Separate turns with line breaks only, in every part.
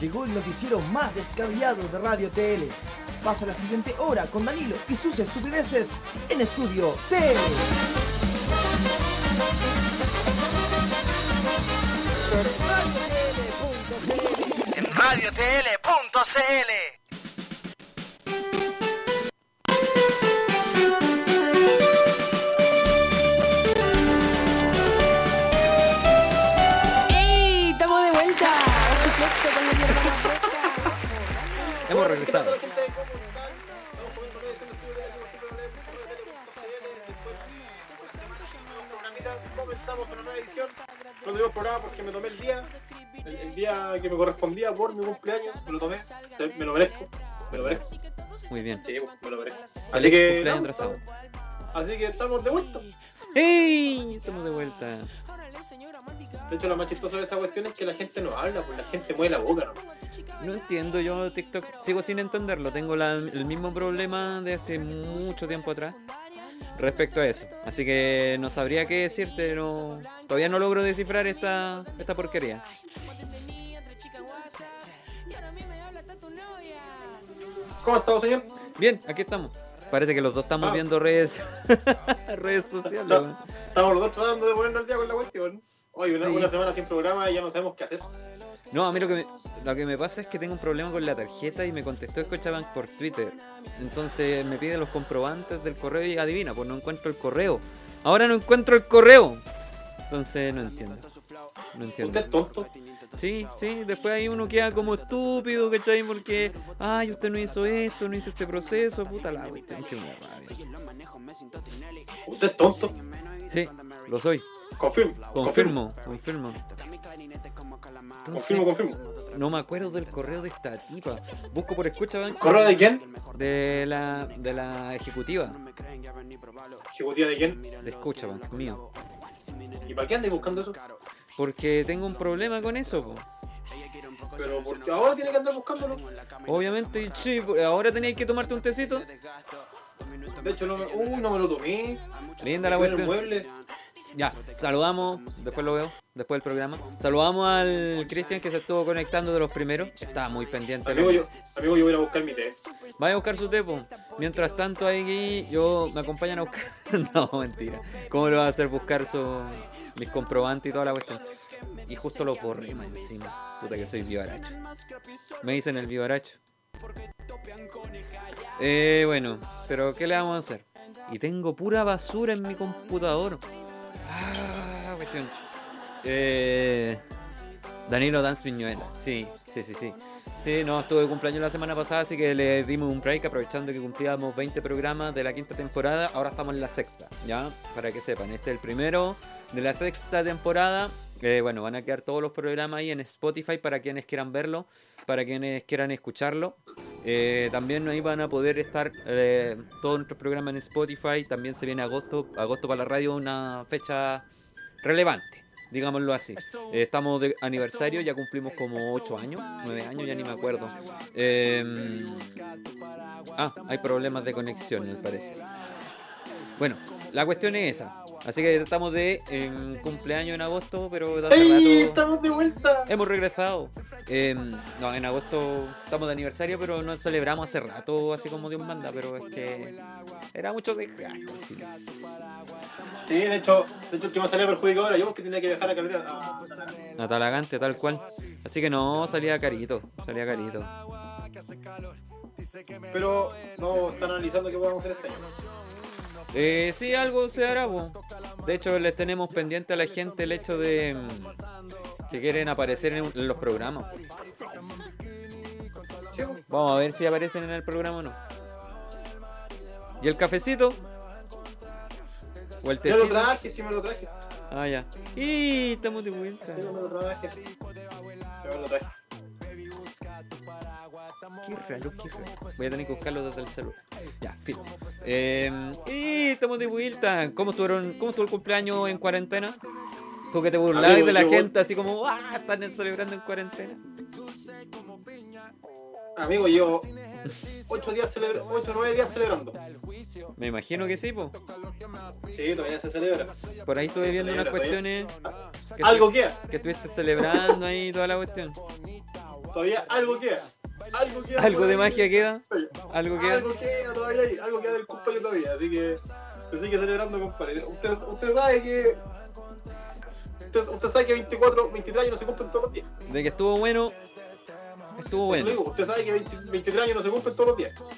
Llegó el noticiero más descabellado de Radio TL. Pasa la siguiente hora con Danilo y sus estupideces en Estudio TL.
en radiotl.cl.
¡Ey! ¡Estamos de vuelta!
Hemos regresado.
comenzamos una nueva edición. No digo programa porque me tomé el día, el, el día que me correspondía por mi cumpleaños, me lo tomé, se- me lo merezco, me lo merezco,
Muy bien.
sí, pues, me lo merezco.
Así
Así
que.
que,
Cumpleaños
no,
atrasado.
así que estamos de vuelta.
¡Ey! Estamos de vuelta.
De hecho, lo más chistoso de esa cuestión es que la gente no habla, pues la gente mueve la boca, ¿no?
No entiendo, yo TikTok sigo sin entenderlo. Tengo la- el mismo problema de hace mucho tiempo atrás respecto a eso. Así que no sabría qué decirte, no, todavía no logro descifrar esta, esta porquería.
¿Cómo ha estado, señor?
Bien, aquí estamos. Parece que los dos estamos
Ah.
viendo redes redes sociales. weón.
Estamos los dos tratando de ponernos al día con la cuestión. Hoy, una,
Sí.
una semana sin programa y ya no sabemos qué hacer.
No, a mí lo que, me, lo que me pasa es que tengo un problema con la tarjeta y me contestó Scotiabank por Twitter. Entonces me pide los comprobantes del correo y adivina, pues no encuentro el correo. Ahora no encuentro el correo. Entonces no entiendo. No
Usted
entiendo.
es tonto.
Sí, sí, después ahí uno queda como estúpido, ¿cachai? Porque, ay, usted no hizo esto, no hizo este proceso, puta la cuestión, que una rabia.
Usted es tonto.
Sí, lo soy.
Confirmo.
Confirmo, confirmo. Entonces,
Confirmo, confirmo.
no me acuerdo del correo de esta tipa. Busco por Scotiabank
¿Correo de quién?
de la, de la ejecutiva
¿Ejecutiva de quién?
de Scotiabank mío.
¿Y para qué andáis buscando eso?
Porque tengo un problema con eso, po.
Pero porque ahora tiene que andar buscándolo.
Obviamente, sí, po, ahora tenéis que tomarte un tecito.
De hecho, no me, uy, no me lo tomé.
Linda la
Me quedé en
cuestión.
el mueble.
Ya, saludamos, después lo veo, después del programa. Saludamos al Cristian que se estuvo conectando de los primeros. Estaba muy pendiente.
Amigo yo, amigo, yo voy a ir a buscar mi té.
Vaya a buscar su tepo. Mientras tanto, ahí yo me acompañan a buscar. no, mentira. ¿Cómo lo va a hacer buscar su, mis comprobantes y toda la cuestión? Y justo los borré más encima. Puta que soy vivaracho. Me dicen el vivaracho. Eh, bueno, pero ¿qué le vamos a hacer? Y tengo pura basura en mi computador. Ah, cuestión. Eh, Danilo Dance Viñuela. Sí, sí, sí, sí. Sí, no, estuve de cumpleaños la semana pasada, así que le dimos un break aprovechando que cumplíamos 20 programas de la quinta temporada. Ahora estamos en la sexta, ¿ya? Para que sepan, este es el primero de la sexta temporada. Eh, bueno, van a quedar todos los programas ahí en Spotify para quienes quieran verlo, para quienes quieran escucharlo. Eh, también ahí van a poder estar eh, todos nuestros programas en Spotify. También se viene agosto, agosto para la radio, una fecha relevante, digámoslo así. Eh, estamos de aniversario, ya cumplimos como 8 años, 9 años, ya ni me acuerdo. Eh, ah, hay problemas de conexión, me parece. Bueno, la cuestión es esa. Así que estamos de em, cumpleaños en agosto, pero de hace
¡Ey!
rato-
¡Estamos de vuelta!
Hemos regresado. Eh, no, en agosto estamos de aniversario, pero no celebramos hace rato, así como Dios manda, pero es que era mucho desgaste.
Sí, de hecho, de hecho el que más salía perjudicado era yo porque tenía que viajar a Calera. Ah,
Atalagante, tal cual. Así que no, salía carito, salía carito.
pero no están analizando qué podemos hacer este año.
Eh, sí, algo se hará, po. De hecho, les tenemos pendiente a la gente el hecho de mm, que quieren aparecer en, un- en los programas. po.
Sí, pues.
Vamos a ver si aparecen en el programa o no. ¿Y el cafecito? ¿O el
Yo lo
tecito?
traje, sí me lo traje.
Ah, ya. Y estamos de vuelta.
Sí, me lo traje. Sí, me lo traje.
Qué raro, qué raro. Voy a tener que buscarlo desde el celular. Ya, fin. Eh, y estamos de vuelta. ¿Cómo, estuvieron, ¿Cómo estuvo el cumpleaños en cuarentena? Tú que te burlabas
Amigo,
de la
yo-
gente así como, ¡ah! Están celebrando en cuarentena.
Amigo, llevo 8 días celebra 8 o 9 días celebrando.
Me imagino que sí, po.
Sí, todavía se celebra.
Por ahí estuve viendo unas
Celebra,
cuestiones
todavía.
que,
Algo
estu-
queda.
que estuviste celebrando ahí toda la cuestión.
Todavía algo queda. Algo queda.
¿Algo
por
de
ahí.
magia queda?
Oye,
¿Algo queda?
Algo queda todavía ahí, algo queda del compadre todavía, así que se sigue celebrando, compadre. Usted, usted sabe que. Usted, usted sabe que 24, 23 años no se cumplen todos los días.
De que estuvo bueno, estuvo
Eso lo
bueno.
digo, usted sabe que 20 23 años no se cumplen todos los días.
No,
La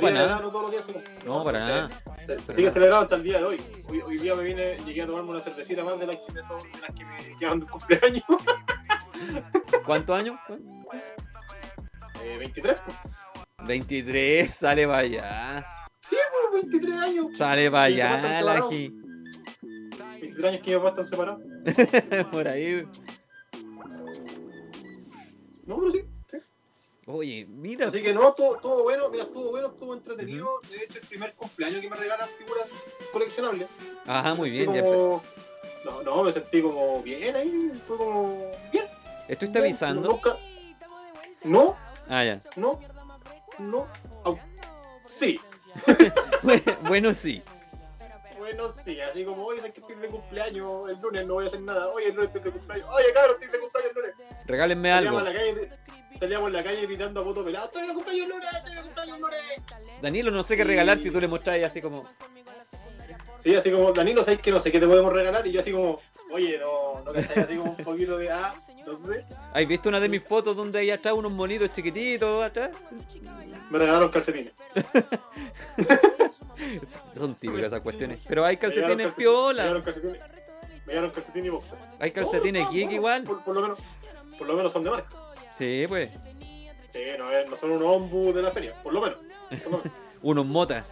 para
de edad
nada.
No, todos los días se cumplen.
No, para
Entonces,
nada.
Se, se sigue celebrando hasta el día de hoy. hoy. hoy día me vine, llegué a tomarme una cervecita más de las que me, son, de las que me quedan de cumpleaños.
¿Cuántos años?
Eh, 23, pues.
23, sale para allá.
Sí, pues, 23 años.
Sale para allá, la gi.
23 años que mi papá están separados.
Por ahí.
No, pero sí. sí.
Oye, mira.
Así que no, todo, todo bueno, mira, estuvo bueno, estuvo entretenido. De hecho, el primer cumpleaños que me regalaron figuras coleccionables.
Ajá, muy bien. ya empe-
Como- No, no, me sentí como bien ahí, fue como bien.
¿Estuviste
No,
avisando?
nunca- No,
Ah, ya.
no, no. au. Sí,
Bueno, sí.
bueno, sí, así como, oye, es que estoy de cumpleaños el lunes, no voy a hacer nada. Oye, el lunes estoy de cumpleaños. Oye, cabrón, estoy de cumpleaños el lunes.
Regálenme
Salíamos
algo.
a la calle, salíamos a la calle gritando a voto pelado, estoy de cumpleaños el lunes, estoy de cumpleaños el lunes.
Danilo, no sé qué regalarte y tú le mostráis así como.
Sí, así como, Danilo, ¿sabes que no sé qué te podemos regalar? Y yo así como, oye, no, no cachai, así como un poquito de, ah, no sé.
¿Has visto una de mis fotos donde hay atrás unos monitos chiquititos atrás?
Me regalaron calcetines.
Son típicas esas cuestiones. Pero hay
Me llegaron
calcetines piola.
Me llegaron calcetines. Me llegaron calcetines y boxer.
Hay calcetines
No, no,
geek
no,
igual.
Por, por lo menos, por lo menos son de marca.
Sí, pues.
Sí, no, es- no son unos ombu de la feria, por lo menos. Por lo menos.
Unos motas.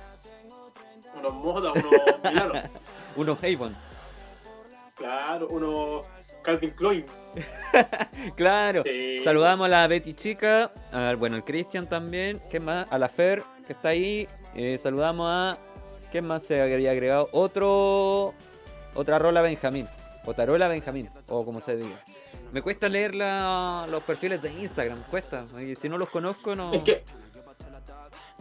unos modas, unos milanos.
Unos Avon.
Claro, unos Calvin Klein.
Claro.
Sí.
Saludamos a la Betty Chica, a- bueno, al Cristian también, ¿qué más? A la Fer, que está ahí. Eh, saludamos a. ¿Qué más se había agregado? Otro. Otra rola Benjamín. O Tarola Benjamín, o como se diga. Me cuesta leer la- los perfiles de Instagram, cuesta. Y si no los conozco, no.
Es que,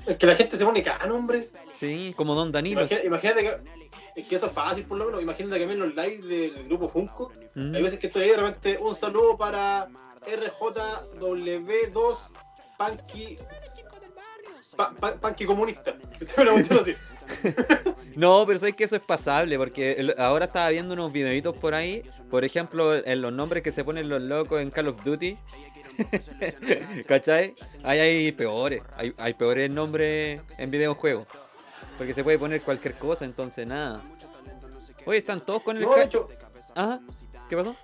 es que la gente se pone cada nombre.
Sí, como Don Danilo.
Imagina- Imagínate, que. Es que eso es fácil, por lo menos. Imagínate que a mí en los lives del grupo Funko,
Mm.
hay veces que estoy ahí de repente. Un saludo para RJW2 Panky. Pa- pa- panky comunista. Una cuestión así.
No, pero sabes que eso es pasable, porque el- ahora estaba viendo unos videitos por ahí, por ejemplo, en los nombres que se ponen los locos en Call of Duty. ¿Cachai? Ahí hay peores, hay, hay peores nombres en videojuegos. Porque se puede poner cualquier cosa, entonces nada. Oye, están todos con el...
No, de
ca-
hecho.
Ajá, ¿qué pasó?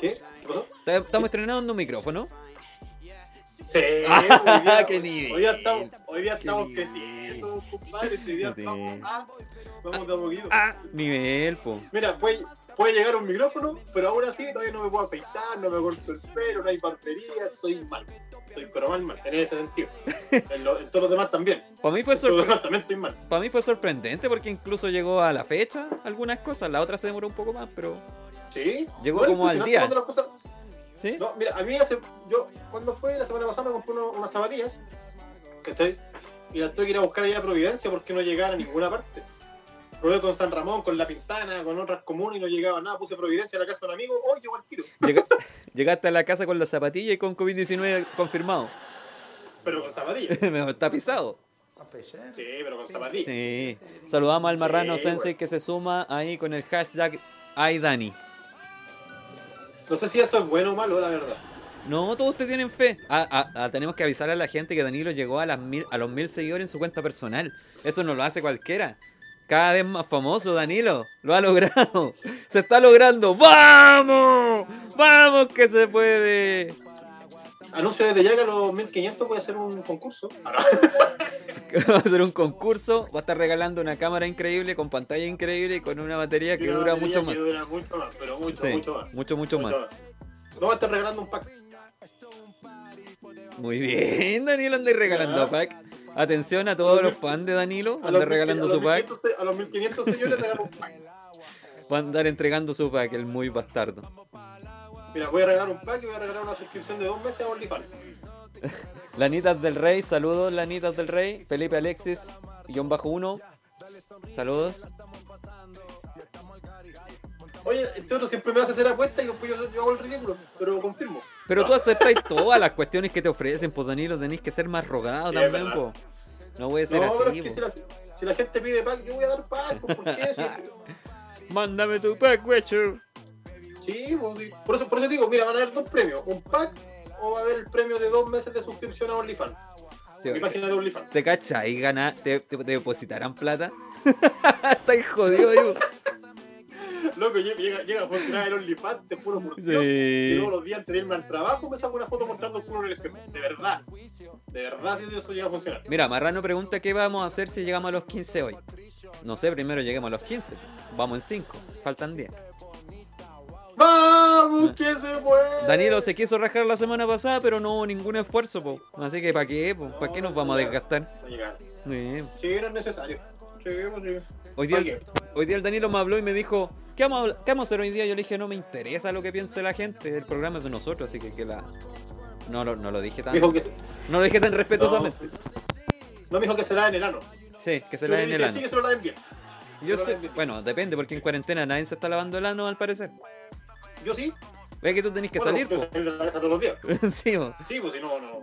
¿Qué? ¿Qué pasó?
Ta- Estamos estrenando un micrófono.
Sí, hoy
Ah,
día,
qué
hoy-
nivel.
hoy día estamos, hoy día
Qué
estamos
nivel.
creciendo, compadre. Este día
Qué
estamos.
nivel.
Ah, vamos de a poquito.
Ah, nivel, po.
Mira, puede, puede llegar un micrófono, pero aún así todavía no me puedo afeitar, no me corto el pelo, no hay barbería, estoy mal. Estoy pero mal, mal, en ese sentido. En, lo- en todos los demás también.
Para mí, fue
En todos los
sorpre-
demás también estoy mal.
pa' mí fue sorprendente porque incluso llegó a la fecha algunas cosas, la otra se demoró un poco más, pero...
Sí.
Llegó
No, es
como al
impresionante
día.
cuando las cosas-
¿Sí?
No, mira, a mí hace. Yo, cuando fue la semana pasada, me compré uno- unas zapatillas. Que estoy. Y las tuve que ir a buscar allá a Providencia porque no llegaban a ninguna parte. Probé con San Ramón, con La Pintana, con otras comunes y no llegaba nada. Puse Providencia en la casa de un amigo. hoy llegó al tiro!
Llega- llegaste a la casa con la zapatilla y con COVID-19 confirmado.
Pero con zapatillas.
Me está pisado.
Sí, pero con zapatillas.
Sí. Saludamos al marrano
Sí,
Sensei
güey.
que se suma ahí con el hashtag AIDani.
No sé si eso es bueno o malo, la verdad.
No, todos ustedes tienen fe. Ah, ah, ah, tenemos que avisar a la gente que Danilo llegó a, las mil- a los mil seguidores en su cuenta personal. Eso no lo hace cualquiera. Cada vez más famoso, Danilo. Lo ha logrado. Se está logrando. ¡Vamos! ¡Vamos que se puede!
Anuncio desde ya que a los 1500 voy a hacer un concurso. Ah, no.
va a hacer un concurso, va a estar regalando una cámara increíble, con pantalla increíble y con una batería que
Una
dura
batería
mucho
que
más.
dura mucho más, pero mucho,
Sí,
mucho más.
mucho, mucho más.
No va a estar regalando un pack.
Muy bien, Danilo, andáis regalando
Ya.
pack. Atención a todos los fans de Danilo,
A los
anda regalando su pack,
1500 se- A los 1500 se- yo les regalo un pack.
va a andar entregando su pack, el muy bastardo.
Mira, voy a regalar un pack y voy a regalar una suscripción de dos meses a OnlyFans.
Lanitas del Rey, saludos, Lanitas del Rey. Felipe Alexis, guión bajo uno. Saludos.
Oye, este otro siempre me hace hacer apuestas y después yo, yo hago el ridículo, pero confirmo.
Pero tú aceptáis todas las cuestiones que te ofrecen, pues Danilo, tenéis que ser más rogado
Sí, es
también,
verdad.
po. No puede ser
no, pero
así,
es que
po.
si la, si la gente pide pack, yo voy a dar pack, pues, ¿por qué? Si-
Mándame tu pack, Witcher.
sí, pues, sí. Por, eso, por eso digo, mira, van a haber dos premios, un pack o va a haber el premio de dos meses de suscripción a OnlyFans,
Sí,
mi página de OnlyFans.
¿Te cachas? Y gana, te, te- te depositarán plata. Estáis jodido, digo.
Loco, llega, llega, llega a funcionar el OnlyFans, te puro murcioso.
Sí.
Y todos los días antes de irme al trabajo me saco una foto mostrando el culo en el espejo. De verdad. De verdad, si eso llega a funcionar.
Mira, Marrano pregunta qué vamos a hacer si llegamos a los 15 hoy. No sé, primero lleguemos a los 15. Vamos en 5, faltan 10.
¡Vamos, que se puede!
Danilo se quiso rajar la semana pasada, pero no hubo ningún esfuerzo, po. Así que, ¿para qué, po? ¿Para qué nos vamos a desgastar?
Va a llegar.
Sí.
Sí, no es necesario. Sí, pues, sí.
Hoy día,
Oye.
hoy día el Danilo me habló y me dijo, ¿qué vamos, a, habl- qué vamos a hacer hoy día? Yo le dije, no me interesa lo que piense la gente, el programa es de nosotros, así que que la... No, lo- no lo dije tan...
Dijo que sí.
No lo dije tan respetuosamente.
No me dijo que será en el ano.
Sí, que se
Yo
la den
le dije
el
Sí,
ano.
que se lo laven bien.
Yo
se lo
sé-
den bien.
bueno, depende, porque en cuarentena nadie se está lavando el ano, al parecer.
Yo sí.
Ve que tú tenés que
Bueno,
salir,
tengo
po.
que salir de la casa todos los días.
Sí, po.
Sí, pues si no, no.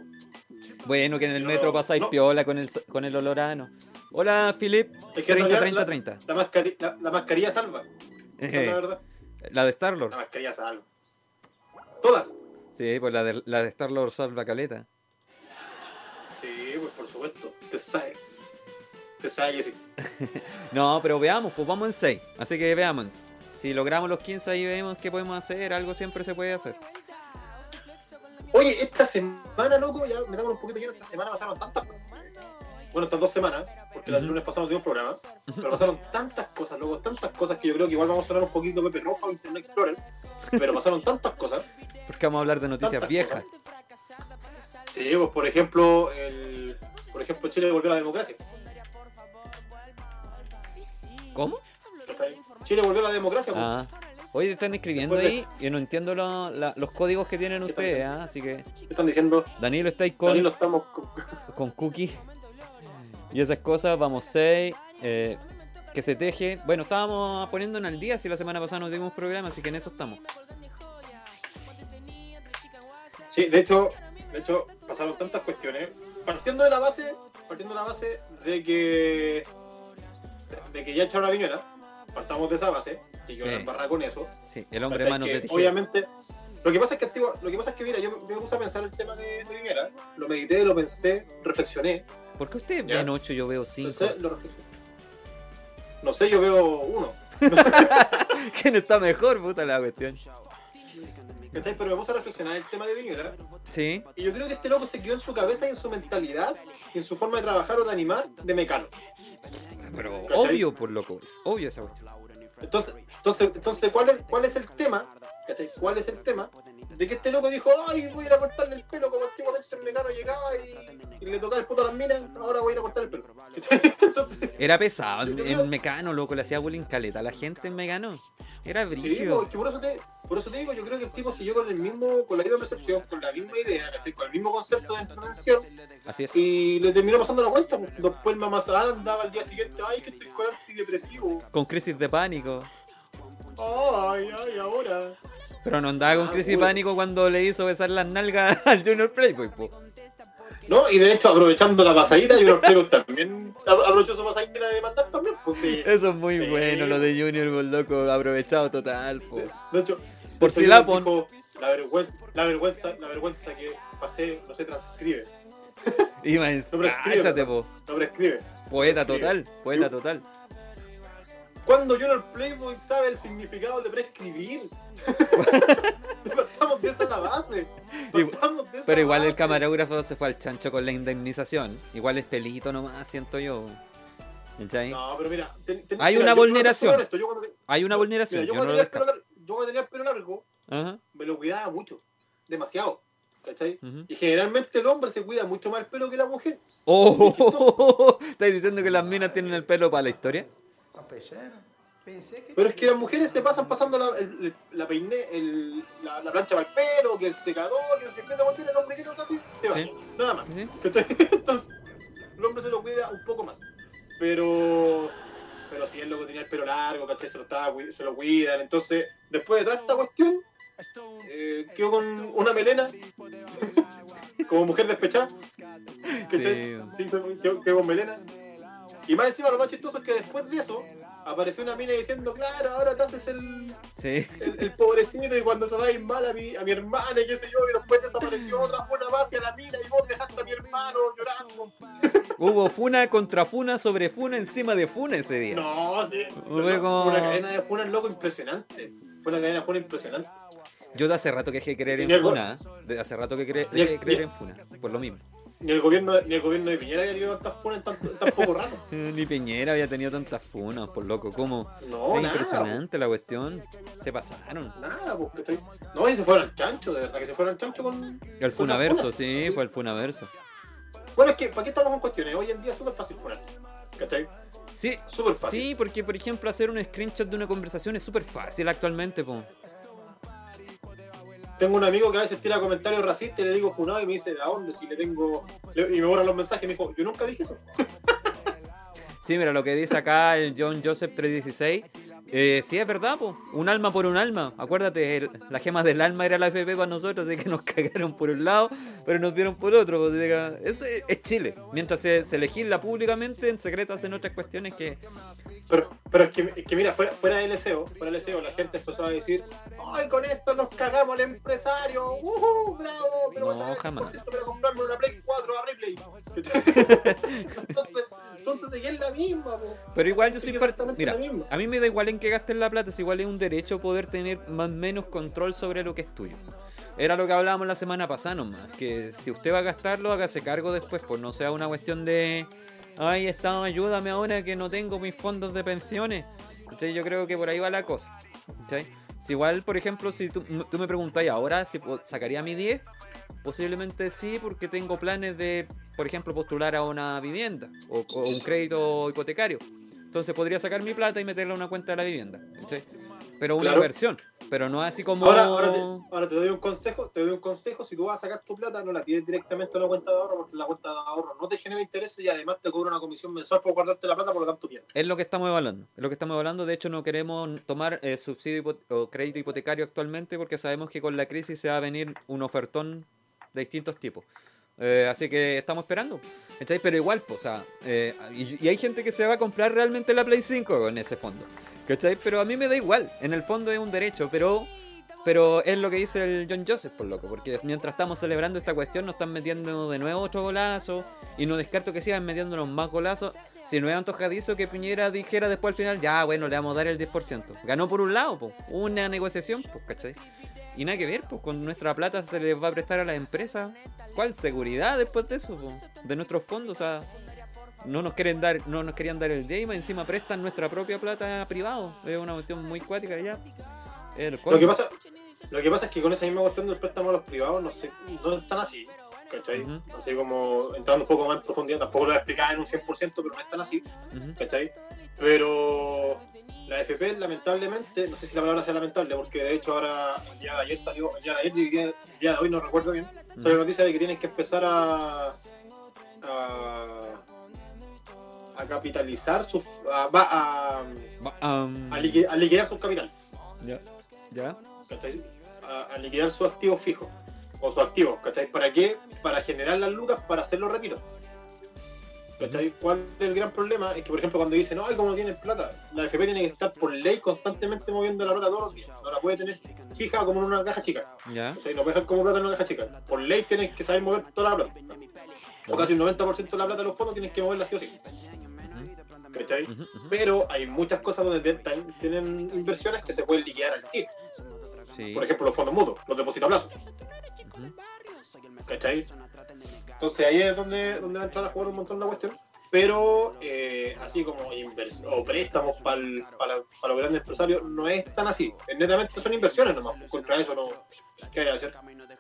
Bueno, que en el
Yo
metro
no-
pasáis
no.
piola con el, con el olor a ano. Hola, Philip.
Es que en realidad la-
30-30-30.
La, mascari- la, la mascarilla salva. Esa es la verdad.
La de
La
Star-Lord.
mascarilla salva. Todas.
Sí, pues la de, la de Star-Lord salva caleta.
Sí, pues por supuesto. Te sabe. Te sabe que sí.
No, pero veamos, pues vamos en 6. Así que veamos. Si logramos los 15 ahí vemos qué podemos hacer, algo siempre se puede hacer.
Oye, esta semana, loco, ya me damos un poquito lleno. Esta semana pasaron tantas cosas. Bueno, estas dos semanas, porque el
Ujú.
lunes pasado no tuvimos programa. Pero pasaron tantas cosas, loco, tantas cosas que yo creo que igual vamos a sonar un poquito Pepe Roja o Internet Explorer. Pero pasaron tantas cosas.
Porque vamos a hablar de noticias
Tantas
viejas.
Sí, pues por ejemplo, el, por ejemplo, Chile volvió a la democracia.
¿Cómo?
¿cachai? Chile volvió a la democracia. pues.
Ah. Hoy están escribiendo
Después
ahí y no entiendo lo- la- los códigos que tienen
¿Qué
ustedes, ah, así que
Están diciendo,
Danilo está ahí con,
Danilo, estamos con-
con cookies y esas cosas, vamos 6, que se teje. Bueno, estábamos poniendo en al día si la semana pasada no tuvimos programa, así que en eso estamos.
Sí, de hecho, de hecho, pasaron tantas cuestiones. Partiendo de la base, partiendo de la base de que de que ya echaron a Piñera, partamos de esa base, y yo
Sí.
la embarré con eso.
Sí, el hombre
¿Cachai?
manos
Que
de tijera.
Obviamente, lo que pasa es que antigua- lo que pasa es que mira, yo, yo me puse a pensar el tema de, de Piñera, lo medité, lo pensé, reflexioné,
¿Por qué ustedes
Ya.
ven 8 yo veo 5?
no sé, lo reflexioné. No sé, yo veo uno.
¿Quién está mejor, puta la cuestión?
¿Cachai? Pero me puse a reflexionar el tema de Piñera.
Sí.
Y yo creo que este loco se quedó en su cabeza y en su mentalidad, y en su forma de trabajar o de animar, de mecano.
Pero
¿Cachai?
obvio, por loco, es obvio esa cuestión.
Entonces, entonces, entonces ¿cuál, es, ¿cuál es el tema? ¿Cachai? ¿Cuál es el tema? De que este loco dijo, ay, voy a ir a cortarle el pelo como antiguamente el mecano llegaba y, y le tocaba el puto a las minas, ahora voy a ir a cortar el pelo. entonces,
Era pesado, en,
Yo
en
creo-
Mecano, loco, le hacía bullying caleta a la gente en Mecano. Era
sí, po,
brígido.
es que por, eso te, por eso te digo, yo creo que el tipo siguió con el mismo, con la misma percepción, con la misma idea, ¿cachai? con el mismo concepto de entretención
Así es.
pues, y le terminó pasando la vuelta. pues. Después el mamazán andaba al día siguiente, ay, que estoy con antidepresivo,
Con crisis de pánico.
ay, ay, ahora.
Pero no andaba con
Ah,
crisis de
uy.
pánico cuando le hizo besar las nalgas al Junior Playboy, po.
No, y de hecho, aprovechando la pasadita, yo los creo también apro- aprovechó su pasadita y la demandar también, pues sí.
Eso es muy
Sí.
bueno, lo de Junior, po, loco, aprovechado total, po.
De hecho,
Por
el
si la pon.
señor dijo, La vergüenza, la vergüenza, la vergüenza que pasé no se transcribe,
Y más,
No, pero escribe,
cáchate, Ah, po.
no prescribe.
Poeta
escribe.
total, poeta
Yo-
total.
Cuando Junior Playboy sabe el significado de prescribir. Partamos de esa la base.
Y-
Partamos de esa
Pero igual el
base.
camarógrafo se fue al chancho con la indemnización. Igual es pelito nomás, siento yo. ¿Cachai?
No, pero mira, ten- ten-
¿eh? Hay
mira,
una
yo puedo ser
vulneración.
súper honesto, yo cuando te-
Hay una
yo-
vulneración,
mira,
yo,
yo,
no
cuando
lo
tenía el pelo
descarto.
largo- yo cuando tenía el pelo largo,
Ajá,
me lo cuidaba mucho, demasiado. ¿Cachai?
ujú.
Y generalmente el hombre se cuida mucho más el pelo que la mujer.
Oh, ¿Estáis diciendo que las minas tienen el pelo para la historia?
Pero es que las mujeres se pasan pasando la, el- el- la, peine- el- la, la plancha para el pelo, que el secador, que no sé qué, la cuestión, el hombre que casi se va.
Sí.
Nada más.
¿Sí?
Entonces, el hombre se lo cuida un poco más. Pero Pero si el loco tenía el pelo largo, ¿cachai? Se lo, estaba cui- se lo cuidan. Entonces, después de toda esta cuestión, eh, quedó con una melena. como mujer despechada. ¿cachai?
Sí.
Sí, se- quedó, quedó con melena. Y más encima, lo más chistoso es que después de eso, apareció una mina diciendo, claro, ahora te haces el,
Sí.
el, el pobrecito y cuando tratáis mal a mi, a mi hermana y qué sé yo, y después desapareció otra una más y a la mina y vos dejaste a mi hermano llorando.
Hubo funa contra funa sobre funa encima de funa ese día.
No, sí.
Fue
Fue
como-
una cadena de funas loco impresionante. Fue una cadena de funas impresionante.
Yo de hace rato que dejé de creer
Tenía
en
el gol.
funa. ¿eh? De hace rato que cre-
Tenía-
dejé de creer en
tenía-
funa. Por lo mismo.
Ni el gobierno, ni el gobierno de Piñera había tenido tantas funas en tanto- en tan poco rato.
Eh, Ni Piñera había tenido tantas funas, por loco. ¿Cómo?
No,
es
Oh, nada,
impresionante la cuestión. Se pasaron.
Nada, porque estoy... No, y se fueron al chancho, de verdad que se fueron al chancho con.
El
con las
funaverso,
funas.
sí, fue el funaverso.
Bueno, es que, ¿para qué estamos con cuestiones? Hoy en día es súper fácil funar. ¿Cachai?
Sí,
Súper fácil.
sí, porque por ejemplo hacer un screenshot de una conversación es súper fácil actualmente, po.
Tengo un amigo que a veces tira comentarios racistas y le digo funado y me dice, ¿de dónde? Si le tengo... le- Y me borra los mensajes y me dijo, yo nunca dije eso.
Sí, mira lo que dice acá el John Joseph 316. Eh, sí, es verdad, po. Un alma por un alma. Acuérdate, el- la gema del alma era la FP para nosotros, así que nos cagaron por un lado, pero nos dieron por otro. po. Diga, Es, es Chile. Mientras se, se legisla públicamente, en secreto hacen otras cuestiones que.
Pero, pero es, que, es que mira, fuera, fuera del SEO, fuera del SEO, la gente empezó a decir, ¡ay, con esto nos cagamos el empresario! ¡Uhú, bravo! Pero
No,
voy a tener
jamás.
por ciento para comprarme una Play 4 a Ripley. entonces, entonces seguía en la misma, po.
Pero igual yo
Sí,
soy
que
parte.
exactamente
Mira,
lo mismo.
a mí me da igual en que gasten la plata, es igual es un derecho poder tener más o menos control sobre lo que es tuyo. Era lo que hablábamos la semana pasada nomás, que si usted va a gastarlo, hágase cargo después, pues no sea una cuestión de. Ay, Estado, ayúdame ahora que no tengo mis fondos de pensiones. ¿Cachai? Yo creo que por ahí va la cosa. ¿cachai? Si igual, por ejemplo, si tú, m- tú me preguntáis ahora si po- sacaría mi 10, posiblemente sí, porque tengo planes de, por ejemplo, postular a una vivienda o, o un crédito hipotecario. Entonces podría sacar mi plata y meterla a una cuenta de la vivienda. ¿cachai? Pero una
Claro.
inversión. Pero no así como.
Ahora, ahora, te, ahora te doy un consejo, te doy un consejo, si tú vas a sacar tu plata, no la tires directamente a una cuenta de ahorro, porque la cuenta de ahorro no te genera interés y además te cobra una comisión mensual por guardarte la plata, por lo tanto pierdes.
Es lo que estamos evaluando. Es lo que estamos evaluando. De hecho, no queremos tomar eh, subsidio hipo- o crédito hipotecario actualmente porque sabemos que con la crisis se va a venir un ofertón de distintos tipos. Eh, así que estamos esperando. ¿Cachai? Pero igual, pues, o sea, eh, y, y hay gente que se va a comprar realmente la Play 5 con ese fondo. ¿Cachai? Pero a mí me da igual. En el fondo es un derecho, pero pero es lo que dice el John Joseph, por loco, porque mientras estamos celebrando esta cuestión nos están metiendo de nuevo otro golazo y no descarto que sigan metiéndonos más golazos. Si no es antojadizo que Piñera dijera después al final, ya bueno, le vamos a dar el 10%. Ganó por un lado, po, una negociación, pues, ¿cachai? Y nada que ver, pues con nuestra plata se les va a prestar a las empresas. ¿Cuál seguridad después de eso, po? De nuestros fondos, o sea, no nos quieren dar, no nos querían dar el game, encima prestan nuestra propia plata a privado. Es una cuestión muy cuática ya. El
Lo
colmo.
que, pasa, lo que pasa es que con esa misma cuestión del préstamo a los privados no, sé, no están así, ¿cachai?
Ujú.
Así como entrando un poco más en profundidad, tampoco lo voy a explicar en un 100%, pero no están así,
Ujú.
¿cachai? Pero la FP lamentablemente, no sé si la palabra sea lamentable, porque de hecho ahora el día de ayer salió, el día de ayer y el día, el día de hoy no recuerdo bien, salió la noticia de que tienen que empezar a a, a capitalizar sus a, va- a,
Ba- am,
a liqui- a liquidar sus capital,
ya, ya.
¿cachai? A, a liquidar sus activos fijos o sus activos, ¿cachai? ¿Para qué? Para generar las lucas para hacer los retiros. ¿Cachai? ¿Cuál es el gran problema? Es que, por ejemplo, cuando dicen, ay, como no tienen plata, la FP tiene que estar por ley constantemente moviendo la plata todos los días. No la puede tener fija como en una caja chica.
Ya.
¿Cachai? No puedes dejar como plata en una caja chica. Por ley tienes que saber mover toda la plata. O casi el 90% de la plata de los fondos tienes que moverla sí o sí. ¿Cachai?
Ujú, ujú.
Pero hay muchas cosas donde te- tan- tienen inversiones que se pueden liquidar al tiro.
Sí.
Por ejemplo, los fondos mutuos, los depósitos a plazo.
Ujú.
¿Cachai? Entonces ahí es donde, donde va a entrar a jugar un montón la cuestión. Pero eh, así como invers- o préstamos pa'l- para, para los grandes empresarios no es tan así. Netamente son inversiones nomás. pues, Contra eso no. ¿Qué hay que hacer?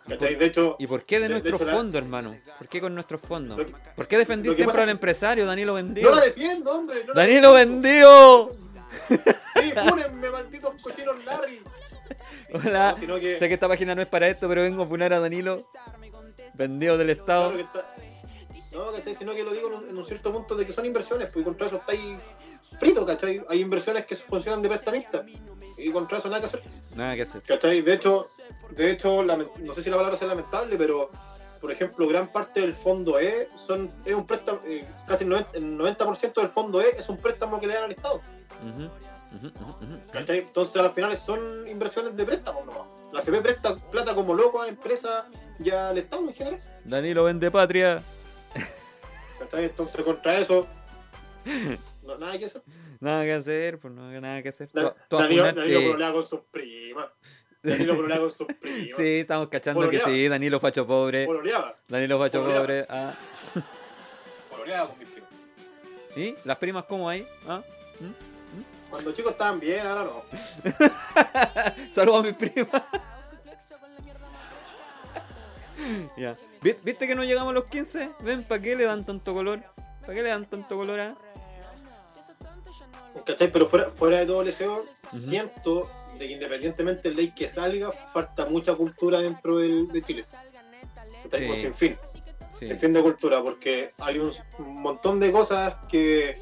¿Cachai? De hecho,
¿Y por qué de,
de- de
nuestros
hecho, la-
fondos, hermano? ¿Por qué con nuestros fondos?
Lo que-
¿Por qué defendí
lo que
siempre
pasa
al
es que-
empresario Danilo Vendido?
no la defiendo, hombre. no la
¡Danilo Vendido!
Sí, fúrenme, malditos cochinos Larry.
Hola.
No, sino que-
Sé que esta página no es para esto, pero vengo a funar a Danilo. Vendido del
Claro
Estado.
que está- No, ¿cachai? Sino que lo digo en un, en un cierto punto de que son inversiones, pues y contra eso está ahí frito, ¿cachai? Hay inversiones que funcionan de prestamista y contra eso nada que hacer.
Nada que hacer.
¿Cachai? De hecho, de hecho lame- no sé si la palabra sea lamentable, pero por ejemplo, gran parte del fondo E son, es un préstamo, eh, casi el 90%, el 90 del fondo E es un préstamo que le dan al Estado.
Ujú, ujú, ujú, ujú.
¿cachai? Entonces, al final son inversiones de préstamo nomás. La FP presta plata como loco a empresas y al Estado en general.
Danilo vende patria.
¿cachai? Entonces, contra eso, no, nada que hacer.
Nada que hacer, pues no hay nada que hacer.
Da-
Tú- tú a
Danilo,
funar-
Danilo
eh,
pololea con sus primas. Danilo pololea con sus primas.
Sí, estamos cachando
Pololeaba.
que sí, Danilo Facho Pobre.
Pololeaba,
Danilo Facho
Pololeaba.
Pobre. Ah.
pololeaba con mis primas.
¿Y las primas cómo hay? ¿Ah?
Cuando chicos estaban bien, ahora no.
Saludos a mis primas. ya. ¿Vi- ¿Viste que no llegamos a los 15? ¿Ven? ¿Para qué le dan tanto color? ¿Para qué le dan tanto color ah? a.?
¿Cachai? Pero fuera, fuera de todo el deseo, siento de que independientemente del ley que salga, falta mucha cultura dentro del, de Chile. Está
Sí.
sin fin,
Sí.
sin fin de cultura, porque hay un montón de cosas que,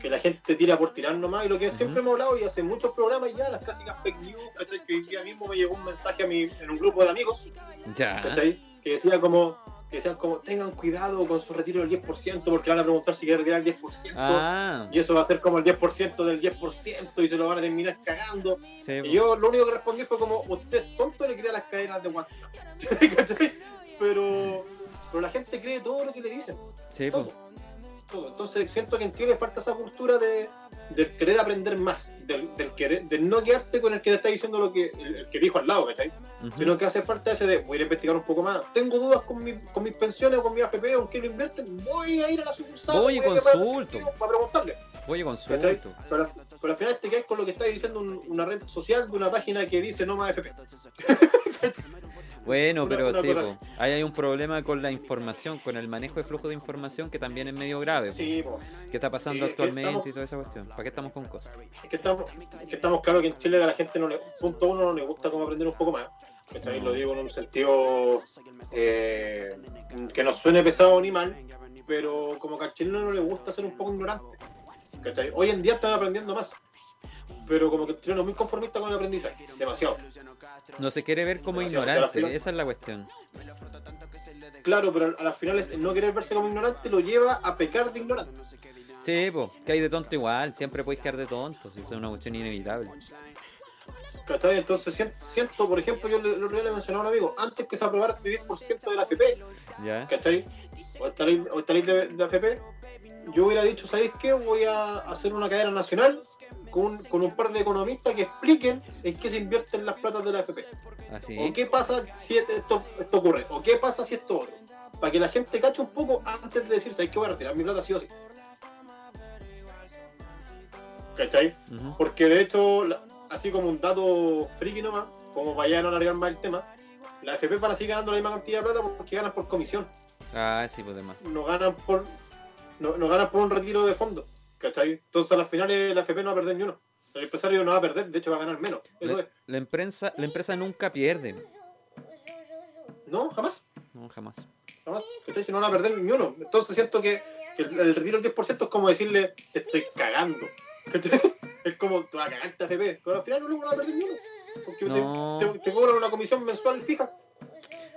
que la gente tira por tirar nomás, y lo que siempre hemos hablado, y hace muchos programas ya, las clásicas fake news, ¿cachai? Que hoy día mismo me llegó un mensaje a mi, en un grupo de amigos,
Ya.
¿cachai? Que decía como, que decían como, tengan cuidado con su retiro del 10%, porque van a preguntar si quieren retirar el 10%.
Ah,
Y eso va a ser como el 10% del 10% y se lo van a terminar cagando.
sí,
Y yo lo único que respondí fue como, usted es tonto le crea las cadenas de WhatsApp. ¿Cachai? pero, pero la gente cree todo lo que le dicen.
sí,
Todo.
pues.
todo. Entonces siento que en Chile falta esa cultura de, del querer aprender más, del, del querer, del no quedarte con el que te está diciendo lo que, el, el que dijo al lado, ¿cachai?
Ujú.
Sino que hace falta ese de voy a ir a investigar un poco más. Tengo dudas con, mi- con mis pensiones o con mi AFP o en qué lo invierten. Voy a ir a la sucursal.
Voy y
a llamar a mi
consulto.
tío Para preguntarle.
Oye,
¿Cachai?
consulto.
Pero, pero al final te quedas con lo que está diciendo un- una red social de una página que dice no más FP.
Bueno,
Una-
pero
una
sí,
cosa
po. ahí hay un problema con la información, con el manejo de flujo de información que también es medio grave. po.
Sí, po.
¿Qué está pasando
Sí, es que
actualmente
estamos-
y toda esa cuestión? ¿Para qué estamos con cosas?
es que estamos, es que estamos claros que en Chile a la gente, no le, punto uno, no le gusta cómo aprender un poco más. Esta vez
No.
Lo digo en un sentido eh, que no suene pesado ni mal, pero como que al chileno no le gusta ser un poco ignorante. ¿cachai? Hoy en día están aprendiendo más, pero como que el chileno es muy conformista con el aprendizaje, demasiado.
No se quiere ver como
Demasiado, porque a la
ignorante,
final-
esa es la cuestión.
Claro, pero a las finales el no querer verse como ignorante lo lleva a pecar de ignorante.
Sí, pues, que hay de tonto igual, siempre podéis quedar de tonto, si esa es una cuestión inevitable.
¿Cachai? Entonces sien- siento, por ejemplo, yo le- el otro día le mencioné a un amigo, antes que se aprobara el 10% de la FP,
¿Ya?
¿cachai? O esta ley, o esta ley de, de AFP, yo hubiera dicho, ¿sabéis qué? Voy a hacer una cadena nacional con, un- con un par de economistas que expliquen en qué se invierten las platas de la FP. O
Así.
qué pasa si este- esto, esto ocurre, o qué pasa si esto otro. Para que la gente cache un poco antes de decir, ¿sabéis qué voy a retirar mi plata sí o sí? ¿Cachai?
Ujú.
Porque de hecho, la- así como un dato friki nomás, como para ya no alargar más el tema, la FP para seguir ganando la misma cantidad de plata porque ganan por comisión,
Ah, sí, pues demás.
no ganan por no, no ganan por un retiro de fondo, ¿cachai? Entonces a las finales la FP no va a perder ni uno. El empresario no va a perder, de hecho va a ganar menos. Eso
La,
es.
la empresa, la empresa nunca pierde.
No, jamás,
No, jamás.
jamás. ¿Cachai? Si no van a perder ni uno. Entonces siento que, que el, el retiro del 10% es como decirle, te estoy cagando. ¿Cachai? Es como, te va a cagarte FP. Pero al final no van a perder ni uno. Porque te-
No.
te, te cobran una comisión mensual fija.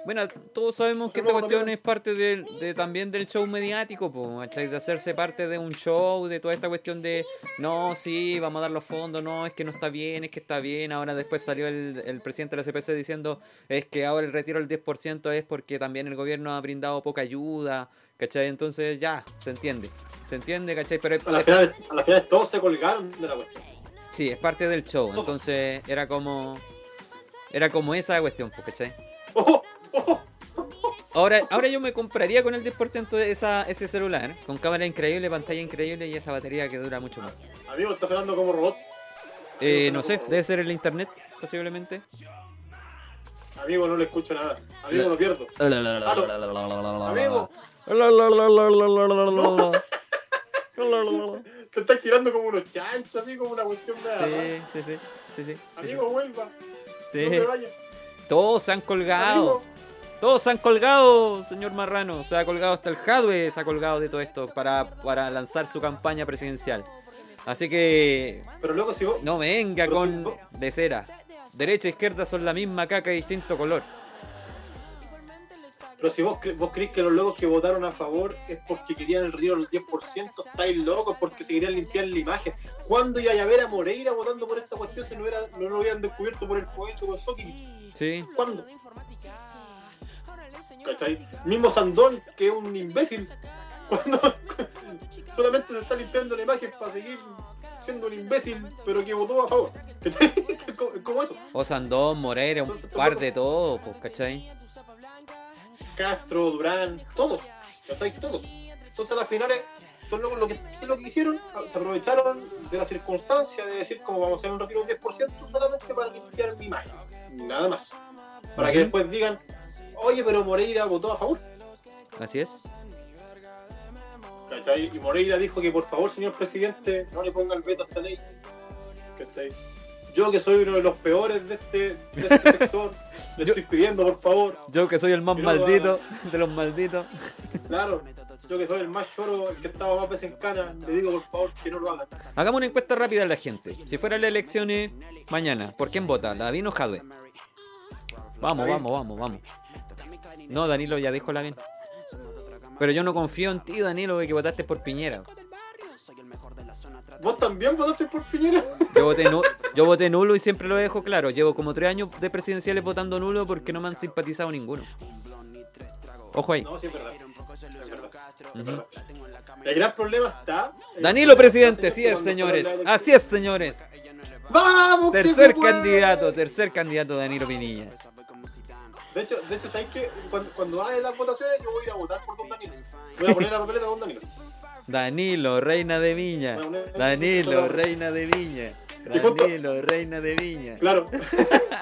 Bueno, todos sabemos que esta cuestión es parte del- de, también del show mediático, po, ¿cachai? De hacerse parte de un show, de toda esta cuestión de, no, sí, vamos a dar los fondos, no, es que no está bien, es que está bien. Ahora después salió el, el presidente de la CPC diciendo, es que ahora el retiro del 10% es porque también el gobierno ha brindado poca ayuda, ¿cachai? Entonces ya, se entiende, se entiende, ¿cachai? Pero es-
a las finales, a las finales todos se colgaron de la cuestión.
Sí, es parte del show.
Todos.
Entonces era como. Era como esa cuestión, pues, ¿cachai?
¡Oh! ¡Oh!
Ahora, ahora yo me compraría con el 10% de esa, ese celular, con cámara increíble, pantalla increíble y esa batería que dura mucho más.
Amigo, está sonando como robot.
Eh, no sé, debe ser el internet, posiblemente.
Amigo, no le escucho nada. Amigo,
La-
lo pierdo. Amigo,
Sí,
te estás girando como unos chanchos, así como una cuestión de.
sí, sí, sí, sí, sí.
Amigo, vuelva.
Sí.
No te vayas.
Todos se han colgado.
Amigo,
Todos se han colgado, señor Marrano. Se ha colgado hasta el Jadwe, se ha colgado de todo esto para, para lanzar su campaña presidencial. Así que
Pero luego si vos.
no venga
Pero si
con
vos-
de cera. Derecha e izquierda son la misma caca de distinto color.
Pero si vos, cre- vos creís que los locos que votaron a favor es porque querían el río del 10%, estáis locos porque se querían limpiar la imagen. ¿Cuándo iba a ver a Moreira votando por esta cuestión si no, era, no lo habían descubierto por el cohecho con Sokimich?
Sí.
¿Cuándo? ¿Cachai? Mismo Sandón, que es un imbécil, cuando solamente se está limpiando la imagen para seguir siendo un imbécil, pero que votó a favor. ¿Cachai? Es como- es como eso.
O Sandón, Moreira, un
Entonces,
par
tampoco-
de todo, pues, ¿cachai?
Castro, Durán, todos, ¿cachai? Todos. Entonces a las finales, son lo, lo que, ¿qué es lo que hicieron, Ah, se aprovecharon de la circunstancia de decir como vamos a hacer un retiro del 10% solamente para limpiar mi imagen, nada más. Para que
Ujú.
después digan, oye, pero Moreira votó a favor,
Así es.
¿cachai? Y Moreira dijo que por favor, señor presidente, no le pongan veto a esta ley, ¿cachai? Yo que soy uno de los peores de este, de este sector, le
Yo-
estoy pidiendo por favor
Yo que soy el más
Pero, ah,
maldito de los malditos.
Claro, yo que soy el más choro, el que estaba más veces en cana, le digo por favor que no lo hagan.
Hagamos una encuesta rápida a la gente. Si fueran las elecciones mañana, ¿por quién vota? ¿Lavín o Jadwe? Vamos,
Lavín.
vamos, vamos, vamos. No, Danilo ya dijo Lavín. Pero yo no confío en ti, Danilo, de que votaste por Piñera.
¿Vos también votaste por Piñera?
Yo voté, nu- yo voté nulo y siempre lo dejo claro. Llevo como tres años de presidenciales votando nulo porque no me han simpatizado ninguno. Ojo ahí.
No, sí, es verdad. Sí, es verdad. Es
Ujú.
verdad. El gran problema está. el
Danilo
gran problema
presidente,
está,
sí es,
cuando
señores.
fueron las
Así es, señores.
elecciones. ¡Vamos! que
Tercer
se puede!
candidato, tercer candidato Danilo Pinilla.
De hecho, de hecho ¿sabes qué? Cuando, cuando hagan las votaciones, yo voy a ir a votar por Don Danilo. Voy a poner la papeleta Don Danilo.
Danilo, reina de viña. Danilo, reina de viña. Danilo, reina de viña.
Claro.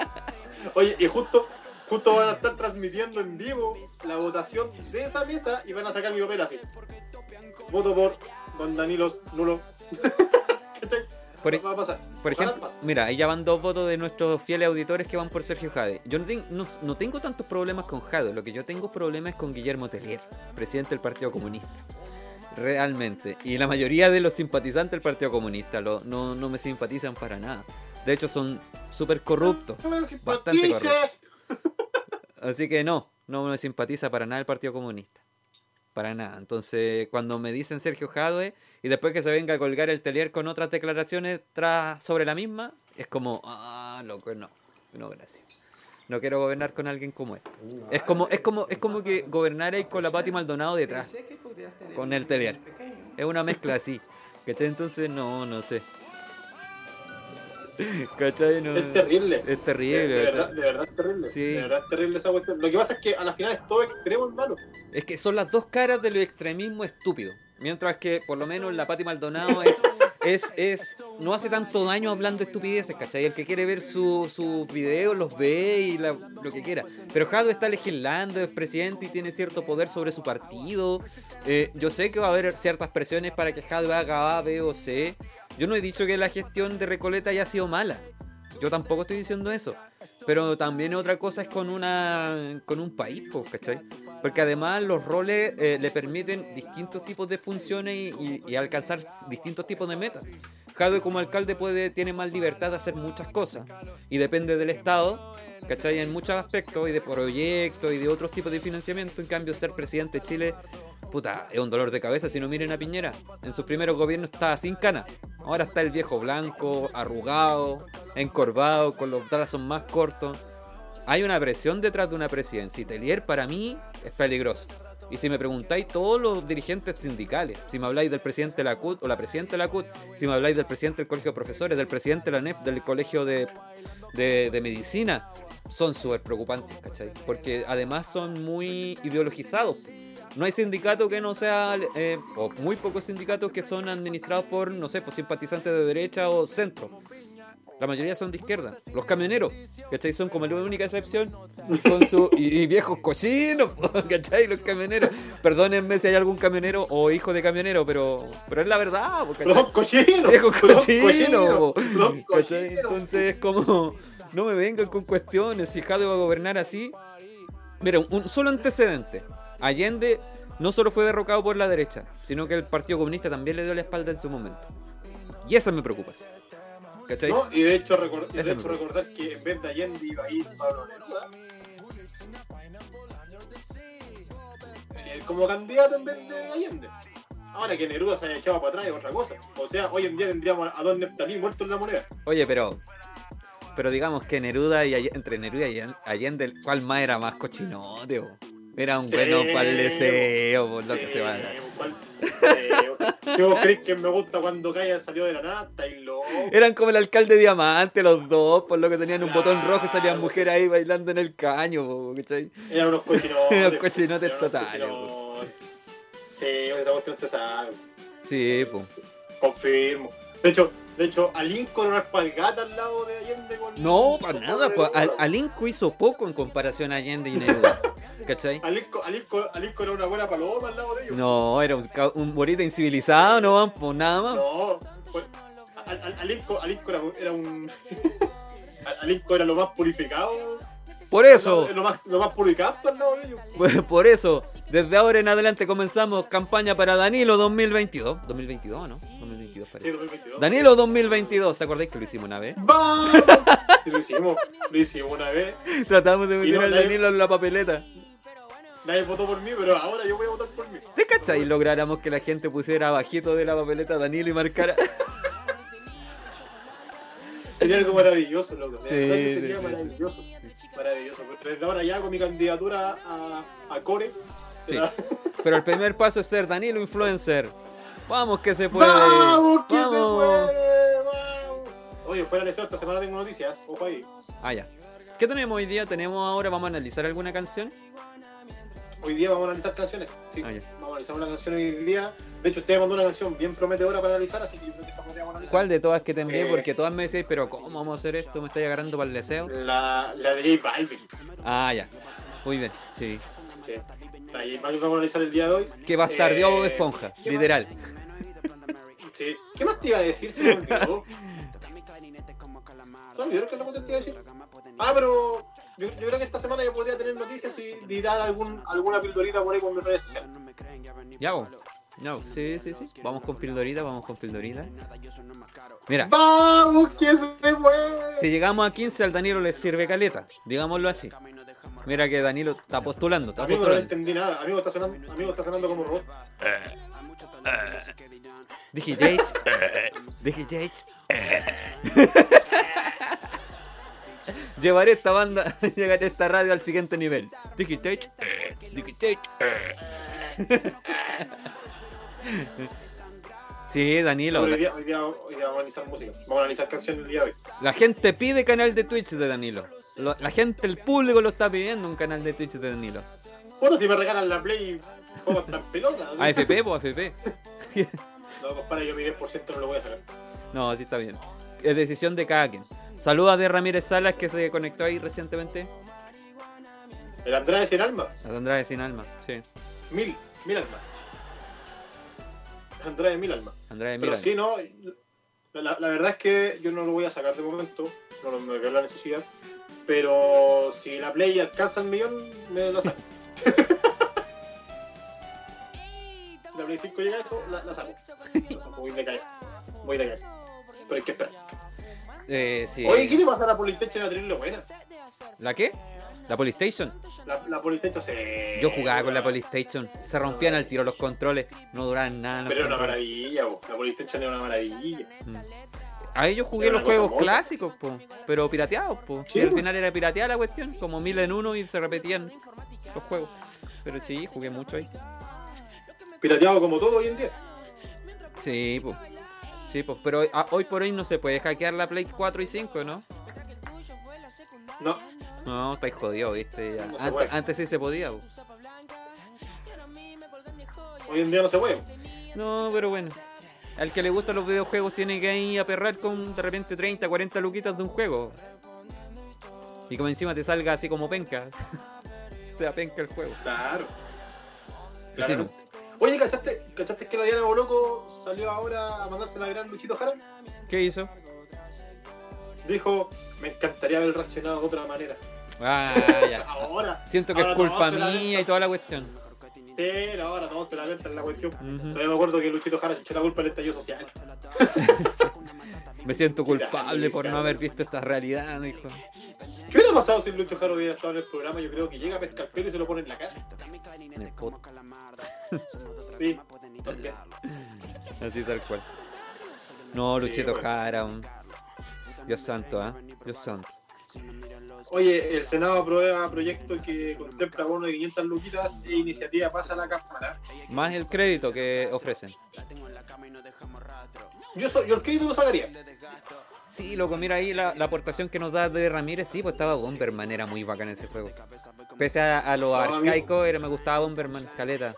Oye, y justo, justo van a estar transmitiendo en vivo la votación de esa mesa y van a sacar mi papel así. Voto por Don Danilos Nulo. ¿Cachai?
Por, e-,
Va a pasar.
por
Ojalá
ejemplo,
pase.
mira, ahí ya van dos votos de nuestros fieles auditores que van por Sergio Jade. Yo no, ten- no- no tengo tantos problemas con Jade, lo que yo tengo problemas es con Guillermo Tellier, presidente del Partido Comunista. Realmente. Y la mayoría de los simpatizantes del Partido Comunista lo- no, no me simpatizan para nada. De hecho, son súper corruptos. Bastante corrupto. Así que no, no me simpatiza para nada el Partido Comunista. Para nada. Entonces, cuando me dicen Sergio Jadwe y después que se venga a colgar el telier con otras declaraciones tras sobre la misma, es como, ah, loco, no. No, gracias. No quiero gobernar con alguien como él. Es como, es como, es como que gobernarais con la Pati Maldonado detrás. Con el telier. Es una mezcla así. ¿Cachai? Entonces, no, no sé. ¿Cachai? No.
Es terrible.
Es
De,
terrible.
de
¿cachai?
verdad, de verdad es terrible.
Sí.
De verdad es terrible esa cuestión. Lo que pasa es que a la final es todo extremo, hermano.
Es que son las dos caras del extremismo estúpido. Mientras que, por lo menos, la Pati Maldonado es, es, es, no hace tanto daño hablando estupideces, ¿cachai? El que quiere ver su- sus videos los ve y la- lo que quiera. Pero Jado está legislando, es presidente y tiene cierto poder sobre su partido. Eh, yo sé que va a haber ciertas presiones para que Jado haga A, B o C. Yo no he dicho que la gestión de Recoleta haya sido mala. Yo tampoco estoy diciendo eso. Pero también otra cosa es con una con un país, po, ¿cachai? Porque además los roles eh, le permiten distintos tipos de funciones y, y- y alcanzar distintos tipos de metas. Jadwe como alcalde puede, tiene más libertad de hacer muchas cosas y depende del Estado, ¿cachai? En muchos aspectos y de proyectos y de otros tipos de financiamiento. En cambio, ser presidente de Chile, puta, es un dolor de cabeza si no miren a Piñera. En sus primeros gobiernos estaba sin cana. Ahora está el viejo blanco, arrugado, encorvado, con los brazos más cortos. Hay una presión detrás de una presidencia y Telier para mí es peligroso. Y si me preguntáis todos los dirigentes sindicales, si me habláis del presidente de la CUT o la presidenta de la CUT, si me habláis del presidente del colegio de profesores, del presidente de la NEF, del colegio de, de- de medicina, son súper preocupantes, ¿cachai? Porque además son muy ideologizados. No hay sindicato que no sea, eh, o muy pocos sindicatos que son administrados por, no sé, por simpatizantes de derecha o centro. La mayoría son de izquierda. Los camioneros, ¿cachai? Son como la única excepción. Con su, y, y viejos cochinos, po, ¿cachai? Los camioneros. Perdónenme si hay algún camionero o hijo de camionero, pero, pero es la verdad, po, ¿cachai?
Los cochinos.
Viejos
los
cochinos, po,
Los
¿cachai?
cochinos.
Entonces es como, no me vengan con cuestiones. Si Jade va a gobernar así, Mira, un- un solo antecedente. Allende no solo fue derrocado por la derecha, sino que el Partido Comunista también le dio la espalda en su momento. Y esa me preocupa. ¿Cachai?
¿no? Y de hecho, recor- de
Ese
hecho,
mismo.
recordar que en vez de Allende iba a ir Pablo Neruda. Venía él como candidato en vez de Allende. Ahora que Neruda se haya echado para atrás es otra cosa. O sea, hoy en día tendríamos a Don Neptalí muerto en la moneda.
Oye, pero. Pero digamos que Neruda y Alle- entre Neruda y Allen- Allende, ¿cuál más era más cochinote? bo? Era un
Sí,
bueno para
bo.
el deseo, por lo que se va.
Eh, ¿cuál? Eh, o sea, si vos crees que me gusta cuando Gaia salió de la nada, estáis loco.
Eran como el alcalde diamante, los dos, por lo que tenían un botón rojo y salían
Claro.
mujeres ahí bailando en el caño, bo, ¿cachai?
Eran unos cochinotes. pues,
Eran unos cochinotes
eran unos
totales, pues.
cochinotes. Sí, esa cuestión se sabe.
Sí, pues.
Confirmo. De hecho, de hecho, a Lincoln una espalgata al lado de Allende con.
No,
con
para nada, pues.
Neruda.
Al, Alinco hizo poco en comparación a Allende y Neruda. ¿Cachai?
A Lincoln, a Lincoln- a Lincoln era una buena paloma al lado de ellos.
No, era un, ca- un borita incivilizado, no van por nada más.
No, pues, a, a- a Lincoln, a Lincoln era, era un. a, a Lincoln era lo más purificado.
Por eso,
Lo más, lo más purificado al lado de ellos.
por- por eso, desde ahora en adelante comenzamos campaña para Danilo 2022. 2022, ¿no? 2022
Sí,
parece.
2022.
Danilo 2022, ¿te acordáis que lo hicimos una vez?
¡Vamos! Sí, lo hicimos, lo hicimos una vez.
Tratamos de
Y
meter
no,
al
nadie-
Danilo en la papeleta.
Nadie votó por mí, pero ahora yo voy a votar por mí.
¿Te cachai? Lográramos que la gente pusiera abajito de la papeleta a Danilo y marcara.
Sería algo maravilloso, loco. De
Sí,
verdad
sí,
que sería
sí,
maravilloso. Maravilloso. Pues desde ahora ya con mi candidatura a, a Core.
Sí. Pero el primer paso es ser Danilo Influencer. Vamos que se puede.
¡Vamos, que
Pues, Vamos.
se puede! ¡Vamos! Oye, fuera de eso, esta semana tengo noticias. Ojo ahí.
Ah, ya. ¿Qué tenemos hoy día? ¿Tenemos ahora? ¿Vamos a analizar alguna canción?
Hoy día vamos a analizar canciones. Sí,
Ah, ya.
vamos a analizar una canción hoy día. De hecho, usted mandó una canción bien prometedora para analizar, así que yo creo que esa podríamos analizar.
¿Cuál de todas que te envié?
Eh.
Porque todas me decís, pero ¿cómo vamos a hacer esto? ¿Me estáis agarrando para el deseo?
La, la de J Balvin.
Ah, ya. Muy bien, sí.
Sí. La de J Balvin vamos a analizar el día de hoy.
Que bastardeó Bob
Eh,
Esponja,
¿qué más?
literal.
Sí. ¿Qué más te iba a decir? Se me olvidó. Se me olvidó que es lo que te iba a decir. Ah, pero yo, yo creo que esta semana yo podría tener noticias y, y dar algún, alguna pildorita por ahí con mis redes sociales.
Ya, vos. No, sí, sí, sí. Vamos con Pildorita, vamos con Pildorita. Mira,
¡Vamos, que se puede!
si llegamos a 15, al Danilo le sirve caleta. Digámoslo así. Mira que Danilo está postulando, está
Amigo, no
postulando.
entendí nada. Amigo, está sonando, amigo, está sonando como robot.
Dije Jage. Dije Jage. Llevaré esta banda, llegaré esta radio al siguiente nivel. Dije Jage. Dije Jage. Sí,
Pero
Danilo.
Hoy
La,
día, hoy, día, hoy día vamos a analizar música. Vamos a analizar canciones el día de hoy.
la gente pide canal de Twitch de Danilo. Lo- la gente, el público lo está pidiendo un canal de Twitch de Danilo.
Puta, si me regalan la Play, juego hasta en pelota.
AFP, pues AFP.
No, compadre, yo mi 10% no lo voy a sacar.
No, así está bien. Es decisión de cada quien. Saludos de Ramírez Salas que se conectó ahí recientemente.
El Andrade sin alma.
La tendrá de sin alma, sí.
Mil, mil almas. Andrade mil almas.
Andrade
Pero
Mira.
sí, no. La, la verdad es que yo no lo voy a sacar de momento. No lo- me veo la necesidad. Pero si la play alcanza el millón, me la saco. Si la play 5 llega a eso, la, la saco. La saco, Voy de cabeza. Voy de cabeza. Pero hay que esperar.
Eh, sí.
Oye, ¿qué le pasa a la Politecho a tenerlo buena?
¿La qué? ¿La Polystation?
La, la Politecho se.
Yo jugaba con la Polystation. Se rompían al tiro los controles. No duraban nada. los
Pero era una
controles.
maravilla, bo. la Politecho era una maravilla.
Ahí yo jugué
Era
los
una cosa
juegos
hermosa.
clásicos, po, pero pirateados, po.
Sí,
y al
po.
final era pirateada la cuestión, como mil en uno y se repetían los juegos. Pero sí, jugué mucho ahí.
Pirateado como todo hoy en día.
Sí, pues. Sí, pues, pero hoy- ah, hoy por hoy no se puede hackear la Play 4 y 5, ¿no?
No,
No, estáis jodido, viste. Ya.
No se
Antes,
puede.
antes sí se podía. po.
hoy en día no se puede.
No, pero bueno. Al que le gustan los videojuegos tiene que ir a perrar con de repente 30, 40 luquitas de un juego. Y como encima te salga así como penca. o sea, penca el juego.
Claro.
Pero sí,
Claro. Oye, ¿cachaste, ¿cachaste que la Diana Boloco salió ahora a mandarse la gran Luchito Jara?
¿Qué hizo?
Dijo, me encantaría haber reaccionado de otra manera.
Ah, ya.
Ahora.
Siento que es
ahora
culpa
todos se la
mía y
ven-
toda la cuestión.
Sí, no, ahora todos se la ventan la cuestión.
Ujú.
Todavía me acuerdo que Luchito Jara se echó la culpa del estallido social.
Me siento culpable por no haber visto esta realidad, ¿no, hijo.
¿Qué hubiera pasado si Lucho Jara hubiera estado en el programa? Yo creo que llega, pesca el pelo y se lo pone en la cara.
En el pot.
Sí. también.
Así tal cual. No,
Sí,
Luchito
bueno.
Jara. un- Dios santo, ¿ah? Dios santo.
Oye, el Senado aprueba proyecto que contempla bono de 500 luquitas e iniciativa pasa a la Cámara.
Más el crédito que ofrecen.
Yo, so- yo el crédito lo sacaría.
Sí, loco, mira ahí la, la aportación que nos da de Ramírez. Sí, pues estaba Bomberman, era muy bacán ese juego. Pese a, a lo
amigo.
arcaico, era, me gustaba Bomberman, caleta.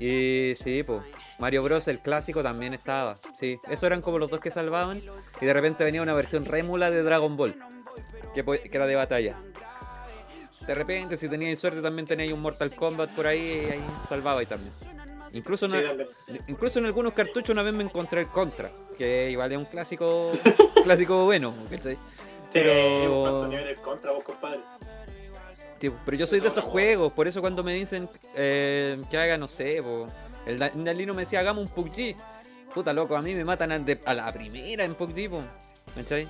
Y sí, pues. Mario Bros, el clásico, también estaba. Sí, esos eran como los dos que salvaban. Y de repente venía una versión rémula de Dragon Ball, que, po- que era de batalla. De repente, si teníais suerte, también teníais un Mortal Kombat por ahí y ahí salvabais también. Incluso
Sí,
una,
también.
Incluso en algunos cartuchos una vez me encontré el Contra, que igual es un clásico clásico bueno, ¿cachai?
Sí, un
Pero,
tanto nivel en contra vos, compadre.
tipo, pero yo soy de esos juegos, por eso cuando me dicen eh, que haga, no sé, po, el Da- Dalino me decía, hagamos un PUBG. Puta loco, a mí me matan al de- a la primera en PUBG, po, ¿cachai?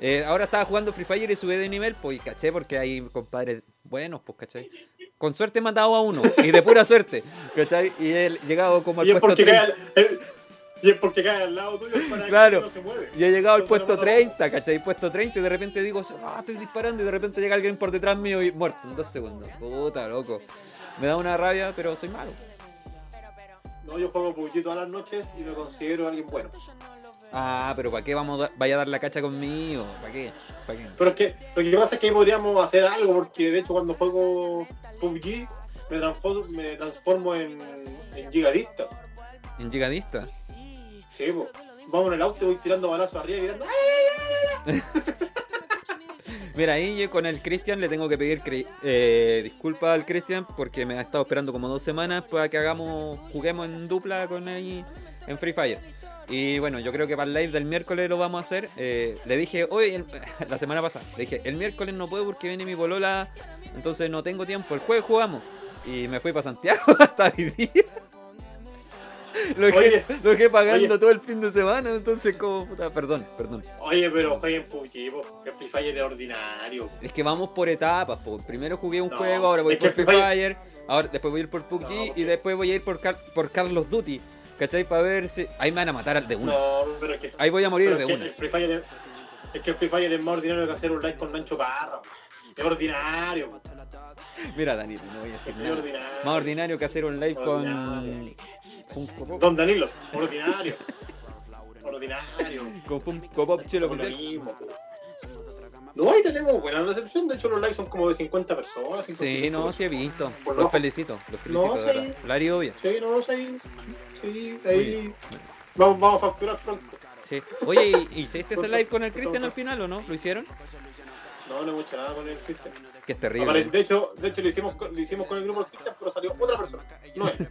Eh, ahora estaba jugando Free Fire y subí de nivel, pues, y caché, porque hay compadres buenos, pues, ¿cachai? Con suerte he matado a uno, y de pura suerte, ¿cachai? Y he llegado como al
Y es
puesto
porque cae
30.
al, el- y es porque cae al lado tuyo para
Claro.
que no se mueve.
Yo he llegado al
Entonces
puesto
lo matamos.
30, ¿cachai? Puesto 30 y de repente digo, ah, estoy disparando y de repente llega alguien por detrás mío y muerto en dos segundos. Puta, loco. Me da una rabia, pero soy malo.
No, yo juego PUBG todas las noches y me considero alguien bueno.
Ah, pero ¿para qué vamos a dar- vaya a dar la cacha conmigo? ¿Para qué? ¿Para qué?
Pero es que lo que pasa es que ahí podríamos hacer algo, porque de hecho cuando juego PUBG me transformo, me transformo en, en gigadicta.
¿En gigadista?
Sí, po. Vamos en el auto y voy tirando balazos arriba y tirando.
Mira, ahí yo con el Cristian le tengo que pedir cre- eh, disculpas al Cristian porque me ha estado esperando como dos semanas para que hagamos, juguemos en dupla con él en Free Fire. Y bueno, yo creo que para el live del miércoles lo vamos a hacer. Eh, le dije hoy, el- la semana pasada, le dije, el miércoles no puedo porque viene mi polola, entonces no tengo tiempo, el jueves jugamos. Y me fui para Santiago hasta vivir. Lo dejé,
Oye,
lo dejé pagando
oye.
todo el fin de semana, entonces como puta, perdón, perdón.
Oye, pero jueguen PUBG, po, que Free Fire es ordinario.
Es que vamos por etapas, po. primero jugué un
No,
juego, ahora voy
es
por
que
Free
Free
Fire, ahora después voy a ir por PUBG
No,
y
porque-
después voy a ir por, Car- por Carlos Duty, ¿cachai? Para ver si... Ahí me van a matar al de uno,
No, pero es que,
ahí voy a morir
pero
de
es que
uno.
el Free Fire es, es que el Free Fire es más ordinario que hacer un like con Nacho Parra. po. Es ordinario. po.
Mira Daniel, no voy a decir
Es
nada.
ordinario.
Más ordinario que hacer un live con...
Ordinario.
Funko Pop.
Don Danilo, ordinario. ordinario.
Con Funko Pop Chelo
Somos lo
Oficial.
mismo. No, ahí tenemos buena recepción. De hecho, los likes son como de 50 personas. 50
Sí, no, sí he visto.
Por
Los
loco.
felicito, los felicito,
No,
de
sí.
verdad. La haría obvia.
Sí, no, sí. Sí,
Muy
ahí.
bien.
Vamos, vamos a facturar pronto.
Sí. Oye, ¿y- ¿hiciste ese live con el Cristian al final o no? ¿Lo hicieron?
No, no hemos hecho nada con el Cristian.
Que es
Aparece-
terrible.
De hecho, de hecho lo, hicimos con, lo hicimos con el grupo del Cristian, pero salió otra persona. No él.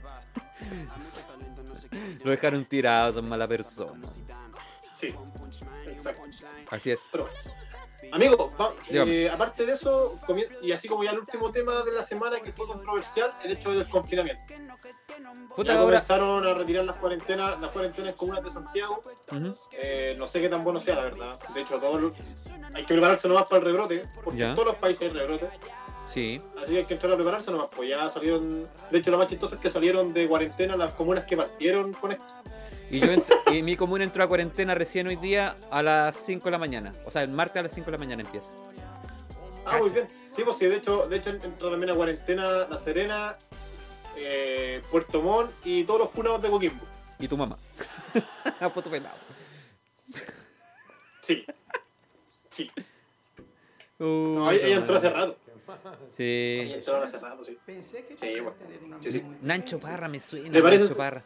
Lo dejaron tirado, son mala persona.
Sí. Exacto.
Así es.
Pero bueno. Amigo, va-
Dígame.
eh, aparte de eso, comien- y así como ya el último tema de la semana que fue controversial, el hecho del confinamiento.
Puta,
ya
ahora...
comenzaron a retirar las cuarentenas, las cuarentenas en comunas de Santiago.
Ujú.
Eh, no sé qué tan bueno sea, la verdad. De hecho, todos los- hay que prepararse nomás para el rebrote, porque
Ya.
en todos los países hay rebrote.
Sí.
Así que hay que entrar a prepararse nomás, pues ya salieron. De hecho, lo más chistoso es que salieron de cuarentena las comunas que partieron con esto.
Y, yo ent- y mi comuna entró a cuarentena recién hoy día a las 5 de la mañana. O sea, el martes a las 5 de la mañana empieza.
Ah, muy
Cacha.
bien. Sí, pues sí, de hecho, de hecho entró también a cuarentena La Serena, eh, Puerto Montt y todos los funados de Coquimbo.
Y tu mamá. a puto pelado.
Sí. Sí.
Uh,
No, ella entró hace rato. Ella
Sí.
entró hace rato, sí. Sí, bueno. Sí, sí.
Nancho Parra me suena.
¿Le parece
Nancho
su-
Parra.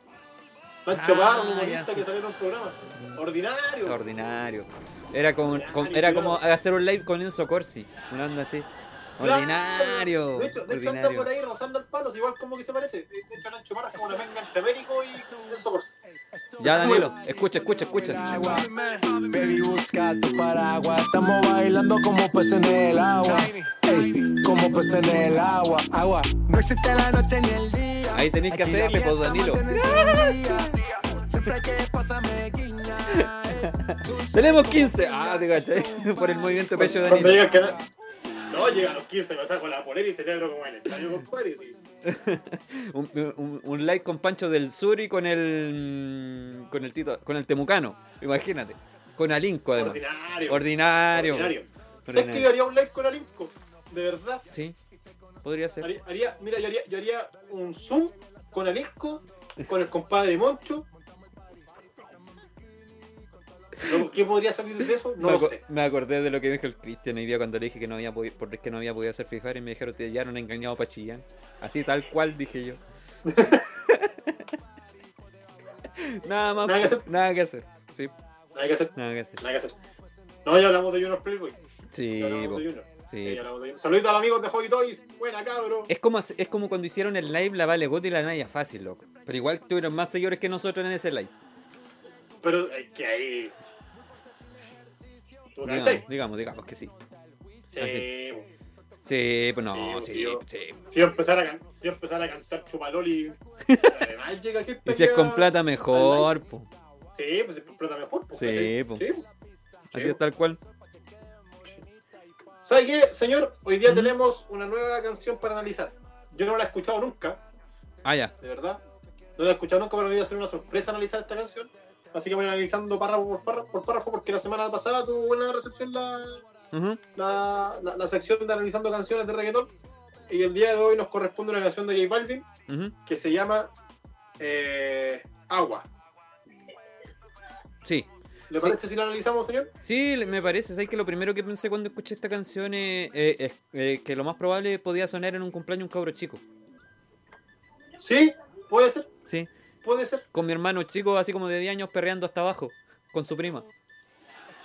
Pancho Barro, un
Ah, ya
humorista
sé. Mm.
que salió en un programa. Ordinario.
Extraordinario. Era como, como- era como hacer un live con Enzo Corsi. Una onda así. Ordinario.
De hecho, de hecho anda
ordinario.
por ahí rozando el palo, igual como que se parece. De de hecho, Nacho Mara es como una mezcla entre Américo y Nelson Corsi.
Ya, Danilo, escucha, escucha, escucha.
agua. Baby, busca tu paraguas. Estamos bailando como peces en el agua. Ey, como peces en el agua. Agua. No existe la noche ni el día.
Ahí tenéis que hacerle, pues, Danilo.
Siempre que pasa me guiña. eh.
Tenemos 15. Ah, te cachai. Por el movimiento pecho de
Cuando
Danilo.
llega el canal. No, llega a los 15, me saco la polera y celebro como en el estadio, compadre. sí.
Un, un- un like con Pancho del Sur y con el. Con el Tito. Con el Temucano. Imagínate. Con Alinco, además.
Ordinario.
Ordinario.
¿Sabes que yo haría un live con Alinco? De verdad.
Sí. Podría ser.
Haría, haría- mira, yo haría, yo haría un Zoom con Alinco, con el compadre Moncho. Luego, ¿Qué podría salir de eso? No
me,
eh. lo
aco-
sé.
me acordé de lo que dijo el Cristian hoy día cuando le dije que no había podido, porque no había podido hacer fijar y me dijeron te hallaron engañado para Chillán. Así tal cual dije yo. nada más,
Nada que hacer.
nada que hacer. Sí,
Nada que hacer.
nada que hacer.
Nada que hacer. No, ya hablamos de Junior Playboy.
Sí,
Ya hablamos
po.
de Junior.
sí. Eh.
Sí, ya hablamos de Junior. Saluditos a los amigos de Hobby Toys. Buena, cabro.
Es como, hace- es como cuando hicieron el live la Vale Gotti y la Naya Fácil, loco. Pero igual tuvieron más seguidores que nosotros en ese live.
Pero hay que ahí. ¿Tú cachai?
Digamos, digamos, digamos que sí.
Sí.
así. Sí, pues no,
Sí,
sí,
sí, yo-
sí.
Si yo empezara a, can- si yo empezara a cantar Chupaloli. además llega gente
Y si es
que-
con plata, mejor, po.
Sí, pues si es con plata mejor. pues,
Sí,
¿cachai?
po.
Sí,
Así
Sí.
es tal cual.
¿Sabes qué, señor? Hoy día tenemos una nueva canción para analizar. Yo no la he escuchado nunca,
Ah, ya.
de verdad. No la he escuchado nunca, pero hoy día será una sorpresa analizar esta canción. Así que voy analizando párrafo por párrafo, por párrafo porque la semana pasada tuvo buena recepción la,
Ujú.
la, la- la sección de analizando canciones de reggaetón. Y el día de hoy nos corresponde una canción de J Balvin
Ujú.
que se llama eh, Agua.
Sí.
¿Le
Sí.
parece si la analizamos, señor?
Sí, le- me parece. Sabes que lo primero que pensé cuando escuché esta canción es, eh, es, eh, que lo más probable podía sonar en un cumpleaños un cabro chico.
Sí, puede ser,
Sí.
puede ser.
Con mi hermano chico, así como de 10 años, perreando hasta abajo. Con su prima.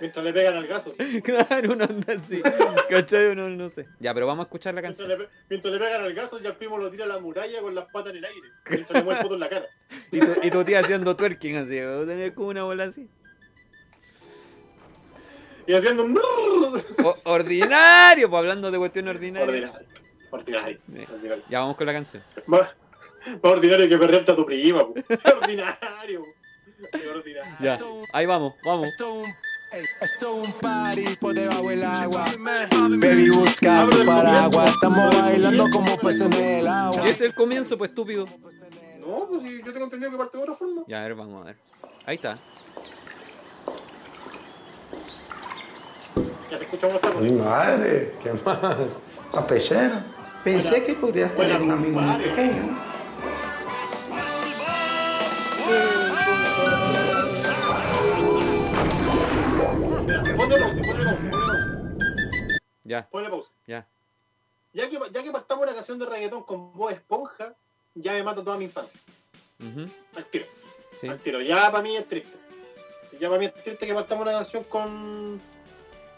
Mientras le pegan al gaso. sí.
claro, una onda así. ¿Cachai? No, no sé. Ya, pero vamos a escuchar la
Mientras
canción.
le, pe- mientras le pegan al gaso, ya el primo lo tira a la muralla con las patas en el aire. Mientras le mueve el poto en la cara.
Y tu, y tu tía haciendo twerking así. Tener como una bola así.
Y haciendo un.
O- ordinario, pues hablando de cuestión ordinaria.
Ordinario. Ordinario.
Sí.
Ordinario.
Ya vamos con la canción.
Más, más ordinario que perrearte a tu prima. po. Ordinario. po. Qué ordinario.
Ya. Ahí vamos, vamos.
Esto un- ey, esto un party por debajo del agua. Baby, busca
Abre
tu
el comienzo.
paraguas. Estamos bailando como peces en el agua.
Y es el comienzo, pues estúpido.
No, pues si yo tengo entendido que parte de otra forma.
Ya, a ver, vamos a ver. Ahí está.
Ya se escucha cómo está. pues.
Mi madre, ¿qué más? La pechera.
Pensé que podrías
Buena,
tener un amigo muy
compadre.
pequeño.
Ponle pausa, ponle pausa, ponle pausa.
Ya,
Ponle pausa.
ya.
Ya que, ya que partamos una canción de reggaetón con voz esponja, ya me mata toda mi infancia.
Ujú,
Al tiro,
Sí.
al tiro. Ya para mí es triste. Ya para mí es triste que partamos una canción con.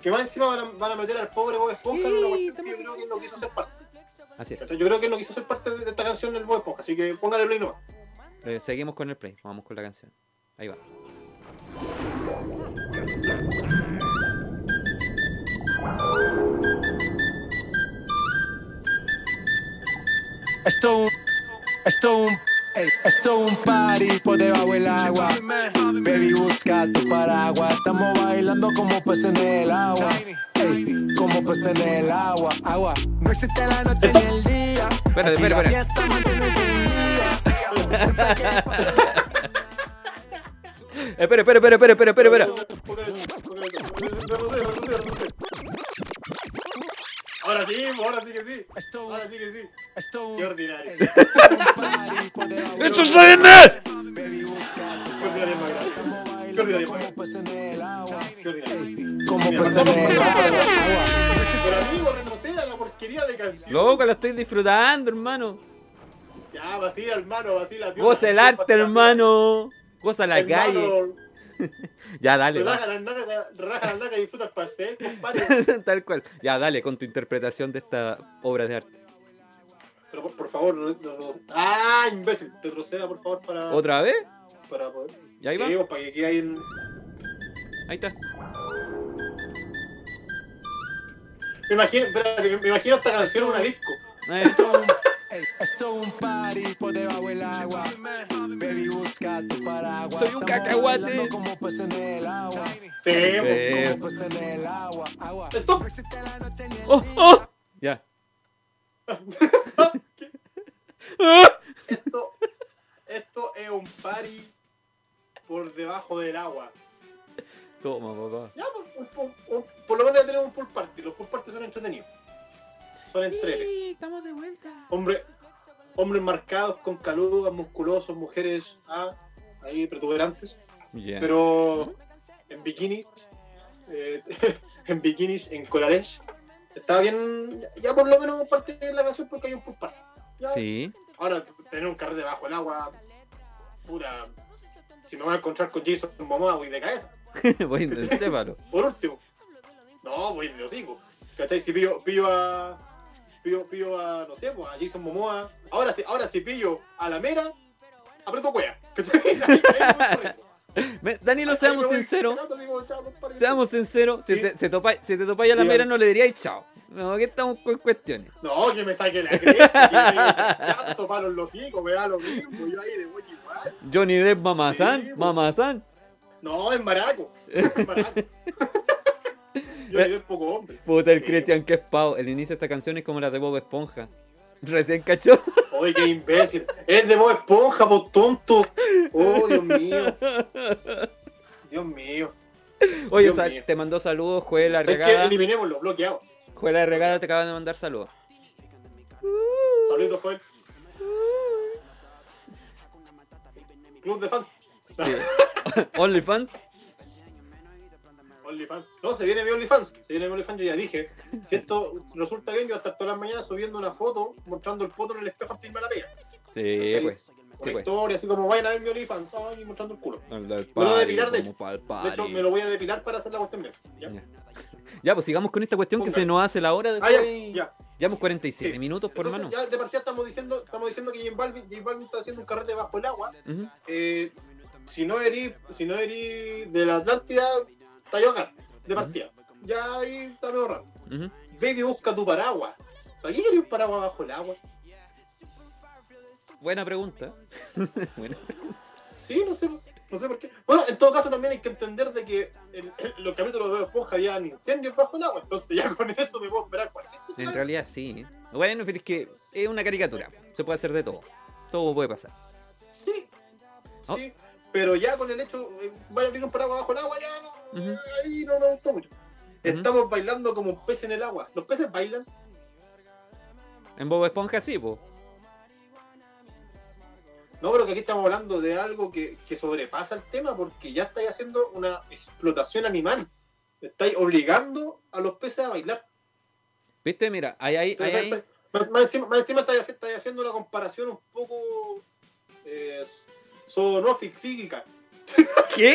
Que más encima van a, van a meter al pobre Bob Esponja en una cuestión que yo creo que él no quiso ser parte.
Así es.
Entonces, yo creo que él no quiso ser parte de esta canción del Bob Esponja, así que póngale play nomás.
Eh, seguimos con el play, vamos con la canción. Ahí va.
Esto un, esto un, ey, esto un party por debajo del agua. Baby, busca tu paraguas. Estamos bailando como peces en el agua. Ey, como peces en el agua, agua. No existe la noche ni el día.
Espérate, espérate,
Aquí la
espérate.
fiesta mantiene encendida. Siempre que pasa
Espera, espera, espera, espera, espera, espera, espera.
Póngale- póngale- póngale- póngale- póngale- Ahora sí, ahora sí que sí.
esto un-
Ahora sí que sí.
esto un-
Qué ordinario.
ey, esto un party por debajo del
¡Eso
agua.
es ADN!
Baby, busca tu
Qué ordinario más grande.
Estamos
Qué ordinario
bailando
más
como
grande.
peces en el agua.
Qué ordinario.
Como
Mira,
peces en
pasamos por
el
la
agua.
agua. Pero amigo, retroceda la porquería de canción.
Loco, la estoy disfrutando, hermano.
Ya, vacila, hermano, vacila. tío.
Goza el arte,
Vacila.
hermano. Goza la calle.
Hermano,
Ya, dale. va.
Relaja las nalgas, relaja las nalgas y disfruta el paseo, compadre.
Tal cual. Ya, dale con tu interpretación de esta obra de arte.
Pero por, por favor, no, no- no. ¡Ah, imbécil! Retroceda, por favor, para,
¿Otra vez?
para poder.
¿Y ahí
Sí,
va?
pues, para que quede ahí en.
Ahí está.
Me imagino, espérate, me- me imagino esta canción en una disco.
Ahí está.
Esto es un- ey, esto es un party pues por debajo del agua. Baby, busca tu paraguas.
Soy un
Estamos
cacahuate.
bailando como pez en el agua.
Sí, pues.
Eh,
Como pez en el agua. agua.
¡Stop!
¡Oh, oh! Ya. ¡Ah!
Esto, esto es un party por debajo del agua.
Toma, papá.
Ya, por, un- un- un- por lo menos ya tenemos un pool party. Los pool party son entretenidos. Son entretes.
estamos de vuelta.
Hombre, hombres marcados, con calugas, musculosos, mujeres ah, ahí protuberantes.
Ya.
Pero en bikinis, eh, en bikinis, en colales, estaba bien. Ya por lo menos parte de la canción porque hay un pool party. Ya,
Sí.
Ahora, tener un carrete bajo el agua, puta. Si me voy a encontrar con Jason Momoa, voy de cabeza.
Voy en el céfalo.
Por último. No, voy de hocico. ¿Cachai? Si pillo, pillo a. Pillo, pillo a, no sé, pues, a Jason Momoa. Ahora si, ahora si pillo a la mera, aprieto cuea. ¿Cachai? Ahí- ahí voy corriendo.
Ve, Danilo,
Ahí me
seamos
voy
sinceros.
cagando, digo, chao, compadre.
Seamos sinceros. Si
Sí.
te, se topa- si te topáis a la
Dígame.
mera, no le diríais chao. No, que estamos con cuestiones.
No, que me saque la cresta. que me chazo, palo en los hocico, me da lo mismo. Yo ahí le voy igual.
Johnny Depp, mamazán.
Sí, po.
mamazán.
No, es maraco. Es maraco. Yo soy poco hombre.
Puta, el
Sí.
Cristian, que es pavo. El inicio de esta canción es como la de Bob Esponja. Recién cachó.
Oye, qué imbécil. Es de modo esponja, por tonto. Oh, Dios mío. Dios mío.
Oye,
Dios
sal-
mío.
te mandó saludos, Joel
Es que
Arregada.
eliminémoslo, bloqueado.
Joel Arregada te acaba de mandar saludos.
Saludos, Joel. Club de fans.
Sí. OnlyFans.
OnlyFans. No, se viene mi OnlyFans. Se viene mi OnlyFans, yo ya dije. Si esto resulta bien, yo voy a estar todas las mañanas subiendo una foto, mostrando el foto en el espejo antes de irme a la pega.
Sí,
Ok.
pues.
Una
Sí, pues.
historia, así como vayan a ver mi OnlyFans, ay, mostrando el culo.
Al- al
Me lo voy a
party,
depilar, de
como
hecho.
pa'l
De hecho,
party.
me lo voy a depilar para hacer la cuestión bien. ¿ya?
Ya. Ya, pues sigamos con esta cuestión que
Ponga.
se nos hace la hora
Ah,
después.
ya, ya.
Llevamos 47
Sí.
minutos, por mano.
Entonces, ya de partida estamos diciendo, estamos diciendo que J Balvin, J Balvin está haciendo un carrete bajo el agua.
Ujú.
Eh, si no eres si no eri de la Atlántida, está yo acá, de partida. Ya ahí está medio raro.
Ujú.
Baby busca tu paraguas. ¿Para qué quería un paraguas bajo el agua?
Buena pregunta. Buena.
Sí, no sé, no sé por qué. Bueno, en todo caso también hay que entender de que en, en los capítulos de Bob Esponja habían incendios bajo el agua, entonces ya con eso me puedo esperar cualquier cosa.
En realidad sí. Bueno, pero es que es una caricatura. Se puede hacer de todo. Todo puede pasar.
Sí,
Oh.
sí. Pero ya con el hecho, eh, vaya a abrir un paraguas bajo el agua, ya no,
Ujú.
ahí no nos gustó mucho. Estamos bailando como un pez en el agua. ¿Los peces bailan?
En Bob Esponja sí, pues.
No, pero que aquí estamos hablando de algo que, que sobrepasa el tema porque ya estáis haciendo una explotación animal. Estáis obligando a los peces a bailar.
Viste, mira, ahí, ahí, ahí,
Entonces,
ahí.
estáis- Más, más encima, más encima estáis, haci- estáis haciendo una comparación un poco eh, zoonófica.
¿Qué?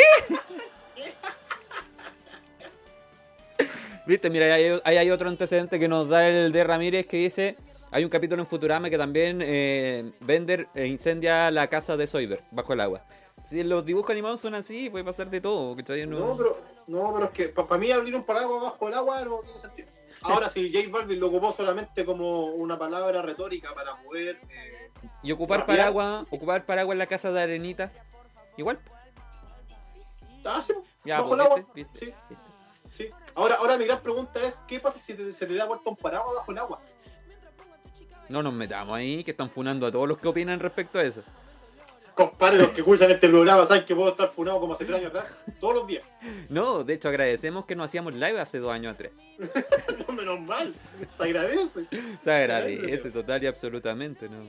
Viste, mira, ahí hay, ahí hay otro antecedente que nos da el de Ramírez que dice: hay un capítulo en Futurama que también eh, Bender eh, incendia la casa de Soyber bajo el agua. Si los dibujos animados son así, puede pasar de todo. ¿cachai? No-
No, pero, no, pero es que para mí abrir un paraguas bajo el agua no tiene sentido. Ahora, si J Balvin lo ocupó solamente como una palabra retórica para poder. eh,
y ocupar
Rapear.
paraguas, ocupar paraguas en la casa de Arenita, igual.
ah, sí,
Ya,
bajo
pues,
el agua.
viste, viste,
Sí,
viste.
sí. Ahora, ahora mi gran pregunta es: ¿qué pasa si te- se te da vuelta un paraguas bajo el agua?
No nos metamos ahí, que están funando a todos los que opinan respecto a eso.
Compadre, los que escuchan este programa saben que puedo estar funado como hace tres años atrás, todos los días.
No, de hecho agradecemos que no hacíamos live hace dos años atrás.
No, menos mal, se agradece.
Se agradece total y absolutamente, ¿no?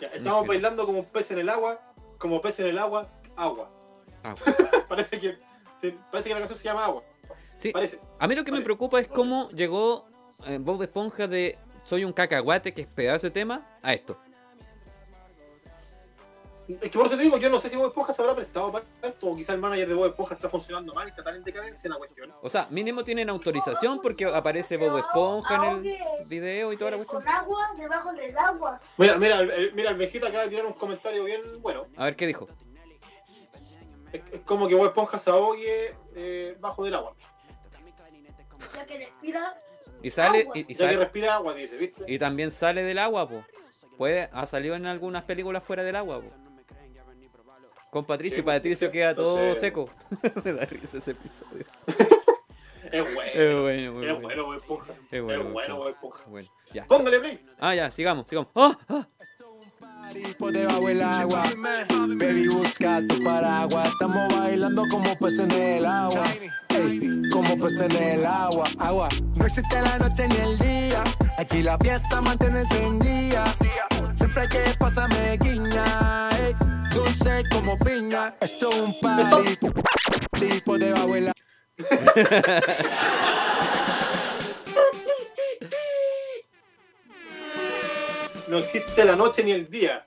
Ya, estamos bailando como un pez en el agua, como pez en el agua, agua.
Ah,
Parece que, parece que la canción se llama agua.
sí.
Parece.
A mí lo que me
Parece.
preocupa es cómo llegó eh, Bob Esponja de Soy un cacahuate, que es pedazo de tema, a esto.
Es que por eso te digo, yo no sé si Bob Esponja se habrá prestado para esto, o quizá el manager de Bob Esponja está funcionando mal, está tan en decadencia la cuestión.
O sea, mínimo tienen autorización porque aparece Bob Esponja en el video y toda la cuestión.
Con agua, debajo del agua.
Mira, mira, el- el, mira, el Mejita acaba de tirar un comentario bien bueno.
A ver qué dijo.
Es, es como que Bob Esponja se ahogue eh, bajo del agua.
Ya que respira.
Y sale y, y
Ya que
sale
respira agua, dice, ¿viste?
y también sale del agua, po. Puede ha salido en algunas películas fuera del agua, po. Con Patricio,
Sí,
y Patricio
sí,
queda todo
entonces-
seco. Me da risa ese episodio.
Es
Es
bueno.
bueno, bueno,
Es
bueno.
bueno Bob Esponja.
Es
Es
bueno,
bueno
Bob
Bob Esponja.
Bueno, ya.
Póngale play.
Ah, ya, sigamos, sigamos. ¡Ah! ¡Ah!
Por pues debajo el agua, baby busca tu paraguas. Estamos bailando como pez en el agua, Ey, como pez en el agua, agua. No existe la noche ni el día, aquí la fiesta mantiene encendida. Siempre que pasa me guiña, ey, dulce como piña. Esto es un party, tipo de abuela.
No existe la noche ni el día.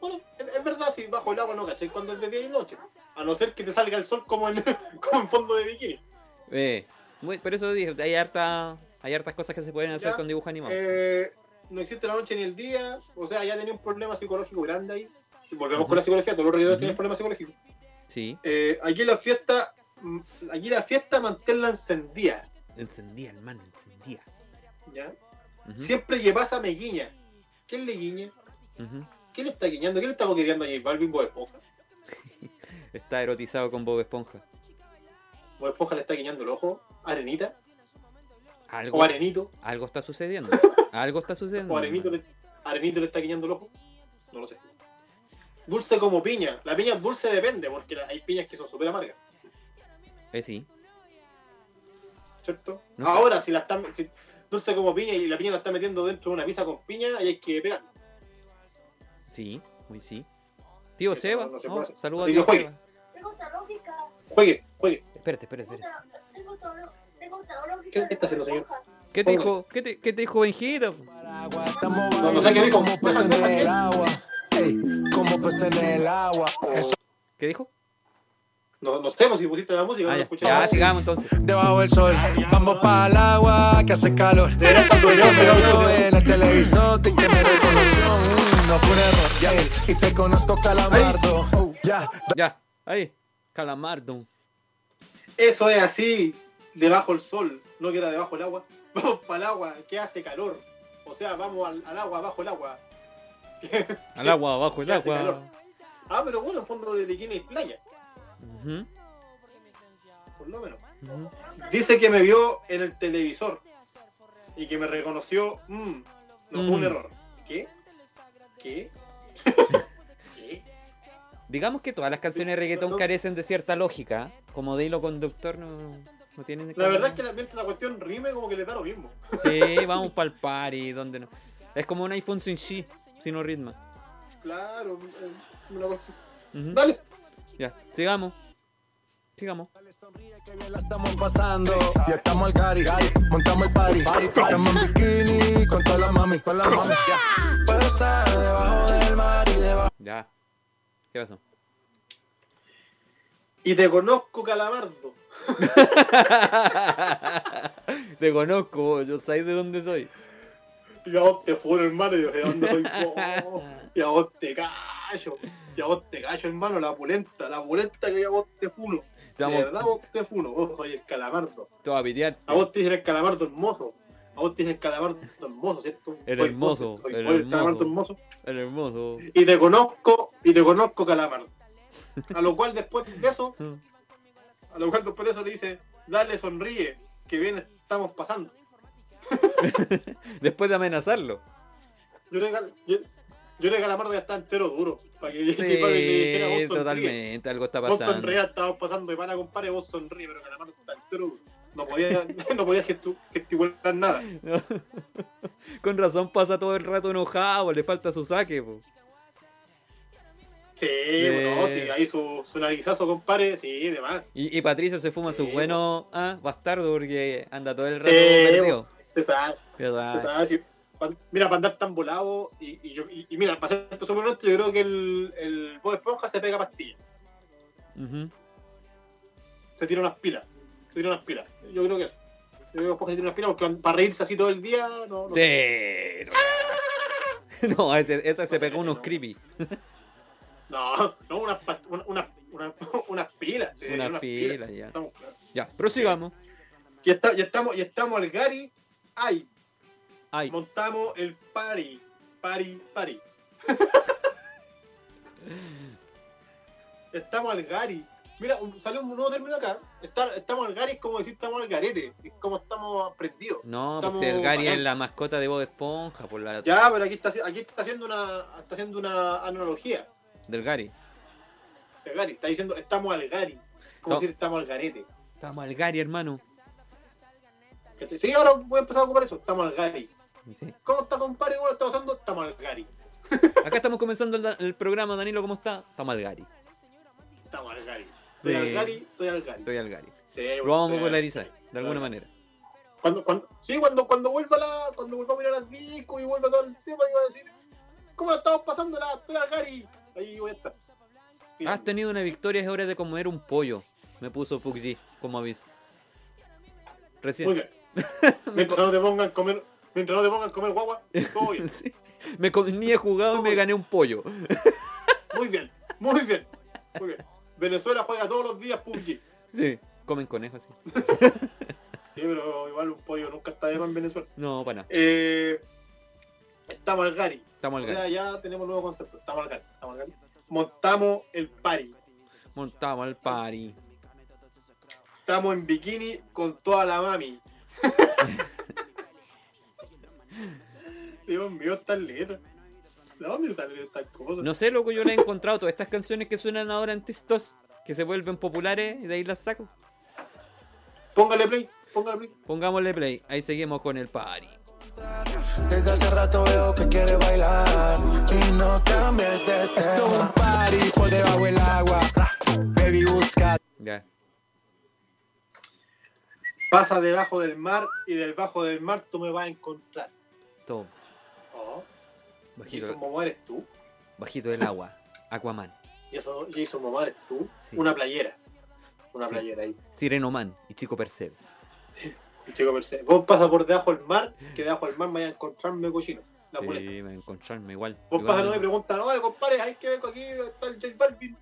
Bueno, es, es verdad, si bajo el agua no caché cuando es de día y noche. A no ser que te salga el sol como en, como en fondo de bikini.
Eh, muy- por eso dije, hay harta, hay hartas cosas que se pueden hacer
Ya,
con dibujo animado.
Eh, no existe la noche ni el día. O sea, ya tenía un problema psicológico grande ahí. Si volvemos con la psicología, todos los regidores tienen problemas psicológicos.
sí,
Eh, aquí la fiesta, mm, aquí la fiesta manténla encendida.
encendía, hermano, encendía.
¿ya?
Ujú,
Siempre que pasa me guiña. ¿Quién le guiña?
ujú.
¿Quién le está guiñando? ¿Quién le está coqueteando a J Balvin? Bob Esponja.
Está erotizado con Bob Esponja.
Bob Esponja le está guiñando el ojo. Arenita. O
Algo,
Arenito.
algo está sucediendo. Algo está sucediendo.
O Arenito
hermano.
le, Arenito le está guiñando el ojo. No lo sé. Dulce como piña. La piña dulce depende, porque la- hay piñas que son súper amargas,
Eh, sí.
¿cierto?
No.
Ahora, si la están. si- dulce como piña y la piña la está metiendo dentro de una pizza con piña, ahí hay que pegar.
Sí, muy sí. Tío
Eso
Seba,
no se
oh,
puede hacer.
saluda a
Así que
tío
juegue.
Seba.
Tengo otra lógica.
Juegue, juegue.
Espérate, espérate, espérate.
otra- Tengo otra tengo otra
¿Qué-
lógica.
qué está haciendo, señor?
¿Qué te
Ponga.
dijo, qué te, qué te dijo Benjita?
Agua, Estamos
No, no sé qué
bailando
dijo.
como pez en el agua, Ey, como pez en el agua. Eso
¿Qué dijo?
No, no sé pues, si pusiste la música,
Ah,
no la
ya.
escuché.
Ya, sigamos entonces.
debajo del sol. Vamos para el agua que hace calor.
Debería estar
Yo
dueñado,
me
pero
veo
no.
en el televisor y que me reconoció. Mm, No fue un error. Ya, y te conozco calamardo. Oh, Ya,
Ya, ahí. Calamardo.
Eso es así, debajo el sol, no queda debajo el agua. Vamos para el agua, que hace calor. O sea, vamos al, al agua, bajo el agua.
Al agua, abajo el
Ya hace
agua.
calor. Ah, pero bueno, en fondo de bikini y playa,
Ujú,
por lo menos.
ujú.
Dice que me vio en el televisor y que me reconoció. mm, no fue
Mm.
un error. ¿Qué? ¿Qué? ¿Qué?
Digamos que todas las canciones de reggaetón
No.
carecen de cierta lógica. ¿eh? Como de hilo conductor no, no tienen...
La verdad es que la, mientras la cuestión rime, como que le da lo mismo.
Sí, vamos para el party. Donde no. Es como un iPhone sin chi, sin un ritmo.
Claro, eh, una cosa.
Ujú.
Dale.
Ya, sigamos. Sigamos.
que bien la estamos pasando. Ya estamos al cari, montamos el party. Estamos en bikini con todas las mami, con las mami. Ya. Puedo estar debajo del mar y debajo.
Ya. ¿Qué pasó?
Y te conozco, Calamardo.
Te conozco, yo sé de dónde soy.
Y a vos te fueron, hermano. Y yo, ¿de dónde soy vos? Y a vos te callo. Y a vos te callo, hermano. La pulenta, la pulenta que yo a vos te funo.
Te
De
vamos
verdad, vos te funo. Vos soy el Calamardo.
te vamos a pitear.
A vos te dicen el calamardo hermoso. A vos te dicen el calamardo hermoso, ¿cierto?
El
Soy
hermoso,
vos, soy
el
vos,
hermoso.
calamardo hermoso.
El hermoso.
Y te conozco, y te conozco calamardo. A lo cual después de eso, a lo cual después de eso le dice, dale sonríe, que bien estamos pasando.
Después de amenazarlo.
Yo le, gal- yo, yo le calamardo ya está entero duro. Para que que Pablo le dijera, "Vos
Sí,
sonríe".
totalmente, algo está
Vos
pasando.
sonríe, estamos pasando de pana, compadre, vos sonríe, pero calamardo está entero duro. No podía, no podía gestu- gesticular nada.
Con razón pasa todo el rato enojado, le falta su saque. po.
Sí, bueno, sí, ahí su, su narizazo, compadre, sí, demás.
Y, y Patricio se fuma
Sí,
su bueno ah, bastardo porque anda todo el rato
Sí, pues,
perdido.
se sabe,
Pero, ah,
se sabe. Si, pa- mira, para andar tan volado. Y, y, yo- y- y mira, para ser súper honesto, yo creo que el, el Bob Esponja se pega pastillas.
Ujú.
Se tira unas pilas. Se tira unas pilas. Yo creo que eso. Yo creo que Bob Esponja se tira unas pilas porque para reírse así todo el día. No, no.
Sí. No, ese- esa se pegó unos creepy.
No, no, unas pa- una, una, una- unas pilas. sí,
Unas
unas
pilas, ya.
Estamos claros.
Ya, prosigamos.
Y, está- y estamos, y estamos al Gary. Ay,
Ay,
montamos el party. Party, party. estamos al Gary. Mira, un- salió un nuevo término acá. Estar- estamos al Gary es como decir estamos al garete. Es como estamos prendidos.
no,
Estamos
pues el Gary es
bacán.
la mascota de Bob Esponja, por la
Ya, pero aquí está, haci- aquí está haciendo una está haciendo una analogía.
del Gary.
El Gary está diciendo estamos al Gary. Como
No.
decir estamos al garete.
Estamos al Gary, hermano.
¿Cachai? Sí, ahora voy a empezar a ocupar eso. Estamos al Gary.
Sí.
¿Cómo está, compadre? ¿Cómo lo está pasando? Estamos al Gary.
Acá estamos comenzando el, da- el programa, Danilo, ¿cómo está? Estamos al Gary.
Estamos al Gary. Estoy al
Sí.
Gary, estoy al Gary.
Estoy al Gary.
Sí, bueno,
Lo vamos a
estoy al-
popularizar, de alguna manera.
Cuando, cuando, sí, cuando, cuando vuelva la, cuando vuelva a ir a las discos y vuelva todo el tema, iba a decir, ¿cómo la estamos pasando la estoy al Gary? Ahí voy a estar. Sí.
Has tenido una victoria, es hora de comer un pollo. Me puso PUBG como aviso.
Muy
Recién.
bien. mientras no te pongan comer, mientras no te pongan comer guagua, todo bien.
Sí. Me com- ni he jugado y me gané un pollo.
Muy bien, muy bien, muy bien. Venezuela juega todos los días PUBG. Sí,
Sí. Comen conejos, sí.
pero igual un pollo nunca está de más en Venezuela.
No, para nada.
Eh, estamos al Gary.
Estamos al
O sea,
Gary.
ya tenemos nuevo concepto. Estamos al Gary. Estamos al Gary. Montamos el party.
Montamos al party.
Estamos en bikini con toda la mami. Dios mío, estas letras. ¿De dónde salen estas cosas?
No sé, loco, yo la he encontrado. Todas estas canciones que suenan ahora en TikTok, que se vuelven populares, y de ahí las saco.
Póngale play, póngale play.
Pongámosle play. Ahí seguimos con el party.
Desde hace rato veo que quiere bailar y no cambies de tema. Esto es un party por debajo del agua. Baby, busca.
Ya.
Pasa debajo del mar y debajo del mar tú me vas a encontrar.
Todo.
Oh, y eso,
Bajito,
mamá, eres tú.
bajito del agua. Aquaman.
Y eso, y eso, mamá, eres tú.
Sí.
Una playera. Una
Sí.
playera ahí.
Sirenoman y Chico Percebe.
El chico Mercedes. Vos pasas por debajo del mar, que debajo del mar me vas a encontrarme cochino. La
Sí,
puleta.
me voy a encontrarme igual.
Vos pasas no me
Igual.
preguntan, oye, compadre, hay que ver aquí, está el J Balvin.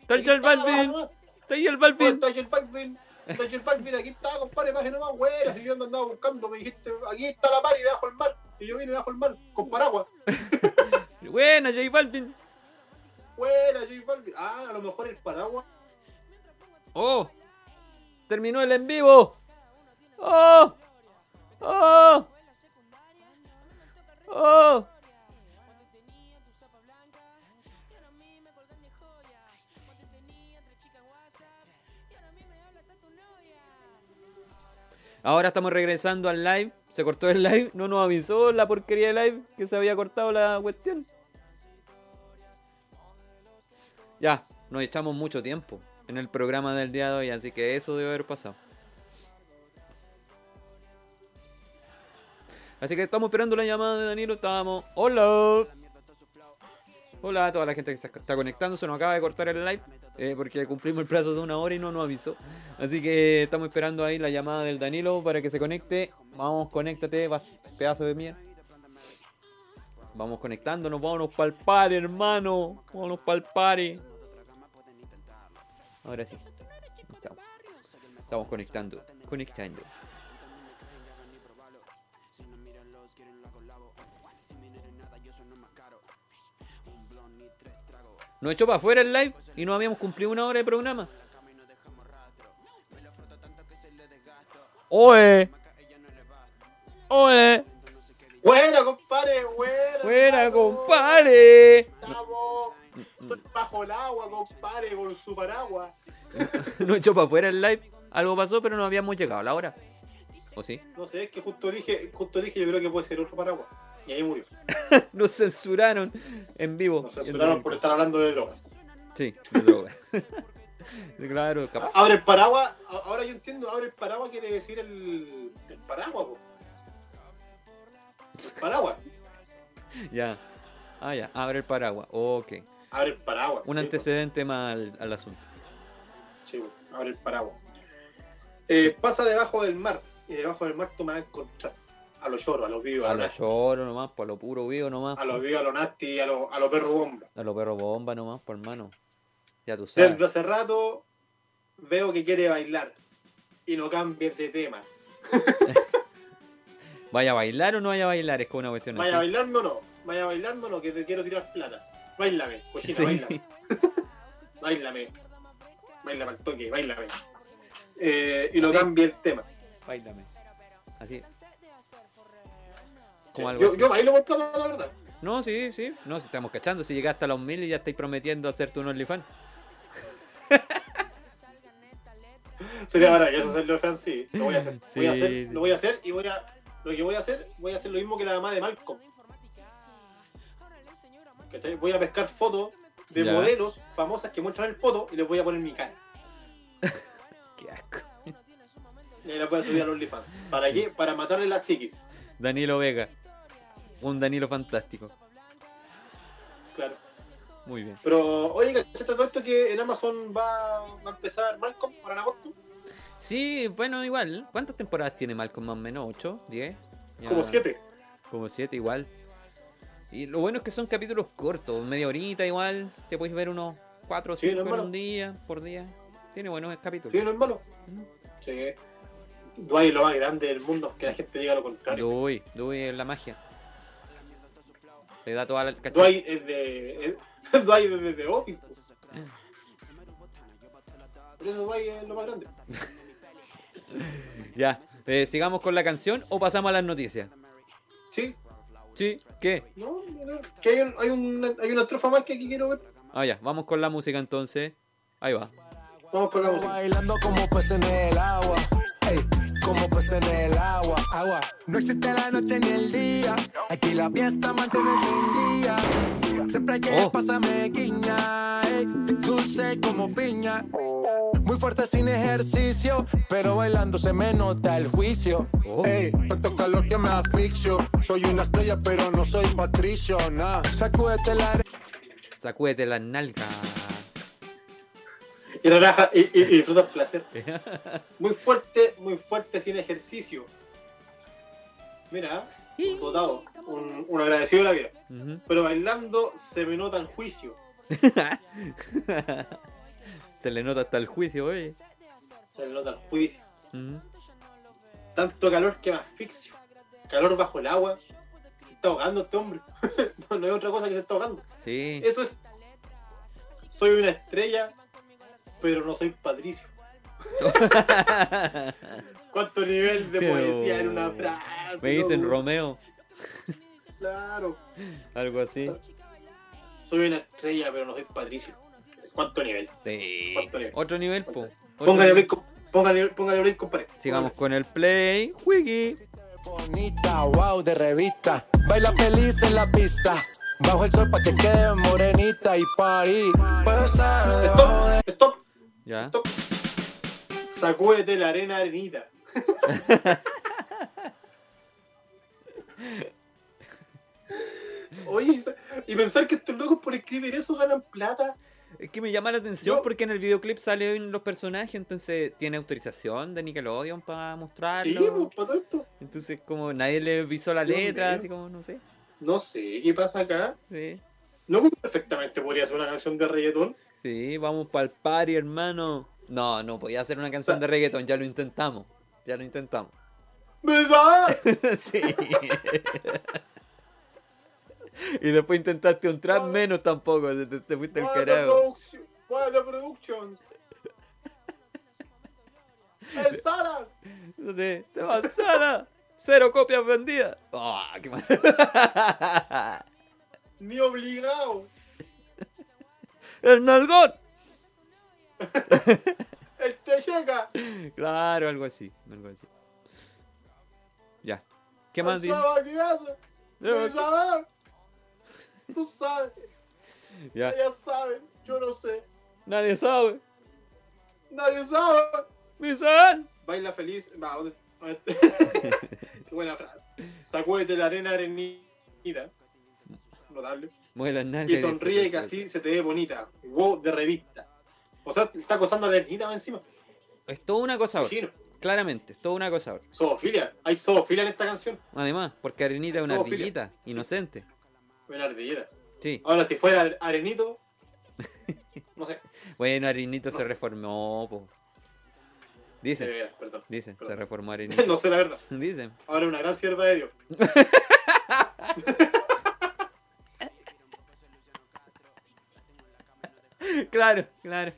Está ahí el Balvin. Está ahí el Balvin.
Está el Balvin. Está el Balvin, aquí está, compadre, baje nomás, güey. Si yo ando- andaba buscando, me dijiste, aquí está la pari debajo del mar. Y yo vine debajo del mar, con paraguas.
Buena, J Balvin.
Buena, J Balvin. Ah, a lo mejor el paraguas.
Oh. Terminó el en vivo. Oh. Oh. Oh. Ahora estamos regresando al live. Se cortó el live. No nos avisó la porquería de live que se había cortado la cuestión. Ya, nos echamos mucho tiempo en el programa del día de hoy, así que eso debe haber pasado. Así que estamos esperando la llamada de Danilo. Estábamos. ¡Hola! Hola a toda la gente que se está conectando. Se nos acaba de cortar el live eh, porque cumplimos el plazo de una hora y no nos avisó. Así que estamos esperando ahí la llamada del Danilo para que se conecte. Vamos, conéctate, vas- pedazo de mierda. Vamos conectándonos, vámonos pa'l party, hermano. Vámonos pa'l party. Ahora sí. Estamos, Estamos conectando, conectando. Nos echó para afuera el live y no habíamos cumplido una hora de programa. ¡Oe! ¡Oe!
Buena, compadre, buena.
¡Buena,
hermano.
compadre!
Estamos estoy bajo el agua, compadre, con su paraguas.
Nos echó para afuera el live. Algo pasó, pero no habíamos llegado a la hora. ¿O sí?
No sé, es que justo dije, justo dije, yo creo que puede ser otro paraguas. Y ahí murió.
Nos censuraron en vivo.
Nos censuraron por estar hablando de drogas.
Sí, de droga. claro, capaz.
Abre el paraguas, a- ahora yo entiendo, abre el paraguas quiere decir el, el paraguas, po. Paraguas.
Ya. Ah, ya. Abre el paraguas. Ok.
Abre el paraguas.
Un
sí,
antecedente más al, al asunto.
Sí, bueno, abre el paraguas. Eh, pasa debajo del mar. Y debajo del mar tú me vas a encontrar. A los lloros, a los vivos, a,
A
los
lo
nasty,
choro nomás, por lo puro vivo nomás.
a los vivos, a los nasty, a los, a los perros bomba.
A lo perro bomba nomás, por hermano. Ya tú sabes.
Desde hace rato veo que quiere bailar. Y no cambies de tema.
¿Vaya a bailar o no vaya a bailar? Es como una cuestión
Vaya
así.
bailando o no. Vaya bailando o no, que te quiero tirar plata. Bailame, cochina,
Sí.
bailame. Bailame. Bailame al toque, bailame. Eh, y no
Así.
cambie el tema.
Báilame. Así.
Sí,
Como algo
Yo,
así.
yo bailo por plata, la verdad.
No, sí, sí. No, si estamos cachando. Si llegaste a los mil y ya estáis prometiendo hacerte un OnlyFans.
Sería maravilloso hacerlo, Fran, sí. Lo voy a hacer.
Sí,
voy a hacer,
sí.
Lo voy a hacer y voy a. Lo que voy a hacer, voy a hacer lo mismo que la mamá de Malcolm. ¿Cachai? Voy a pescar fotos de
Ya.
modelos famosas que muestran el poto y les voy a poner mi cara.
Qué asco.
Y ahí las voy a subir a los OnlyFans. ¿Para qué? Para matarle las psiquis.
Danilo Vega. Un Danilo fantástico.
Claro.
Muy bien.
Pero, oye, ¿cachaste todo esto que en Amazon va, va a empezar Malcolm para en agosto?
Sí, bueno, igual. ¿Cuántas temporadas tiene Malcolm más o menos? ¿8? ¿10? Ya.
Como siete.
Como 7 igual. Y lo bueno es que son capítulos cortos, media horita igual. Te podéis ver unos 4 o
Sí,
5
no es
en
malo.
un día, por día. Tiene buenos capítulos.
¿Sí, no es malo? Sí. No hay lo más grande del mundo, que la gente diga lo contrario.
Doy, doy es la magia. Le da toda la ¿cachai?
Dwight es de. es- Dwight es de The Office. Por eso Dwight es lo más grande.
Ya, eh, sigamos con la canción o pasamos a las noticias.
Sí,
¿Sí? ¿Qué?
no, no, que hay, un- hay, una, hay una estrofa más que aquí quiero ver.
Ah, ya, vamos con la música entonces. Ahí va.
Vamos con la música.
Bailando como pez en el agua, ey, como pez en el agua, agua. No existe la noche ni el día, aquí la fiesta mantiene sin día. Siempre que
Oh.
pásame guiña, ey, dulce como piña. Muy fuerte sin ejercicio, pero bailando se me nota el juicio.
Oh.
Ey, tanto calor que me asfixio. Soy una estrella, pero no soy patricio, nah. Sacúdete la are-
Sacúdete las nalgas.
Y relaja y, y, y disfruta el placer. Muy fuerte, muy fuerte sin ejercicio. Mira, un dotado, un, un agradecido de la vida.
Ujú.
Pero bailando se me nota el juicio.
Se le nota hasta el juicio, oye.
Se me nota el juicio.
Ujú.
Tanto calor que me asfixio. Calor bajo el agua. Se está ahogando este hombre. no, no hay otra cosa que se está ahogando.
Sí.
Eso es. Soy una estrella, pero no soy Patricio. ¿Cuánto nivel de
Pero-
poesía en una frase?
Me dicen
loco?
Romeo,
Claro.
algo así.
Soy una estrella, pero no soy Patricio. ¿Cuánto nivel?
Sí.
¿Cuánto nivel?
Otro nivel, po. Otro
Póngale
nivel.
break, com- póngale, póngale break, compadre.
Sigamos con el play. Wiki.
Bonita, wow, de revista. Baila feliz en la pista. Bajo el sol pa' que quede morenita y parí. Puedo estar debajo de
Stop, stop,
Ya.
stop. Sacúdete la arena, arenita. Oye, y pensar que estos locos por escribir eso ganan plata.
Es que me llama la atención
Yo-
porque en el videoclip salen los personajes, entonces tiene autorización de Nickelodeon para
Sí,
mostrarlo.
pues, para todo esto.
Entonces, como nadie le visó la
Dios
letra,
mío.
así como, no sé.
No sé qué pasa acá.
Sí,
No perfectamente podría ser una canción de reggaetón.
sí vamos para el party, hermano. No, no podía hacer una canción
Sa-
de reggaetón, ya lo intentamos. Ya lo intentamos.
¡Besar!
sí. y después intentaste un trap menos tampoco, se te, te fuiste el carajo.
production! ¡Buena production! ¡El Salas!
No sé, te manzana. Cero copias vendidas. Ah, qué mal.
¡Ni obligado!
¡El nalgón!
¡El Techeca!
Claro, algo así, algo así. Ya. ¿Qué más
¡El
dice?
Sabaquillazo! ¡El Sabar! Tú sabes,
Ya.
ellas saben, yo no sé,
Nadie sabe.
nadie sabe.
¡Misan!
Baila feliz. Va, ¿dónde? Buena frase. Sacúdete la arena arenita. Notable.
Mueve las nalgas.
Y sonríe y que así se te ve bonita. Wow, de revista. O sea, te está acosando a la arenita encima.
Es todo un acosador.
Chino.
Claramente, es todo un acosador.
Zoofilia. Hay zoofilia en esta canción.
Además, porque Arenita es una
Zoofilia.
ardillita, inocente.
Una ardillera.
Sí.
Ahora, si fuera arenito. No sé.
Bueno, Arenito se reformó, po. Dicen,
Eh, perdón.
dicen, se
perdón.
reformó Arenito.
No sé la verdad.
Dicen.
Ahora una gran sierva de Dios.
Claro, claro.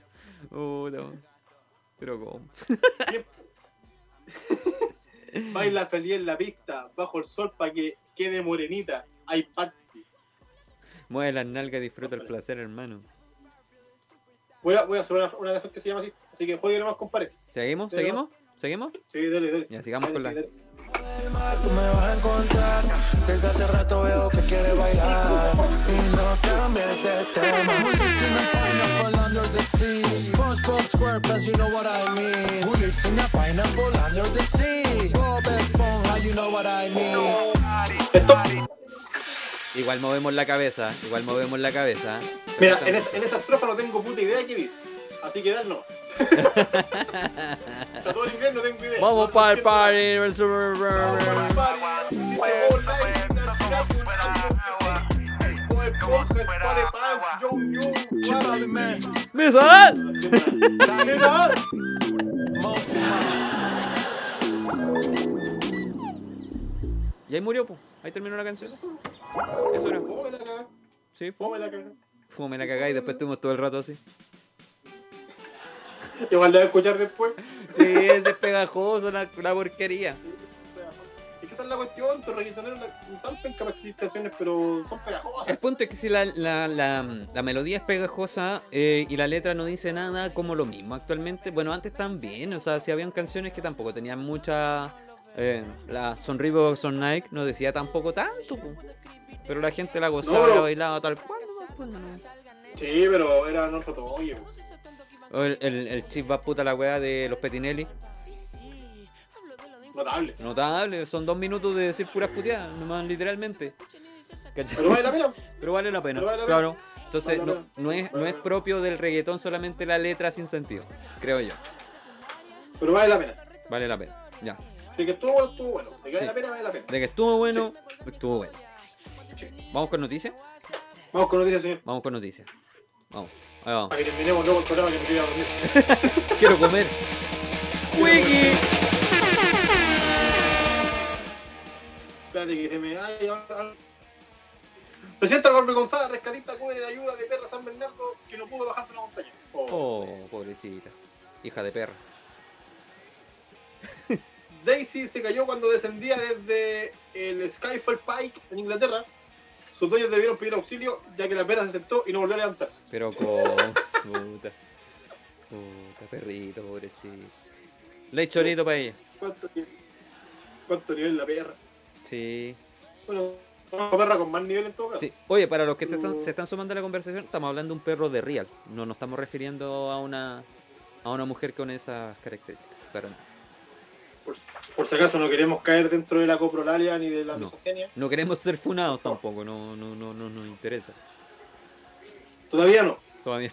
Puta, po. Pero cómo.
Baila feliz en la pista, bajo el sol para que quede morenita. Hay party.
Mueve las nalgas, disfruta el placer, hermano.
Voy a, voy a hacer una, una canción que se llama así. Así que juegue nomás, compadre.
¿Seguimos?
Pero-
¿Seguimos? ¿Seguimos?
Sí, dale, dale.
Ya, sigamos
Dale,
con la-
sí, dale.
del mar, tú me vas a encontrar. Desde hace rato veo que quieres bailar y no cambies de tema. Sin a pineapple under the sea. SpongeBob SquarePants, you know what I mean. Who lives in a pineapple under the sea? Bob Esponja, you know what I mean.
Stop.
Igual movemos la cabeza, igual movemos la cabeza.
Mira, en, es- en esa estrofa no tengo puta idea de qué dice. Así que dale no. Está todo en inglés, no tengo idea.
Vamos
No,
para el
no entiendo
party.
nada. Vamos para el party. Dice, "Oh, like, oh, esponja, espare, pants, yo, yo, guarda".
Man,
¡Misa! ¿eh?
Mira,
most
Y ahí murió, po. Ahí terminó la canción. Eso era.
fome la cagá,
Sí, fue.
fome la cagá.
Fue, me la cagá y después estuvimos todo el rato así.
Igual la voy a escuchar después.
Sí, ese es pegajoso, la, la porquería.
Es que esa es la cuestión, los reggaetoneros la- son tan pencas para escribir canciones, pero son
El
pegajosas.
punto es que si la, la, la, la melodía es pegajosa eh, y la letra no dice nada como lo mismo actualmente, bueno, antes también, o sea, si habían canciones que tampoco tenían mucha... eh, la Sonribo Son Nike no decía tampoco tanto, po. pero la gente la gozaba,
No.
la bailaba tal cual. no, pues, no.
Sí, pero eran otro toque. po.
O el, el, el chip va puta la weá de los Petinelli.
Notable.
Notable, son dos minutos de decir puras puteadas, nomás literalmente. ¿Cachai?
Pero vale la pena.
Pero vale la pena,
Pero vale la
claro. Entonces,
Vale la
no,
pena.
no es,
Vale
no
la
es
pena.
propio del reggaetón solamente la letra sin sentido, creo yo.
Pero vale la pena.
Vale la pena, ya.
De que estuvo bueno, estuvo bueno. De que vale
Sí.
la pena, vale la pena.
De que estuvo bueno, estuvo bueno.
Sí.
Vamos con noticias,
Vamos con noticias, señor.
vamos con noticias. Vamos, ahí vamos.
Para que terminemos luego el programa que me quiero ir a dormir.
Quiero comer. ¡Wiki!
Espérate que se me. Ay, ahora- ahora- Se sienta avergonzada, rescatista cubre la ayuda de perra San Bernardo que no pudo bajar de una montaña. Oh.
Oh, pobrecita. Hija de perra.
Daisy se cayó cuando descendía desde el Skyfall Pike en Inglaterra. Sus dueños debieron pedir auxilio ya que la perra se sentó y no volvió a levantarse.
Pero con. Puta. Puta, perrito, pobrecito. Lechonito para ella.
¿Cuánto nivel? ¿Cuánto nivel la perra?
Sí.
Bueno, una perra con más nivel en todo caso.
Sí. Oye, para los que te están- se están sumando a la conversación, estamos hablando de un perro de real. No nos estamos refiriendo a una a una mujer con esas características. Para nada.
Por, por si acaso no queremos caer dentro de la coprolalia ni de la
No.
misoginia.
No queremos ser funados
Por favor.
tampoco, no, no, no, no nos interesa.
Todavía no.
Todavía.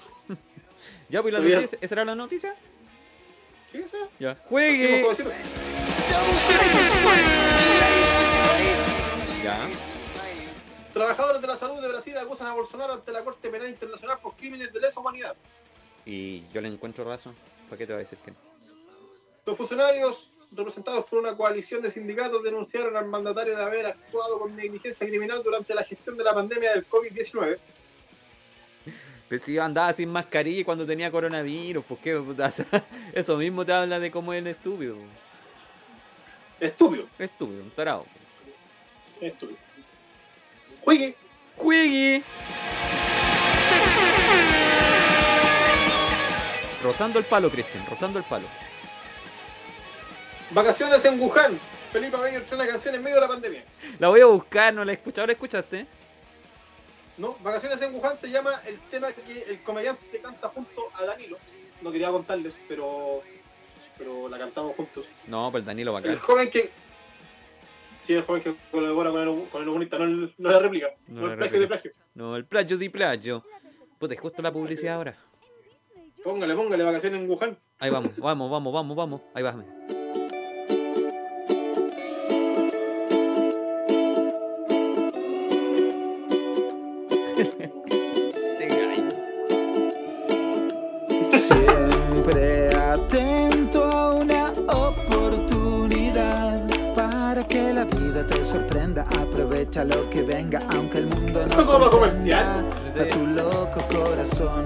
ya, pues la
Todavía.
noticia, ¿esa era la noticia?
Sí, sí.
Ya.
Último
¡Juegue!
jueguecito.
Ya.
Trabajadores de la salud de Brasil acusan a Bolsonaro ante la Corte Penal Internacional por crímenes de lesa humanidad.
Y yo le encuentro razón. ¿Para qué te va a decir que no?
Los funcionarios, representados por una coalición de sindicatos, denunciaron al mandatario de haber actuado con negligencia criminal durante la gestión de la pandemia del COVID-19.
Pero si yo andaba sin mascarilla cuando tenía coronavirus, ¿por qué? puta? O sea, Eso mismo te habla de cómo es el estúpido.
Estúpido,
Estúpido, un tarado.
estúpido. Juegue,
¡Juegue! Rozando el palo, Cristian, rozando el palo.
vacaciones en Wuhan. Felipe Abello estrena canción en medio de la pandemia.
La voy a buscar, no la he escuchado, ¿la escuchaste?
No, Vacaciones en Wuhan se llama el tema que el comediante canta junto a Danilo. No quería contarles, pero, pero la cantamos juntos.
No, pues el Danilo va a
El
caer.
joven que. Sí, el joven que colabora con el, con el comunista, no, el- no la réplica.
No
No,
la
el plagio de
réplica.
plagio.
No, el plagio de plagio. Puta, es justo la publicidad ahora.
Póngale, póngale vacaciones en Wuhan.
Ahí vamos, vamos, vamos, vamos, vamos. Ahí bájame. Te gallo.
Siempre atento a una oportunidad para que la vida te sorprenda. Aprovecha lo que venga, aunque el mundo no.
Esto como
comprenda
comercial.
A tu loco corazón.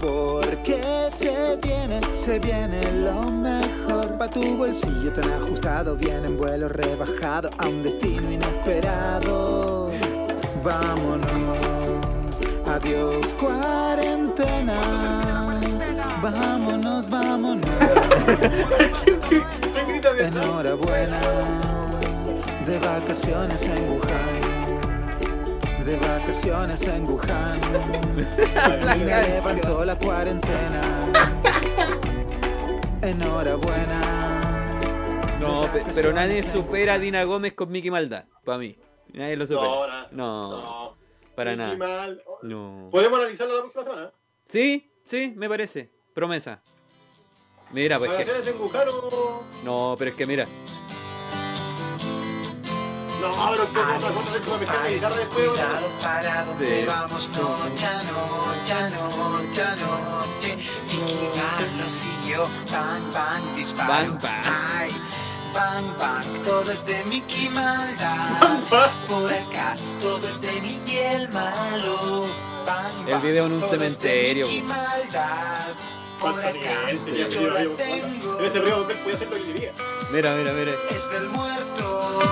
Porque se viene, se viene lo mejor. Pa' tu bolsillo tan ajustado, viene en vuelo rebajado a un destino inesperado. Vámonos, adiós cuarentena. Vámonos, vámonos,
¿Quién grita de atrás?
enhorabuena. De vacaciones en Wuhan. De vacaciones en Wuhan. Y me levantó la cuarentena. Enhorabuena.
No, pe- pero nadie supera a Dina Gómez con Mickey Maldad. Para mí. Nadie lo
No,
supera.
nada.
No,
No.
para
Muy
nada.
mal. Oh,
No.
Podemos analizarlo la próxima semana.
Sí, sí, me parece. Promesa. Mira, pues que.
Vacaciones en Wuhan oh. o.
No, pero es que mira.
No, pero ¿cómo otra cosa que me a guitarra después?
Cuidado para dónde
Sí.
vamos, no, ya no, ya no, ya no. Te, Vicky Van lo siguió, bang, bang, disparo.
Bang, bang.
Ay, bang, bang, todo es de Mickey Maldad. Por acá, todo es de Miguel Malo. Bang,
El
bang,
video en un
todo es de
cementerio.
Mickey Maldad. Por
Falta
acá,
nivel, tenía
yo
frío,
la
río.
tengo.
En ese río donde él podía hacer lo que quería.
Mira, mira, mira.
es del muerto.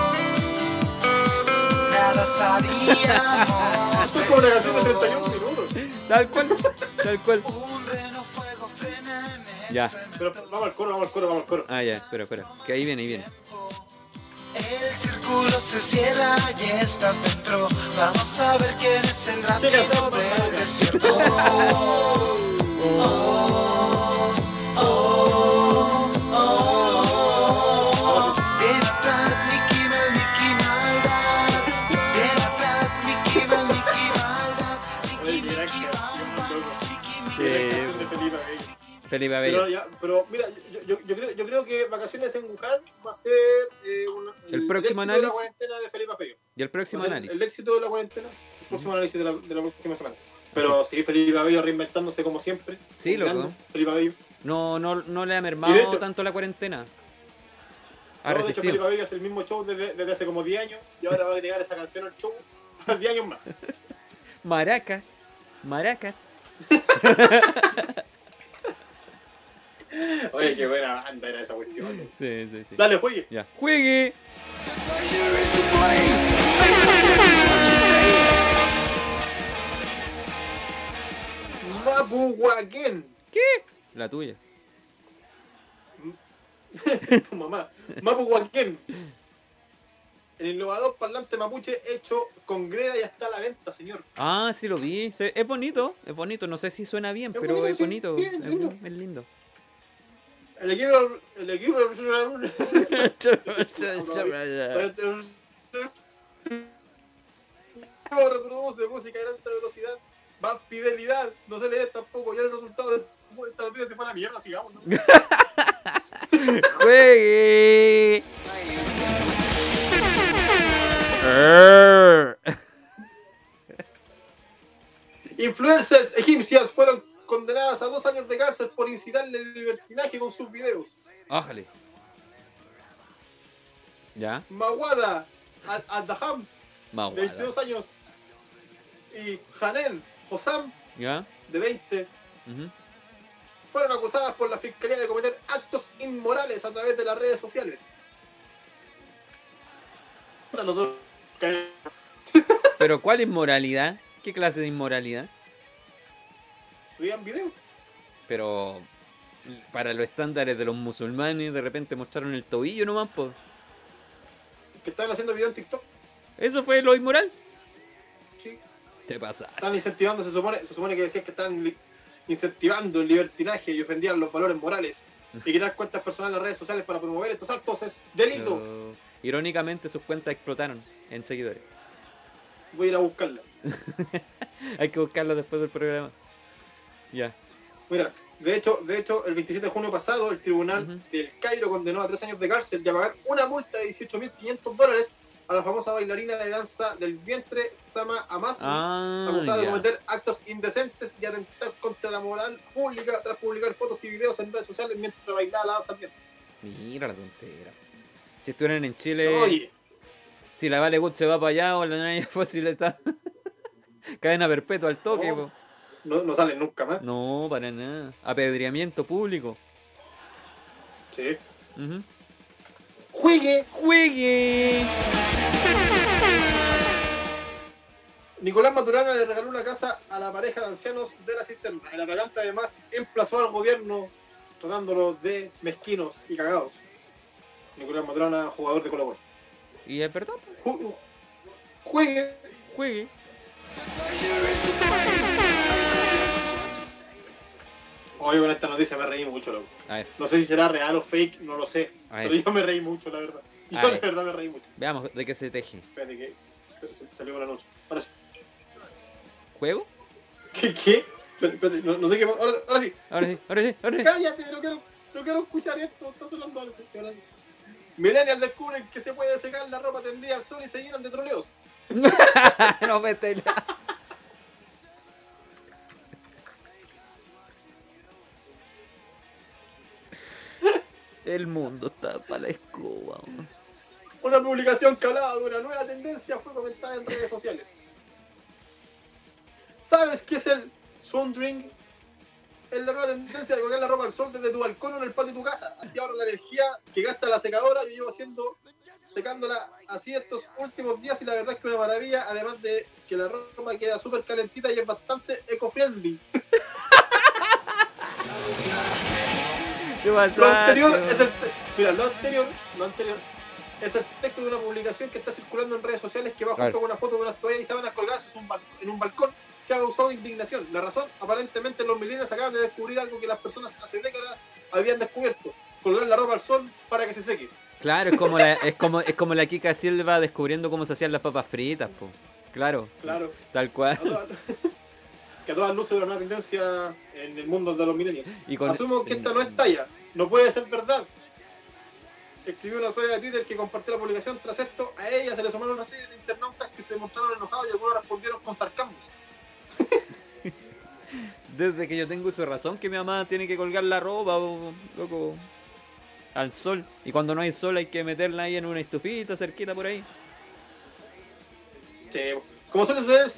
Nada sabíamos.
Esto
de
es como una
esto.
canción de 31 minutos.
Tal cual, tal cual.
Un relámpago frena en el
Ya.
cemento.
Pero vamos al coro, vamos al coro, vamos al coro.
Ah, ya, espera, espera. Que ahí viene, ahí viene.
El círculo se cierra y estás dentro. Vamos a ver quién es el rápido
canción más
del
larga.
desierto. Oh, oh, oh, oh. Viene atrás, Mickey Mouse, Mickey Maldad. Viene atrás, Mickey Mouse, Mickey Maldad. Mickey,
Oye, mira que
Mickey, Maldad,
canción, loco.
Mickey,
Mira la
Mickey.
canción de Felipe Abello.
Felipe
Pero,
Abello.
ya, pero mira, yo, yo, yo, creo, yo creo que vacaciones en Wuhan va a ser eh, un-
El próximo
éxito de
análisis.
la cuarentena de Felipe Apello.
Y el próximo
Va a ser El
análisis.
éxito de la cuarentena, el próximo análisis de la, de la próxima semana. Pero sí, Felipe Apello reinventándose como siempre.
Sí, loco.
Grande, Felipe Apello.
No, no, no le ha
Y
mermado
de hecho-
tanto la cuarentena. Ha
No, de hecho, Felipe
resistido.
Apello hace el mismo show desde, desde hace como 10 años y ahora va a agregar esa canción al show 10 años más.
Maracas, maracas.
Oye, qué buena banda era esa cuestión.
Sí, sí, sí.
Dale, juegue.
Ya. Juegue.
Mapuhuacán.
La tuya.
tu mamá. Mapuhuacán. El innovador parlante mapuche hecho con greda ya está a la venta, señor.
Ah, sí lo vi. Se- Es bonito, es bonito. No sé si suena bien,
Es
pero
bonito,
es
sí.
bonito.
Bien,
es,
lindo.
es lindo.
El equipo, el equipo reproduce música de alta velocidad, más fidelidad, no se le dé tampoco, ya el resultado de esta noticia se fue a la mierda, sigamos. ¿no?
Juegue.
Influencers egipcias fueron condenadas a dos años de cárcel por incitarle el libertinaje con sus videos.
Ájale. Ya.
Mawada Al- Al-Daham, de
Maguada.
22 años, y Hanel Hossam,
Ya.
de 20,
ujú.
fueron acusadas por la fiscalía de cometer actos inmorales a través de las redes sociales. Puta, Nosotros caemos
Pero ¿cuál inmoralidad? ¿Qué clase de inmoralidad?
subían videos.
Pero para los estándares de los musulmanes, de repente mostraron el tobillo nomás, po.
Que estaban haciendo videos en TikTok.
¿Eso fue lo inmoral?
Sí.
Te pasa.
Están incentivando, se supone, se supone que decían que están li- incentivando el libertinaje y ofendían los valores morales. Y crear cuentas personales en las redes sociales para promover estos actos es delito.
No. Irónicamente sus cuentas explotaron en seguidores.
Voy a ir a buscarla.
Hay que buscarlo después del programa. Ya.
Mira, de hecho, de hecho, el 27 de junio pasado, el tribunal del Cairo condenó a tres años de cárcel y a pagar una multa de 18.500 dólares a la famosa bailarina de danza del vientre Sama Amas,
Ah,
acusada de
ya.
cometer actos indecentes y atentar contra la moral pública tras publicar fotos y videos en redes sociales mientras bailaba la danza ambiente.
Mira la tontera. Si estuvieran en Chile,
Oye,
si la Vale Good se va para allá o la Naya Fósil está. Cadena perpetua al toque,
No.
po.
no, no sale nunca más.
No, para nada. Apedreamiento público.
Sí.
Ujú.
Juegue
¡Juegue!
Nicolás Maturana le regaló una casa a la pareja de ancianos de la cisterna. El atacante además emplazó al gobierno tratándolo de mezquinos y cagados. Nicolás Maturana, jugador de Colo Colo.
Y es verdad, po.
Ju- Juegue.
juegue.
Hoy con esta noticia me reí mucho, loco.
A ver,
No sé si será real o fake, no lo sé.
A ver.
Pero yo me reí mucho, la verdad.
A
Yo la
ver.
verdad me reí mucho.
veamos de qué se teje.
Espérate que se- se- salió el anuncio. Ahora sí.
¿Juego?
¿Qué? qué? Espérate, espérate, no, no sé qué. pa- Ahora, ahora sí.
Ahora sí, ahora sí, ahora sí.
Cállate, no quiero, no quiero escuchar esto, está sonando algo. Ahora sí. Millennials descubren que se puede secar la ropa tendida al sol y se llenan de troleos.
no me estáis- El mundo está para la escoba. weón.
Una publicación que hablaba de una nueva tendencia fue comentada en redes sociales. ¿Sabes qué es el sundering? Es la nueva tendencia de colgar la ropa al sol desde tu balcón o en el patio de tu casa. Así ahora la energía que gasta la secadora, yo llevo haciendo, secándola así estos últimos días y la verdad es que una maravilla, además de que la ropa queda súper calentita y es bastante eco-friendly.
¿Qué pasa?
Lo anterior es el te- mira, lo anterior, lo anterior es el texto de una publicación que está circulando en redes sociales que va
Claro.
junto con una foto de unas toallas y sábanas colgadas en un, bal- en un balcón que ha causado indignación. La razón, aparentemente los millennials acaban de descubrir algo que las personas hace décadas habían descubierto, colgar la ropa al sol para que se seque.
Claro, es como la, es como, es como la Kika Silva descubriendo cómo se hacían las papas fritas, po. Claro,
Claro,
tal
a
cual.
todas- que a todas luces era una tendencia en el mundo de los millennials.
Y con-
Asumo que esta no es talla, no puede ser verdad. Escribió una usuaria de Twitter que compartió la publicación. Tras esto, a ella se le sumaron una serie de internautas que se mostraron enojados y algunos respondieron con sarcasmo.
Desde que yo tengo su razón que mi mamá tiene que colgar la ropa, po, loco. Al sol. Y cuando no hay sol hay que meterla ahí en una estufita cerquita por ahí.
Sí, Este, como suele suceder,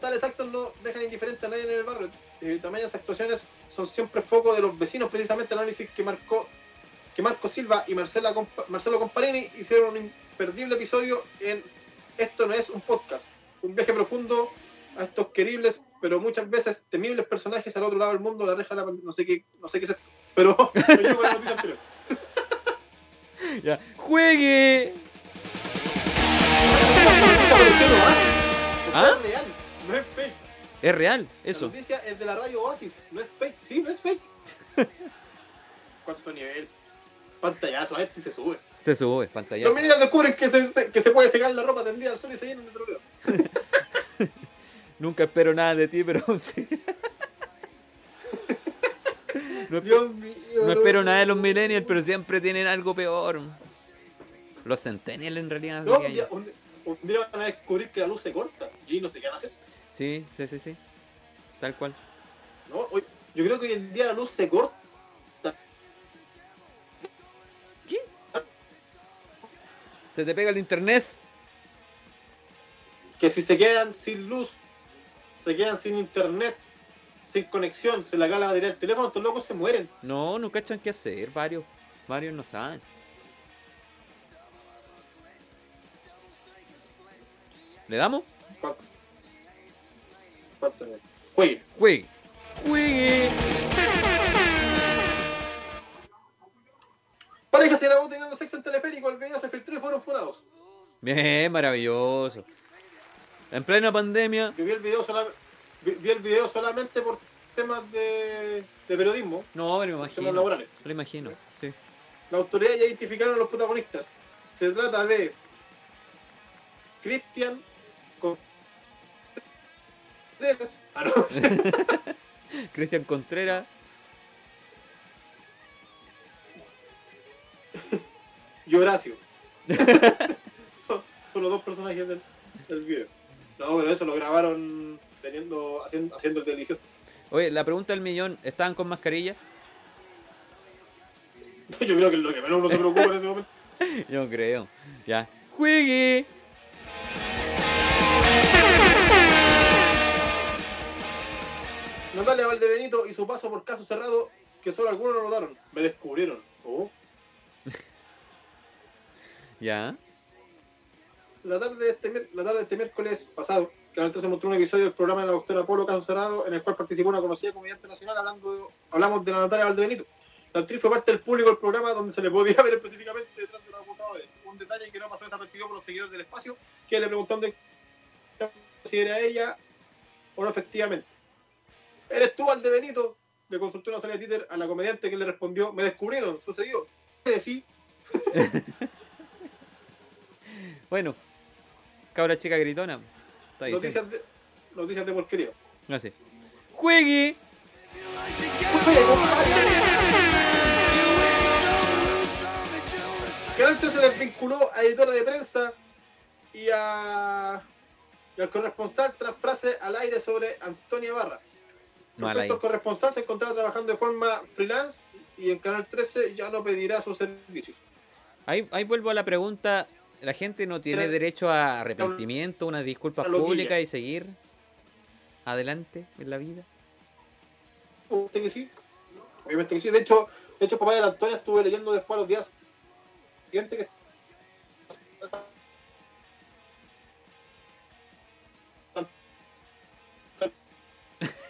tales actos no dejan indiferente a nadie en el barrio. Eh, tamañas actuaciones son siempre foco de los vecinos, precisamente el análisis que marcó que Marco Silva y Marcela Compa- Marcelo Comparini hicieron un imperdible episodio en Esto no es un podcast, un viaje profundo a estos queribles, pero muchas veces temibles personajes al otro lado del mundo, la reja, de la, pan- no sé qué, no sé qué es esto, pero pero yo con la noticia anterior.
Ya. ¡Juegue!
¿Ah?
¿Ah?
Es real, no es fake.
Es real,
La
eso.
noticia es de la radio Oasis, no es fake, sí, no es fake. ¿Cuánto nivel? Pantallazo a este y se sube.
Se sube, pantalla.
Los millennials descubren que se, se- que se puede secar la ropa tendida al sol y se llenan de troleo.
Nunca espero nada de ti, pero sí. No, espe-
Dios mío.
no espero nada de los
millennials.
millennials, pero siempre tienen algo peor. Los centennials en realidad.
No,
que
un
hay.
día, un- un día van a descubrir que la luz se corta y no sé qué van a hacer.
Sí, sí, sí, sí. Tal cual.
No, hoy- yo creo que hoy en día la luz se corta.
Se te pega el internet.
Que si se quedan sin luz, se quedan sin internet, sin conexión, se le acaba la batería del teléfono, estos locos se mueren.
No, no cachan qué hacer. Varios, varios no saben. ¿Le damos?
¿Cuánto? ¿Cuánto? Juegue.
Juegue. Juegue.
Pareja se grabó teniendo sexo en teleférico, el video se filtró y fueron funados.
Bien, maravilloso. En plena pandemia.
Yo vi el video, sola- vi, vi el video solamente por temas de, de periodismo,
No, pero me
temas
imagino.
laborales.
Lo imagino, sí.
La autoridad ya identificaron a los protagonistas. Se trata de Cristian Contreras. Ah, no.
Cristian Contreras.
y Horacio. son, son los dos personajes del, del video. No, pero eso lo grabaron teniendo, haciendo, haciendo el religioso.
Oye, la pregunta del millón, ¿estaban con mascarilla?
Yo creo que es lo que menos uno se preocupa en ese momento.
Yo no creo. Ya. ¡Juegue!
Natalia Valdebenito y su paso por caso cerrado, que solo algunos lo notaron. Me descubrieron. Oh.
Ya.
La tarde, de este, mier- la tarde de este miércoles pasado, Canal 13 mostró un episodio del programa de la doctora Polo Caso Cerrado, en el cual participó una conocida comediante nacional hablando de- hablamos de la Natalia Valdebenito. La actriz fue parte del público del programa donde se le podía ver específicamente detrás de los acusadores. Un detalle que no pasó desapercibido por los seguidores del espacio, que le preguntaron de si era ella o no efectivamente. ¿Eres tú, Valdebenito? Le consultó una sola de Twitter a la comediante que le respondió, me descubrieron, sucedió. Sí,
Bueno. Cabra chica gritona. Está ahí. sí.
noticias de, noticias de porquería.
Gracias. ¡Juegue!
Canal 13 desvinculó a editora de prensa y, a, y al corresponsal tras frase al aire sobre Antonia Barra.
Mal ahí.
El corresponsal se encontraba trabajando de forma freelance y en Canal 13 ya no pedirá sus servicios.
ahí. Ahí vuelvo a la pregunta. ¿La gente no tiene
Era-
derecho a arrepentimiento, unas disculpas
Era loquilla.
públicas y seguir adelante en la vida?
Obviamente que sí. Obviamente que sí. De hecho, de hecho papá de la Antonia estuve leyendo después los días siguientes que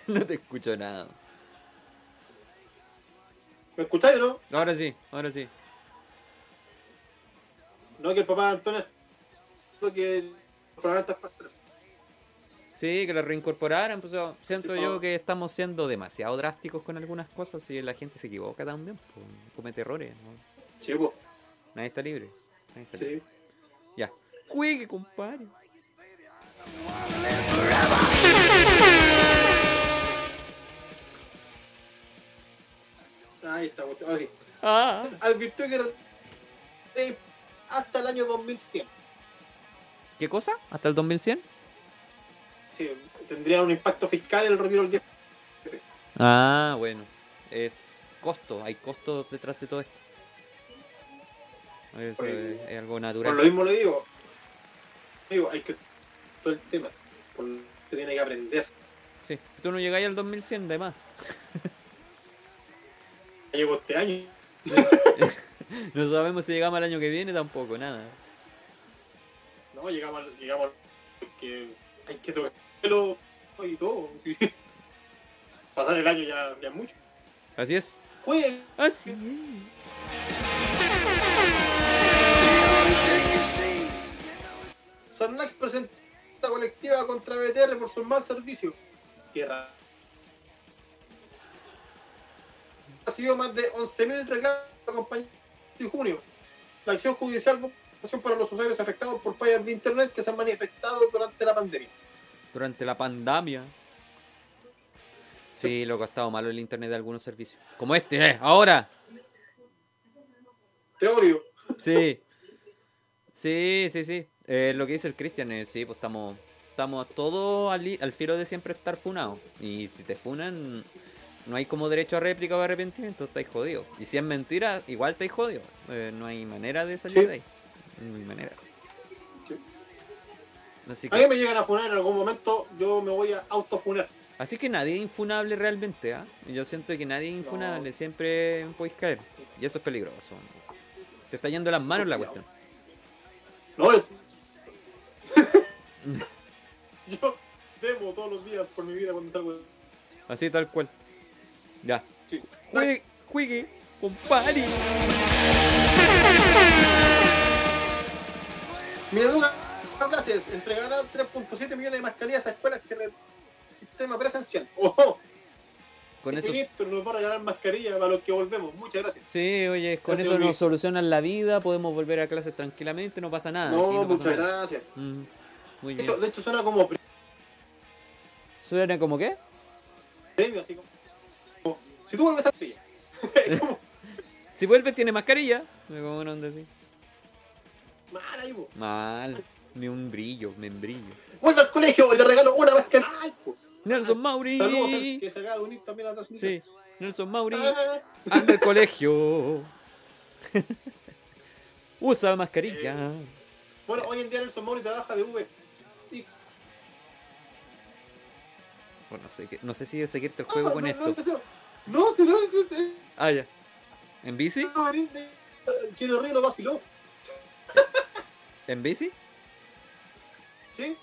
no te escucho nada.
¿Me escucháis o no?
Ahora sí, ahora sí.
No, que el papá de Antonia tuvo que programar estas partes.
Sí, que lo reincorporaran. Pues, o- siento
Sí,
yo
po.
que estamos siendo demasiado drásticos con algunas cosas y la gente se equivoca también. po, comete errores. ¿no?
Sí, po.
Nadie está libre. Nadie está libre.
sí.
Ya. Juegue, compadre.
Ahí está, ahora sí.
Ah.
advirtió que era eh, hasta el año 2100.
¿Qué cosa? ¿Hasta el 2100?
Sí, tendría un impacto fiscal el retiro del 10.
Ah, bueno. Es costo. Hay costos detrás de todo esto. Eso
Oye.
es, es algo
Por
natural.
lo mismo le digo, digo, hay que todo el tema, por, se tiene que aprender.
Sí. Tú no llegáis al 2100, además.
Ya llegó este año,
No sabemos si llegamos al año que viene tampoco, nada.
no, llegamos, al- llegamos, al- porque hay que tocarlo y todo. sí. Pasar el año ya, ya es mucho.
Así es.
Juegue,
Así
Sarnac presenta colectiva contra BTR por su mal servicio. Tierra. Recibió más de 11.000 reclamos de la compañía en junio. La acción judicial busca protección para los usuarios afectados por fallas de Internet que se han manifestado durante la pandemia.
Durante la pandemia. Sí, lo que ha estado malo el internet de algunos servicios. Como este, ¿eh? Ahora.
Te odio.
Sí. Sí, sí, sí. Eh, lo que dice el Cristian, eh, sí, pues estamos estamos todos al, i- al filo de siempre estar funados. Y si te funan, no hay como derecho a réplica o arrepentimiento, estáis jodidos. Y si es mentira, igual estáis jodidos. Eh, no hay manera de salir
Sí.
de ahí. No hay manera.
Sí.
Así
A mí
que,
me llegan a funar en algún momento, yo me voy a autofunar.
así que nadie es infunable realmente, ¿ah? Yo siento que nadie es infunable, siempre podéis caer. Y eso es peligroso. Se está yendo las manos la cuestión.
No, yo... yo demo todos los días por mi vida cuando salgo de...
Así tal cual. Ya.
Sí.
Juegue, juegue, compadre.
Mineduca clases entregará 3.7 millones de mascarillas a escuelas que re- sistema presencial. ¡Ojo!
Con eso.
Ministro, nos va a regalar mascarilla para los que volvemos. Muchas gracias.
Sí, oye, con
Gracias,
eso
Luis.
nos solucionan la vida, podemos volver a clases tranquilamente, no pasa nada. Ah, aquí
no, pues,
pasa
muchas
nada.
gracias.
Mm, muy
De
bien.
hecho, de hecho, suena como
¿Suena como qué?
premio, así como. como, si tú vuelves a pilla. Es como,
Si vuelve tiene mascarilla. Me como una onda así.
mal ahí, po.
Mal. Me un brillo, me embrillo.
Vuelve al colegio y le regalo una mascarilla. Ay, po.
Nelson Mauri.
Saludos al que se acaba de unir también a la
Sí, Nelson Mauri.
Ah,
Anda al colegio. Usa mascarilla.
Eh. Bueno, hoy en día Nelson Mauri trabaja de V. Y,
Bueno, no sé, qué- no sé si de seguirte el
ah,
juego con
no,
esto.
No, no, si no, es que se-
Ah, ya. ¿En bici?
no, es de- Chino Río lo vaciló.
¿En bici?
¿Sí?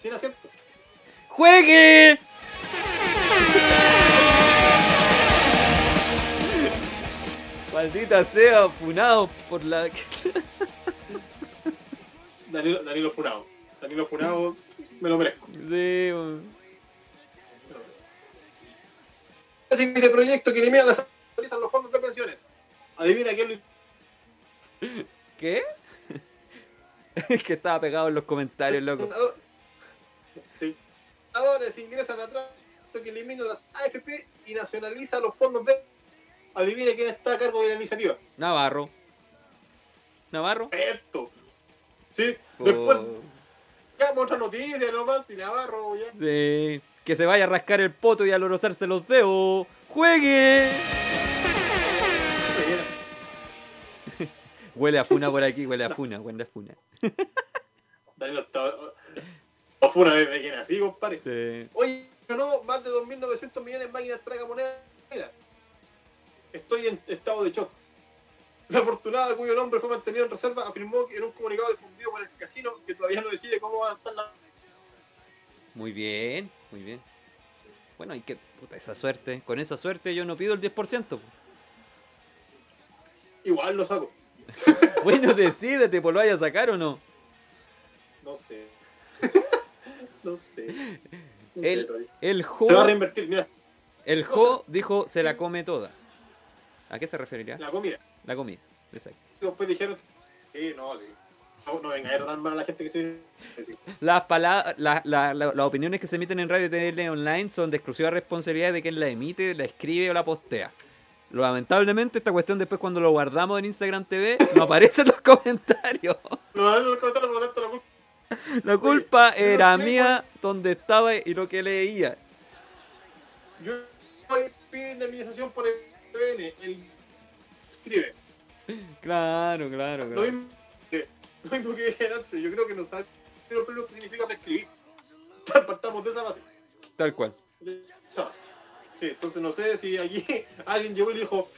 Sin acento.
¡Juegue! Maldita sea, funado por la.
Danilo, Danilo Furado. Danilo Furado, me lo merezco.
Sí, weón.
Así que de proyecto que elimina las actualizan los fondos de pensiones. Adivina quién lo
¿Qué? Es que estaba pegado en los comentarios, loco.
Senador- Sí. Senadores ingresan atrás que elimina las AFP y nacionaliza los fondos de. Adivina quién está a cargo de la iniciativa.
Navarro. ¿Navarro?
Esto. Sí. Después
Oh,
damos otra noticia nomás y Navarro ya.
sí. Que se vaya a rascar el poto y a alorozarse los dedos. ¡Juegue! Huele a funa por aquí, huele a funa, huele a funa.
Danilo está. O fue una vez me quedé así, compadre.
Sí.
Oye, no, más de 2.900 millones en máquinas tragamonedas. Estoy en estado de shock. La afortunada cuyo nombre fue mantenido en reserva afirmó que en un comunicado difundido por el casino que todavía no decide cómo va a estar la...
Muy bien, muy bien. Bueno, hay que. Puta, esa suerte. Con esa suerte yo no pido el 10%.
Igual lo saco.
Bueno, decídete, pues lo vaya a sacar o no.
No sé. no sé. No sé
El,
todavía.
el Jo.
Se va a reinvertir, mira,
El Jo dijo se la come toda. ¿A qué se referirá?
la comida.
La comida. Exacto.
Después dijeron que... Sí, no, sí. No, no engañaron tan mal a la gente que se viene. Sí.
Las, pala- la- la- la- las opiniones que se emiten en radio y tele online son de exclusiva responsabilidad de quien la emite, la escribe o la postea. Lamentablemente esta cuestión después cuando lo guardamos en Instagram TV no aparece en los comentarios.
No, no, no, no, no, no, no, no.
La culpa
pero
era
qué
mía donde estaba y lo que leía.
Yo hoy pido indemnización por el TVN. El... Escribe.
Claro, claro,
Lo
claro.
mismo, que, lo mismo que dije antes. Yo creo que no sabe pero lo que significa prescribir. Partamos de esa base.
Tal cual.
de esa base. Sí, entonces no sé si allí alguien llegó y le dijo,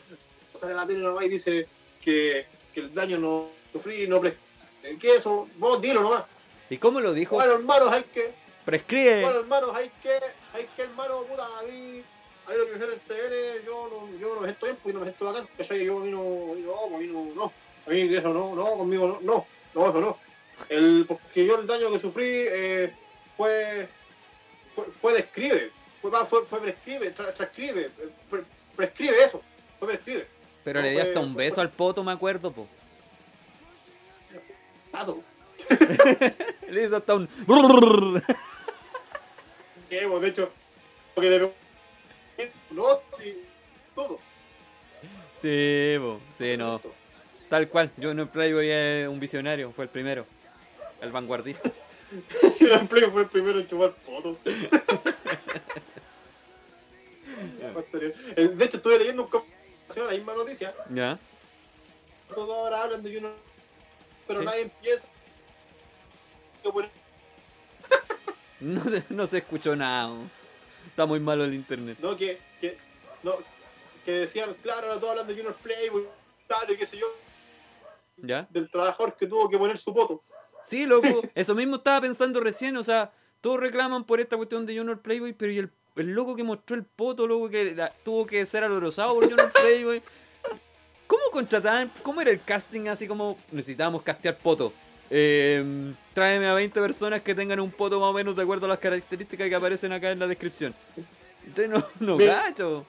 sale la tele nomás y dice que, que el daño no sufrí, no prescribe. ¿Qué es eso? Vos dilo nomás.
¿Y cómo lo dijo?
Bueno, hermanos, hay que... Bueno,
Prescribe.
hermanos, hay que, hay que, hermano, puta, a mí, a mí lo que me dijeron el TN, yo no, yo no me siento bien, porque pues, no me siento bacán, ¿cachai? Yo a mí no, no, a mí no, no, a mí eso no, no, conmigo no, no, no, eso no. El, porque yo el daño que sufrí eh, fue, fue, fue describe, fue, va, fue, fue prescribe, tra- transcribe, eh, pre- prescribe eso, fue prescribe.
Pero le di hasta un beso al poto, me acuerdo, po.
Paso.
Le hizo hasta un...
Sí, pues, de hecho, porque le pegó- no, sí, todo.
Sí, po. Sí, no. Tal cual, yo no Playboy es un visionario, fue el primero. El vanguardista.
Y el empleo fue el primero en chupar poto. Eh, de hecho, estuve leyendo un comentario, la misma noticia.
¿Ya?
Todos ahora hablan de uno, pero
Sí.
nadie empieza. Yo por-
No, no se escuchó nada. Está muy malo el internet.
No, que, que, no, que decían, claro, ahora todos hablan de Junior Playboy, tal, y qué sé yo,
¿Ya?
del trabajador que tuvo que poner su poto.
Sí, loco. Eso mismo estaba pensando recién. O sea, todos reclaman por esta cuestión de Junior Playboy, pero ¿y el, el loco que mostró el poto, loco, que la- tuvo que ser alorosado por Junior Playboy? ¿Cómo contrataban? ¿Cómo era el casting así como necesitábamos castear poto? Eh, tráeme a 20 personas que tengan un poto más o menos de acuerdo a las características que aparecen acá en la descripción. Entonces no, no
Ve-
cacho.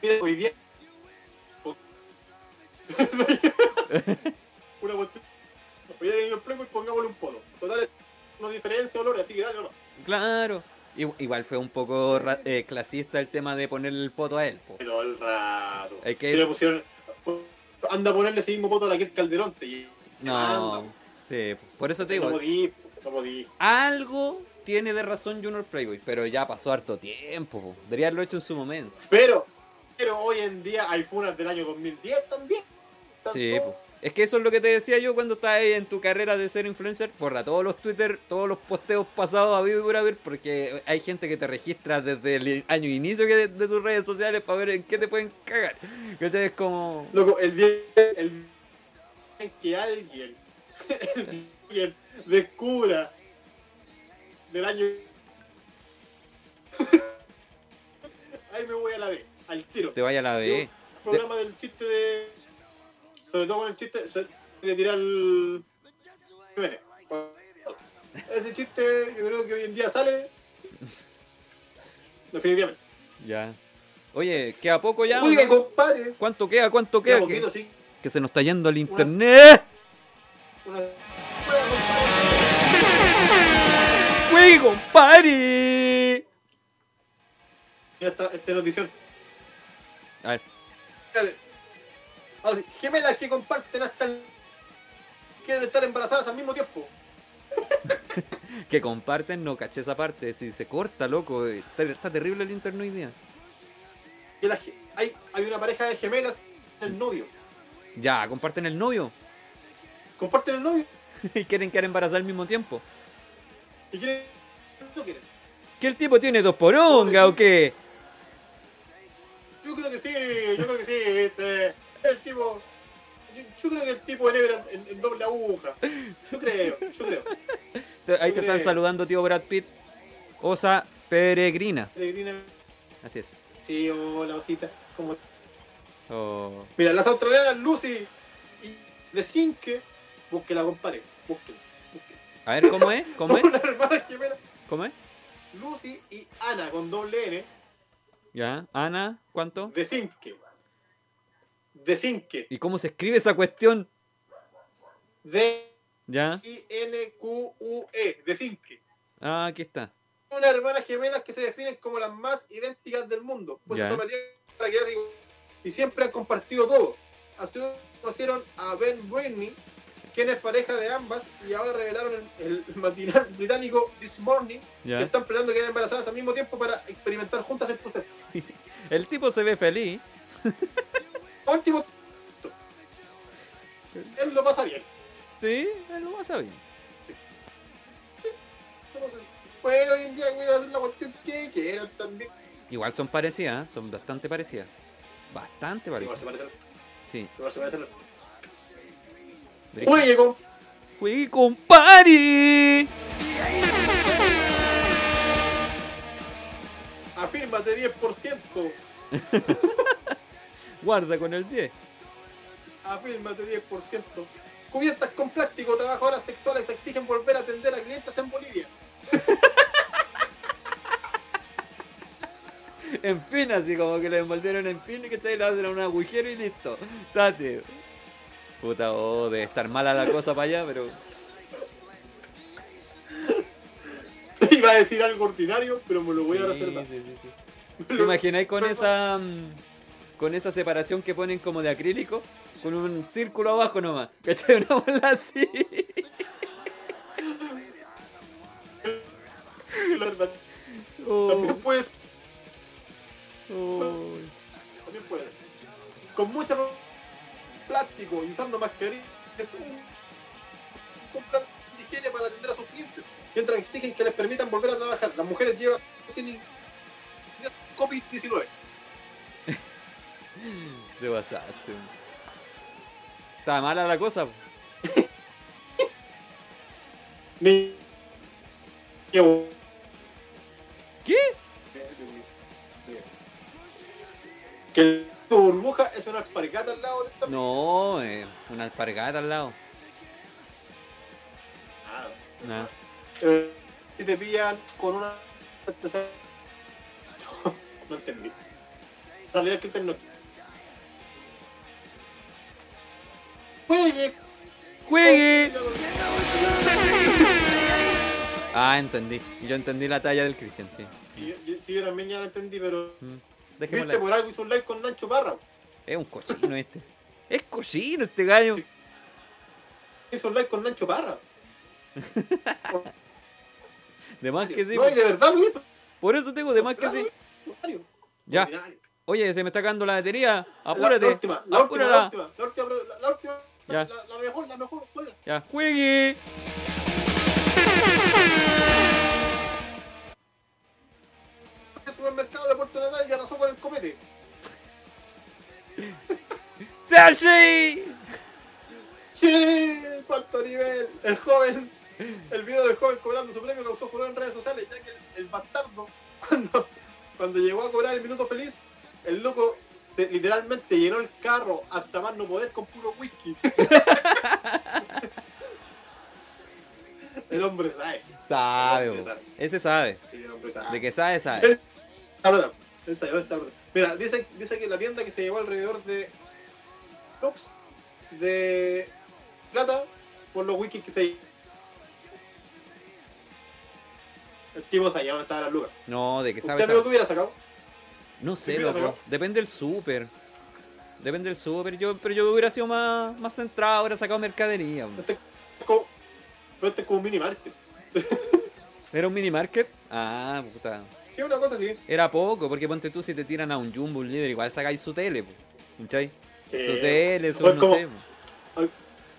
Mira, hoy día. Una cuestión. Hoy día viene el plomo y pongámosle un podo. Total, no diferencia olor, así que dale no.
Claro. Igu- Igual fue un poco ra- eh, clasista el tema de ponerle el foto a él. po.
Todo el rato.
Es que
Sí, le
es-
pusieron- Anda a ponerle ese mismo poto a la Kate Calderón. Te... Ah,
No. Sí, por eso te
No
digo,
podí, no podí.
algo tiene de razón Junior Playboy, pero ya pasó harto tiempo. po. Debería haberlo hecho en su momento.
Pero, pero hoy en día hay funas del año 2010 también. Están
Sí,
todos-
po. es que eso es lo que te decía yo cuando estabas ahí en tu carrera de ser influencer. Porra, todos los Twitter, todos los posteos pasados a vivo y por haber, porque hay gente que te registra desde el año inicio que de, de tus redes sociales para ver en qué te pueden cagar. ¿Cachai? Es como.
Loco, el día, el día que alguien, el día que alguien descubra del año. Ahí me voy a la B, al tiro.
Te vaya a la B.
programa del chiste de. Sobre todo con el chiste se- de tirar el. Jiménez. Ese chiste yo creo que hoy en día sale. Definitivamente.
Ya. Oye, queda poco ya. o
Oiga,
no?
compadre.
¿Cuánto queda? ¿Cuánto
De a
queda?
poquito,
Que,
sí.
que se nos está yendo el internet.
Una-
¡Wey, compadre!
Ya está, esta notición.
A ver.
Fíjate. Ahora sí, gemelas que comparten hasta el... quieren estar embarazadas al mismo tiempo.
Que comparten, no caché esa parte. Si se corta, loco. eh, Está, está terrible el internet hoy día.
Y la ge- hay, hay una pareja de gemelas el novio.
Ya, comparten el novio.
Comparten el novio
y quieren quedar embarazadas al mismo tiempo.
y quieren. No quieren.
¿Que el tipo tiene dos poronga o qué?
Yo creo que sí, yo creo que sí. Este, el tipo. Yo, yo creo que el tipo de negro en, en doble aguja. Yo creo, yo creo.
Te- Ahí te están
Hombre.
saludando, tío Brad Pitt. Osa peregrina.
Peregrina.
Así es.
Sí, hola, osita. ¿Cómo
Oh.
Mira, las australianas Lucy y De Cinque, busque la compadre, busque.
A ver, ¿cómo es? ¿Cómo es?
Son las hermanas gemelas
¿Cómo es?
Lucy y Ana con doble N
Ya. Ana, ¿cuánto?
de Cinque. De Cinque.
¿Y cómo se escribe esa cuestión?
D
Ya.
I N Q U E de Cinque.
Ah, aquí está.
Son Unas hermanas gemelas que se definen como las más idénticas del mundo. Pues
Ya.
se sometieron a la guerra y, y siempre han compartido todo. Así conocieron a Ben Whitney, quien es pareja de ambas, y ahora revelaron el, el matinal británico This Morning que
Ya.
están planeando quedar embarazadas al mismo tiempo para experimentar juntas el proceso.
El tipo se ve feliz.
Último. Él lo pasa bien.
Sí, él lo va a saber.
Bueno, hoy en día voy a hacer la cuestión que quieran también.
Igual son parecidas, ¿eh? son bastante parecidas. Bastante
Igual se
parecidas.
parece
Sí.
igual se parece al-
Derecha.
Juegue con.
Juegue con Pari.
Afírmate 10%.
Guarda con el 10.
Afírmate 10%. Cubiertas con plástico, trabajadoras sexuales exigen volver a atender a clientes en Bolivia.
En fin, así como que le envolvieron en fin y que le hacen a un agujero y listo. Tate. Puta, oh, debe estar mala la cosa para allá, pero.
Iba a decir algo ordinario, pero me lo voy a
Sí,
reservar.
sí, sí, sí. ¿Te imagináis con esa. mm, con esa separación que ponen como de acrílico? Con un círculo abajo nomás. ¿Cachai? Una bola así. Oh,
También puedes
oh.
También puede. Con mucho plástico y usando mascarillas, un- un plan de higiene para atender a sus clientes, mientras exigen que les permitan volver a trabajar. Las mujeres llevan sin in- COVID-19.
Te pasaste. Está mala la cosa. po.
Ni- ni-
¿Qué?
Que tu burbuja es una espargata al lado de esta
No, eh, una alpargata al lado.
Ah,
Nah.
eh, si te pillan con una No entendí. La realidad es que el Tecno quiere. Juegue.
¡Juegue! Ah, entendí. Yo entendí la talla del Cristian, sí.
Y yo- yo- Sí, yo también ya lo entendí, pero.
Mm.
Viste,
Dejémosla.
por algo hizo un live con Nacho Parra.
Es un cochino este. Es cochino este gallo.
Sí. Hizo un live con Nacho Parra.
De más Ah, que sí.
No, y de verdad lo hizo.
Por eso tengo de más que sí.
Ordinario.
Ya.
Ordinario.
Oye, se me está acabando la batería.
La, la
Apúrate.
última, la última,
Apúrala.
la última, la última, la, la última,
Ya.
la, la mejor, la mejor, juega.
Ya. Juegue.
El supermercado de Puerto Natal ya arrasó con el comete.
¡Sashi!
¡Sí! ¡Cuánto nivel! El joven, el video del joven cobrando su premio causó furor en redes sociales, ya que el, el bastardo, cuando, cuando llegó a cobrar el minuto feliz, el loco se, literalmente llenó el carro hasta más no poder con puro whisky. el hombre sabe.
Sabe,
Ese
bo.
sabe.
ese sabe.
Sí, el hombre sabe.
De que sabe, sabe.
Él sabrá, él sabrá, él sabrá. Mira, dice, dice que la tienda que se llevó alrededor de Lux de plata por los wikis que se El tipo sabía dónde estaban las lucas.
No, de que sabe,
¿Usted amigo
sabe.
que hubiera sacado?
No sé,
¿Hubiera
loco.
sacado?
Depende del súper. Depende del súper. Yo, pero yo hubiera sido más, más centrado, hubiera sacado mercadería. bo.
Este es como- pero este es como un mini market.
¿Era un mini market? Ah, puta.
Sí, una cosa así.
Era poco, porque ponte tú si te tiran a un jumbo, un líder, igual sacáis su tele, po. ¿Cachai?
Sí.
Su tele, su
O es
no
como-
sé. po.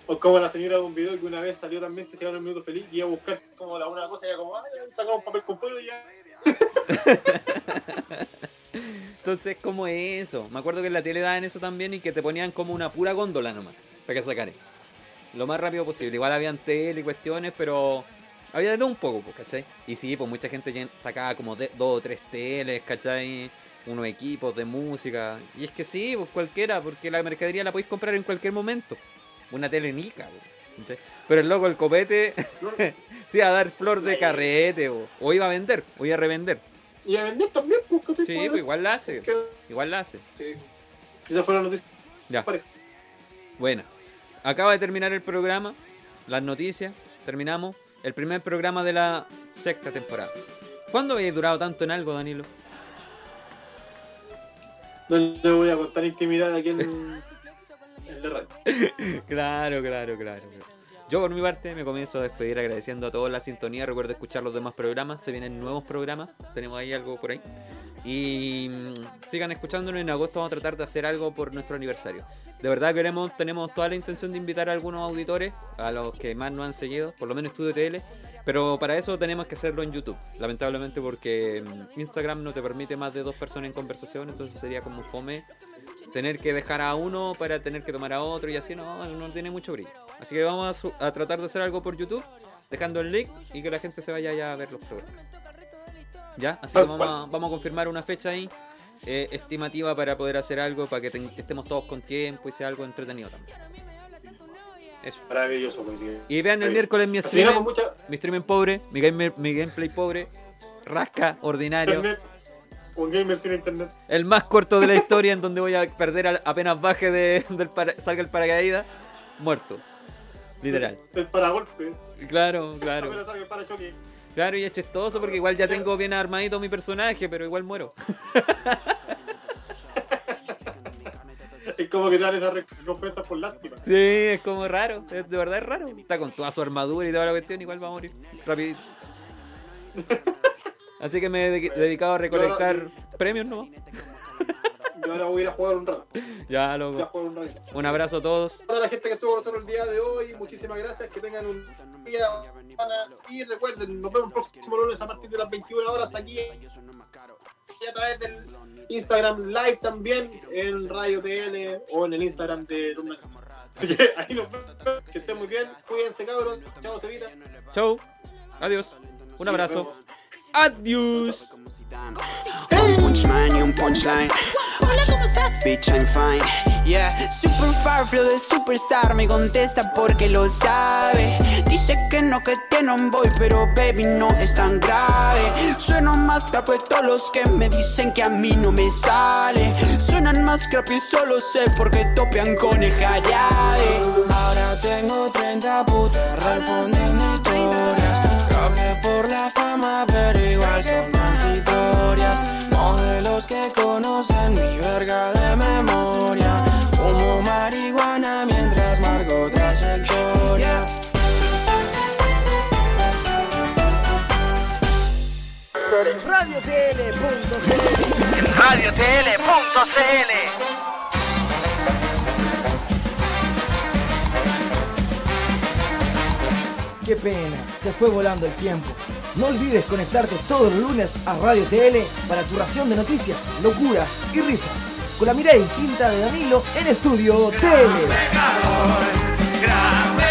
O como la señora de un video que una vez salió también que se llama El Minuto Feliz y iba a buscar como la una cosa y era como, ah, sacaba un papel con fuego y ya.
Entonces, como eso. Me acuerdo que en la tele daban eso también y que te ponían como una pura góndola nomás. Para que sacaran. Lo más rápido posible. Igual habían tele y cuestiones, pero había de todo un poco, pues, ¿cachai? Y sí, pues mucha gente llen- sacaba como de- dos o tres teles, ¿cachai? Unos equipos de música. Y es que sí, pues cualquiera, porque la mercadería la podéis comprar en cualquier momento. Una tele nica, po, ¿cachai? Pero el loco, el copete, sí, a dar flor de carrete, po. o iba a vender, o iba a revender.
Y a vender también, pues, ¿cachai?
Sí, pues igual la hace,
Que-
igual la hace.
Sí. Esa fue la noticia.
Ya.
Pare.
Bueno, acaba de terminar el programa, las noticias, terminamos el primer programa de la sexta temporada. ¿Cuándo habéis durado tanto en algo, Danilo?
No le voy a contar intimidad aquí en, en la radio.
Claro, claro, claro. Yo por mi parte me comienzo a despedir agradeciendo a todos la sintonía. Recuerdo escuchar los demás programas. Se vienen nuevos programas. Tenemos ahí algo por ahí. Y mm, sigan escuchándonos. En agosto vamos a tratar de hacer algo por nuestro aniversario. De verdad queremos, tenemos toda la intención de invitar a algunos auditores, a los que más nos han seguido, por lo menos Estudio TL. Pero para eso tenemos que hacerlo en YouTube. Lamentablemente porque mm, Instagram no te permite más de dos personas en conversación. Entonces sería como fome tener que dejar a uno para tener que tomar a otro y así no, no tiene mucho brillo. Así que vamos a su- a, tratar de hacer algo por YouTube, dejando el link y que la gente se vaya ya a ver los programas. Ya, así que
Tal
vamos a,
cual.
vamos a confirmar una fecha ahí eh, estimativa para poder hacer algo, para que ten- estemos todos con tiempo y sea algo entretenido también. Eso.
Maravilloso, güey. tío.
Y vean el
Oye,
miércoles mi
Así que
streaming,
con mucha.
mi streaming pobre, mi, game- mi gameplay pobre, rasca, ordinario.
Internet. Con gamers sin internet.
El más corto de la historia en donde voy a perder al- apenas baje de, del para- salga el paracaídas, muerto. Literal.
El paragolpe.
Claro,
Apenas
claro.
sale el parachoque.
Claro, y es chistoso porque igual ya tengo bien armadito mi personaje, pero igual muero.
Es como que te dan esa recompensa por lástima.
Sí, es como raro, es, de verdad es raro. Está con toda su armadura y toda la cuestión, igual va a morir. Rapidito. Así que me he de- dedicado a recolectar premios, ¿no?
Yo ahora voy a ir a jugar un rato.
Ya,
Voy a
loco.
jugar un rato.
Un abrazo a todos.
A toda la gente que estuvo con nosotros el día de hoy, muchísimas gracias. Que tengan un día. buena. Y recuerden, nos vemos el próximo lunes a partir de las 21 horas aquí en- y a través del Instagram Live también en Radio TL o en el Instagram de Luna. Así que ahí nos vemos. Que estén muy bien. Cuídense, cabros. Chao, Sevita.
Chau. Adiós. Un abrazo. Adiós.
punchline y un punchline. Hola, ¿cómo estás? Bitch, I'm fine. Yeah, super far flow de superstar me contesta porque lo sabe. Dice que no. bueno que tienen voy, pero baby no es tan grave. Sueno más rap que todos los que me dicen que a mí no me sale. Suenan más rap y solo sé por qué topean con el jarabe.
Ahora tengo 30 putas respondiendo historias. Cambié por la fama, pero igual son transitorias. Modelos que conocen mi verga de memoria. Fumo marihuana mientras marco trayectoria.
RadioTL.cl
Radiotl.cl
Qué pena, se fue volando el tiempo. No olvides conectarte todos los lunes a Radio TL para tu ración de noticias, locuras y risas. Con la mirada distinta de Danilo en Estudio TL.
Grave